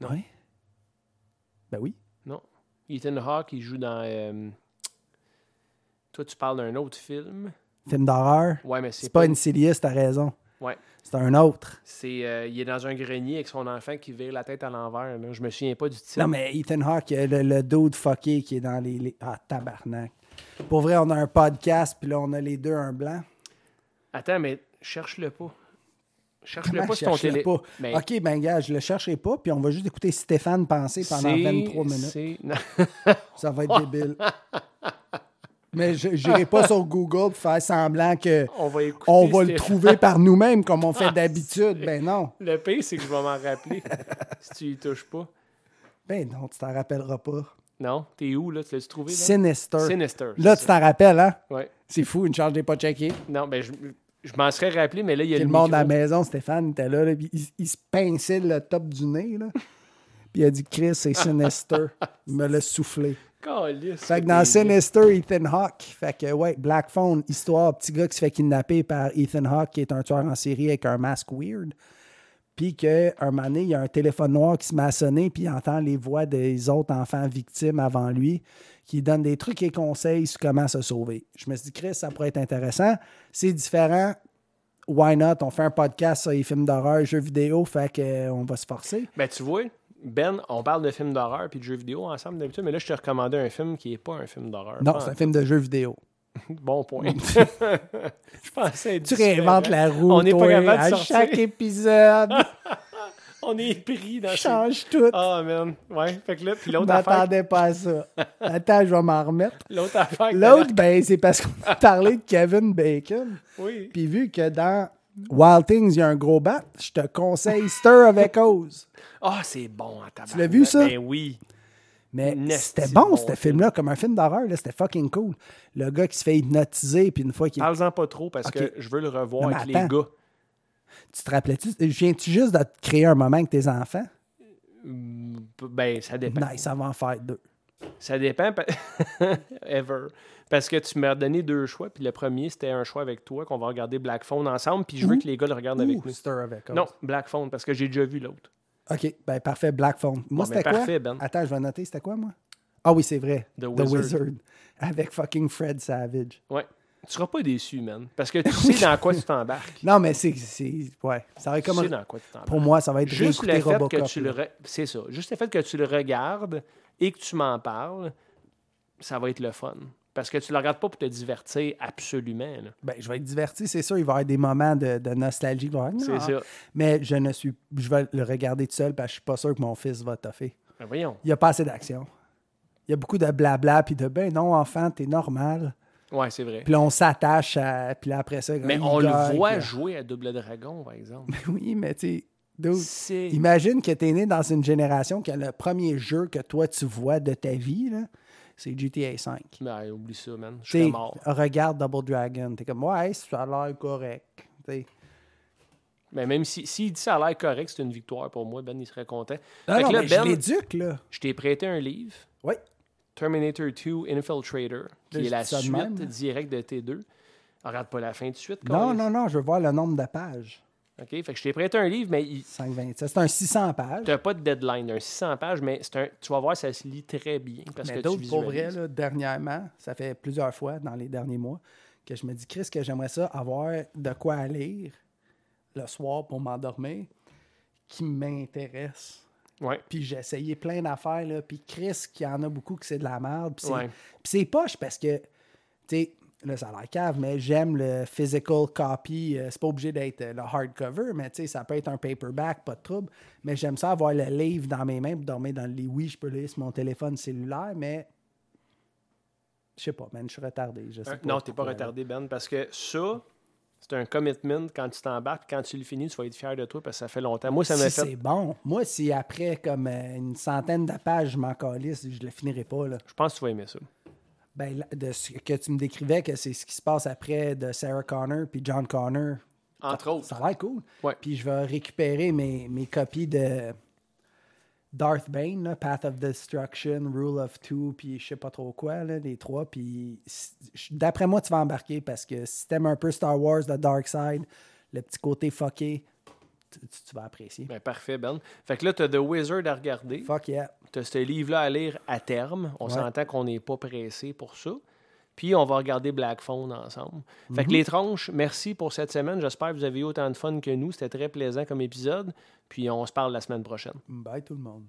E: Ouais. Ben oui.
A: Non. Ethan Hawke, il joue dans. euh, Toi, tu parles d'un autre film.
E: Film d'horreur.
A: Ouais, mais
E: C'est
A: c'est
E: pas Insidious, t'as raison.
A: Ouais.
E: C'est un autre.
A: C'est, euh, il est dans un grenier avec son enfant qui vire la tête à l'envers. là. Je me souviens pas du titre.
E: Non, mais Ethan Hawke, euh, le, le dude fucké qui est dans les, les- Ah, tabarnak. Pour vrai, on a un podcast, puis là, on a les deux un blanc.
A: Attends, mais cherche-le pas. Cherche-le
E: Comment
A: pas
E: Ah, je
A: sur ton
E: cherche
A: télé.
E: le pas?
A: Mais
E: OK, ben gars, je le chercherai pas, puis on va juste écouter Stéphane penser pendant
A: c'est-
E: 23 minutes.
A: c'est- non.
E: Ça va être débile. mais je n'irai pas sur Google pour faire semblant que
A: On va écouter.
E: on va le
A: Stéphane. Ah,
E: trouver par nous-mêmes, comme on fait d'habitude. Ben non.
A: Le pire, c'est que je vais m'en rappeler si tu y touches pas.
E: Ben non, tu t'en rappelleras pas.
A: Non? T'es où, là? Tu l'as trouvé? Là?
E: Sinister.
A: Sinister, c'est
E: Là,
A: ça.
E: tu t'en rappelles, hein?
A: Ouais.
E: C'est fou, une charge n'est pas checkée.
A: Non, ben, je, je m'en serais rappelé, mais là, il y a
E: Puis
A: le,
E: le monde
A: micro.
E: à la maison, Stéphane était là, là, puis il, il se pinçait le top du nez. Là. Puis il a dit Chris, c'est Sinister. il me l'a soufflé.
A: Calisse,
E: Fait que dans
A: t'es-
E: Sinister, Ethan Hawke. Fait que ouais, Black Phone, histoire, petit gars qui se fait kidnapper par Ethan Hawke, qui est un tueur en série avec un masque weird. Puis qu'un moment donné, il y a un téléphone noir qui se met à sonner, puis il entend les voix des autres enfants victimes avant lui, qui donne des trucs et conseils sur comment se sauver. Je me suis dit, Chris, ça pourrait être intéressant. C'est différent. Why not? On fait un podcast sur les films d'horreur, jeux vidéo, fait qu'on va se forcer.
A: Ben, tu vois, Ben, on parle de films d'horreur puis de jeux vidéo ensemble d'habitude, mais là, je te recommandais un film qui est pas un film d'horreur.
E: Non,
A: Pas
E: c'est un film de jeux vidéo.
A: Bon point. je pensais être
E: Tu réinventes
A: différent.
E: la roue.
A: On n'est pas
E: toi,
A: capable de
E: à
A: sortir.
E: chaque épisode.
A: On est pris dans ça.
E: change tout.
A: Ah, man. Ouais. Fait que là, puis
E: Je
A: l'autre affaire.
E: m'attendais pas à ça. Attends, je vais m'en remettre.
A: L'autre affaire. que
E: L'autre, ben, c'est parce qu'on a parlé de Kevin Bacon.
A: t'avais- Oui.
E: Puis vu que dans Wild Things, il y a un gros bat, je te conseille Stir avec Oz.
A: Ah, c'est bon en tabarnak.
E: Tu l'as vu, ça?
A: Ben oui.
E: Mais
A: Nasty
E: c'était bon,
A: bon
E: ce
A: film.
E: film-là, comme un film d'horreur. là, C'était fucking cool. Le gars qui se fait hypnotiser, puis une fois qu'il.
A: Ah. Parle-en pas trop parce
E: Ok.
A: que je veux le revoir
E: Non, mais
A: avec
E: attends.
A: les gars.
E: Tu te rappelais-tu, euh, viens-tu juste de te créer un moment avec tes enfants?
A: Ben, ça dépend.
E: Nice, ça va en faire deux.
A: Ça dépend. pa- Ever. Parce que tu m'as donné deux choix, puis le premier, c'était un choix avec toi qu'on va regarder Black Phone ensemble, puis je veux
E: Ou-
A: que les gars le regardent
E: Ouh,
A: avec nous.
E: c'est un avec
A: Non,
E: us.
A: Black Phone, parce que j'ai déjà vu l'autre.
E: OK, ben parfait, Black Phone. Moi,
A: Bon, ben,
E: c'était quoi?
A: parfait, Ben.
E: Attends, je vais noter, c'était quoi, moi? Ah oui, c'est vrai.
A: The Wizard.
E: Avec fucking Fred Savage.
A: Ouais. Tu seras pas déçu, man. Parce que tu sais dans quoi tu t'embarques.
E: Non, mais c'est... c'est- Ouais, ça va être
A: Tu
E: comme...
A: sais
E: un-
A: dans quoi tu t'embarques.
E: Pour moi, ça va être
A: Juste
E: réécouter
A: le fait
E: Robocop.
A: que tu le
E: là.
A: re- c'est ça. Juste le fait que tu le regardes et que tu m'en parles, ça va être le fun. Parce que tu le regardes pas pour te divertir absolument. là.
E: Ben, je vais être diverti, c'est sûr. Il va y avoir des moments de, de nostalgie. il va y avoir,
A: C'est
E: Non.
A: ça.
E: Mais je ne suis, je vais le regarder tout seul parce que je suis pas sûr que mon fils va toffer.
A: Ben voyons.
E: Il n'y a pas assez d'action. Il y a beaucoup de blabla puis de ben non enfant t'es normal.
A: Ouais, c'est vrai.
E: Puis là, on s'attache à puis là, après ça.
A: Mais
E: il
A: on le
E: gagne,
A: voit
E: puis-
A: jouer à Double Dragon, par exemple.
E: Oui, mais tu sais, dude,
A: C'est.
E: imagine que t'es né dans une génération que le premier jeu que toi tu vois de ta vie là, c'est GTA 5.
A: Ben, oublie ça, man. Je
E: T'sais,
A: suis mort.
E: regarde Double Dragon, t'es comme ouais ça a l'air correct. T'sais.
A: Mais même si, s'il dit ça a l'air correct, c'est une victoire pour moi, Ben, il serait content.
E: Non,
A: Fait que
E: non,
A: là,
E: mais je
A: Ben,
E: l'éduque là.
A: je t'ai prêté un livre,
E: Oui.
A: Terminator 2 Infiltrator,
E: Là,
A: qui
E: je
A: est la
E: dis ça de
A: suite
E: même.
A: directe de T2. Ah, Regarde pas la fin de suite.
E: Non,
A: Colin.
E: non, non, je veux voir le nombre de pages.
A: OK, fait que je t'ai prêté un livre, mais il...
E: 527. C'est un 600 pages.
A: t'as pas de deadline, un 600 pages, mais c'est un... tu vas voir, ça se lit très bien parce
E: Mais
A: que tu
E: d'autres, pour
A: visualises.
E: vrai, là, dernièrement, ça fait plusieurs fois dans les derniers mois que je me dis, Chris, que j'aimerais ça avoir de quoi à lire le soir pour m'endormir qui m'intéresse.
A: Ouais.
E: Puis j'ai essayé plein d'affaires, là. Puis Chris, qui en a beaucoup, que c'est de la merde. Puis c'est-
A: Ouais.
E: puis c'est poche parce que, tu sais, là, ça a l'air cave, mais j'aime le physical copy. Euh, c'est pas obligé d'être euh, le hardcover, mais tu sais, ça peut être un paperback, pas de trouble. Mais j'aime ça avoir le livre dans mes mains pour dormir dans le lit. Oui, je peux lire sur mon téléphone cellulaire, mais. Je sais pas, man, je suis retardé. Je sais
A: Un- Euh,
E: pas
A: Non, t'es pas
E: pourquoi, là.
A: retardé, Ben, parce que ça, c'est un commitment. Quand tu t'embarques, quand tu le finis, tu vas être fier de toi parce que ça fait longtemps. Moi, ça m'a
E: Si
A: fait.
E: c'est bon. Moi, si après comme euh, une centaine de pages, je m'en calisse, je le finirai pas, là.
A: Je pense que tu vas aimer ça.
E: Ben, là, de ce que tu me décrivais, que c'est ce qui se passe après de Sarah Connor puis John Connor,
A: Entre autres.
E: ça a l'air cool.
A: Oh. Ouais.
E: Puis je vais récupérer mes, mes copies de Darth Bane, là, Path of Destruction, Rule of Two, puis je sais pas trop quoi, là, les trois. Puis si- je- d'après moi, tu vas embarquer parce que si t'aimes un peu Star Wars, The Dark Side, le petit côté fucké, tu, tu- tu vas apprécier.
A: Ben, parfait, Ben. Fait que là, t'as The Wizard à regarder.
E: Fuck yeah.
A: T'as ce livre-là à lire à terme. On s'entend qu'on n'est pas pressé pour ça. Puis on va regarder Black Phone ensemble. Fait que les tronches, merci pour cette semaine. J'espère que vous avez eu autant de fun que nous. C'était très plaisant comme épisode. Puis on se parle la semaine prochaine.
E: Bye tout le monde.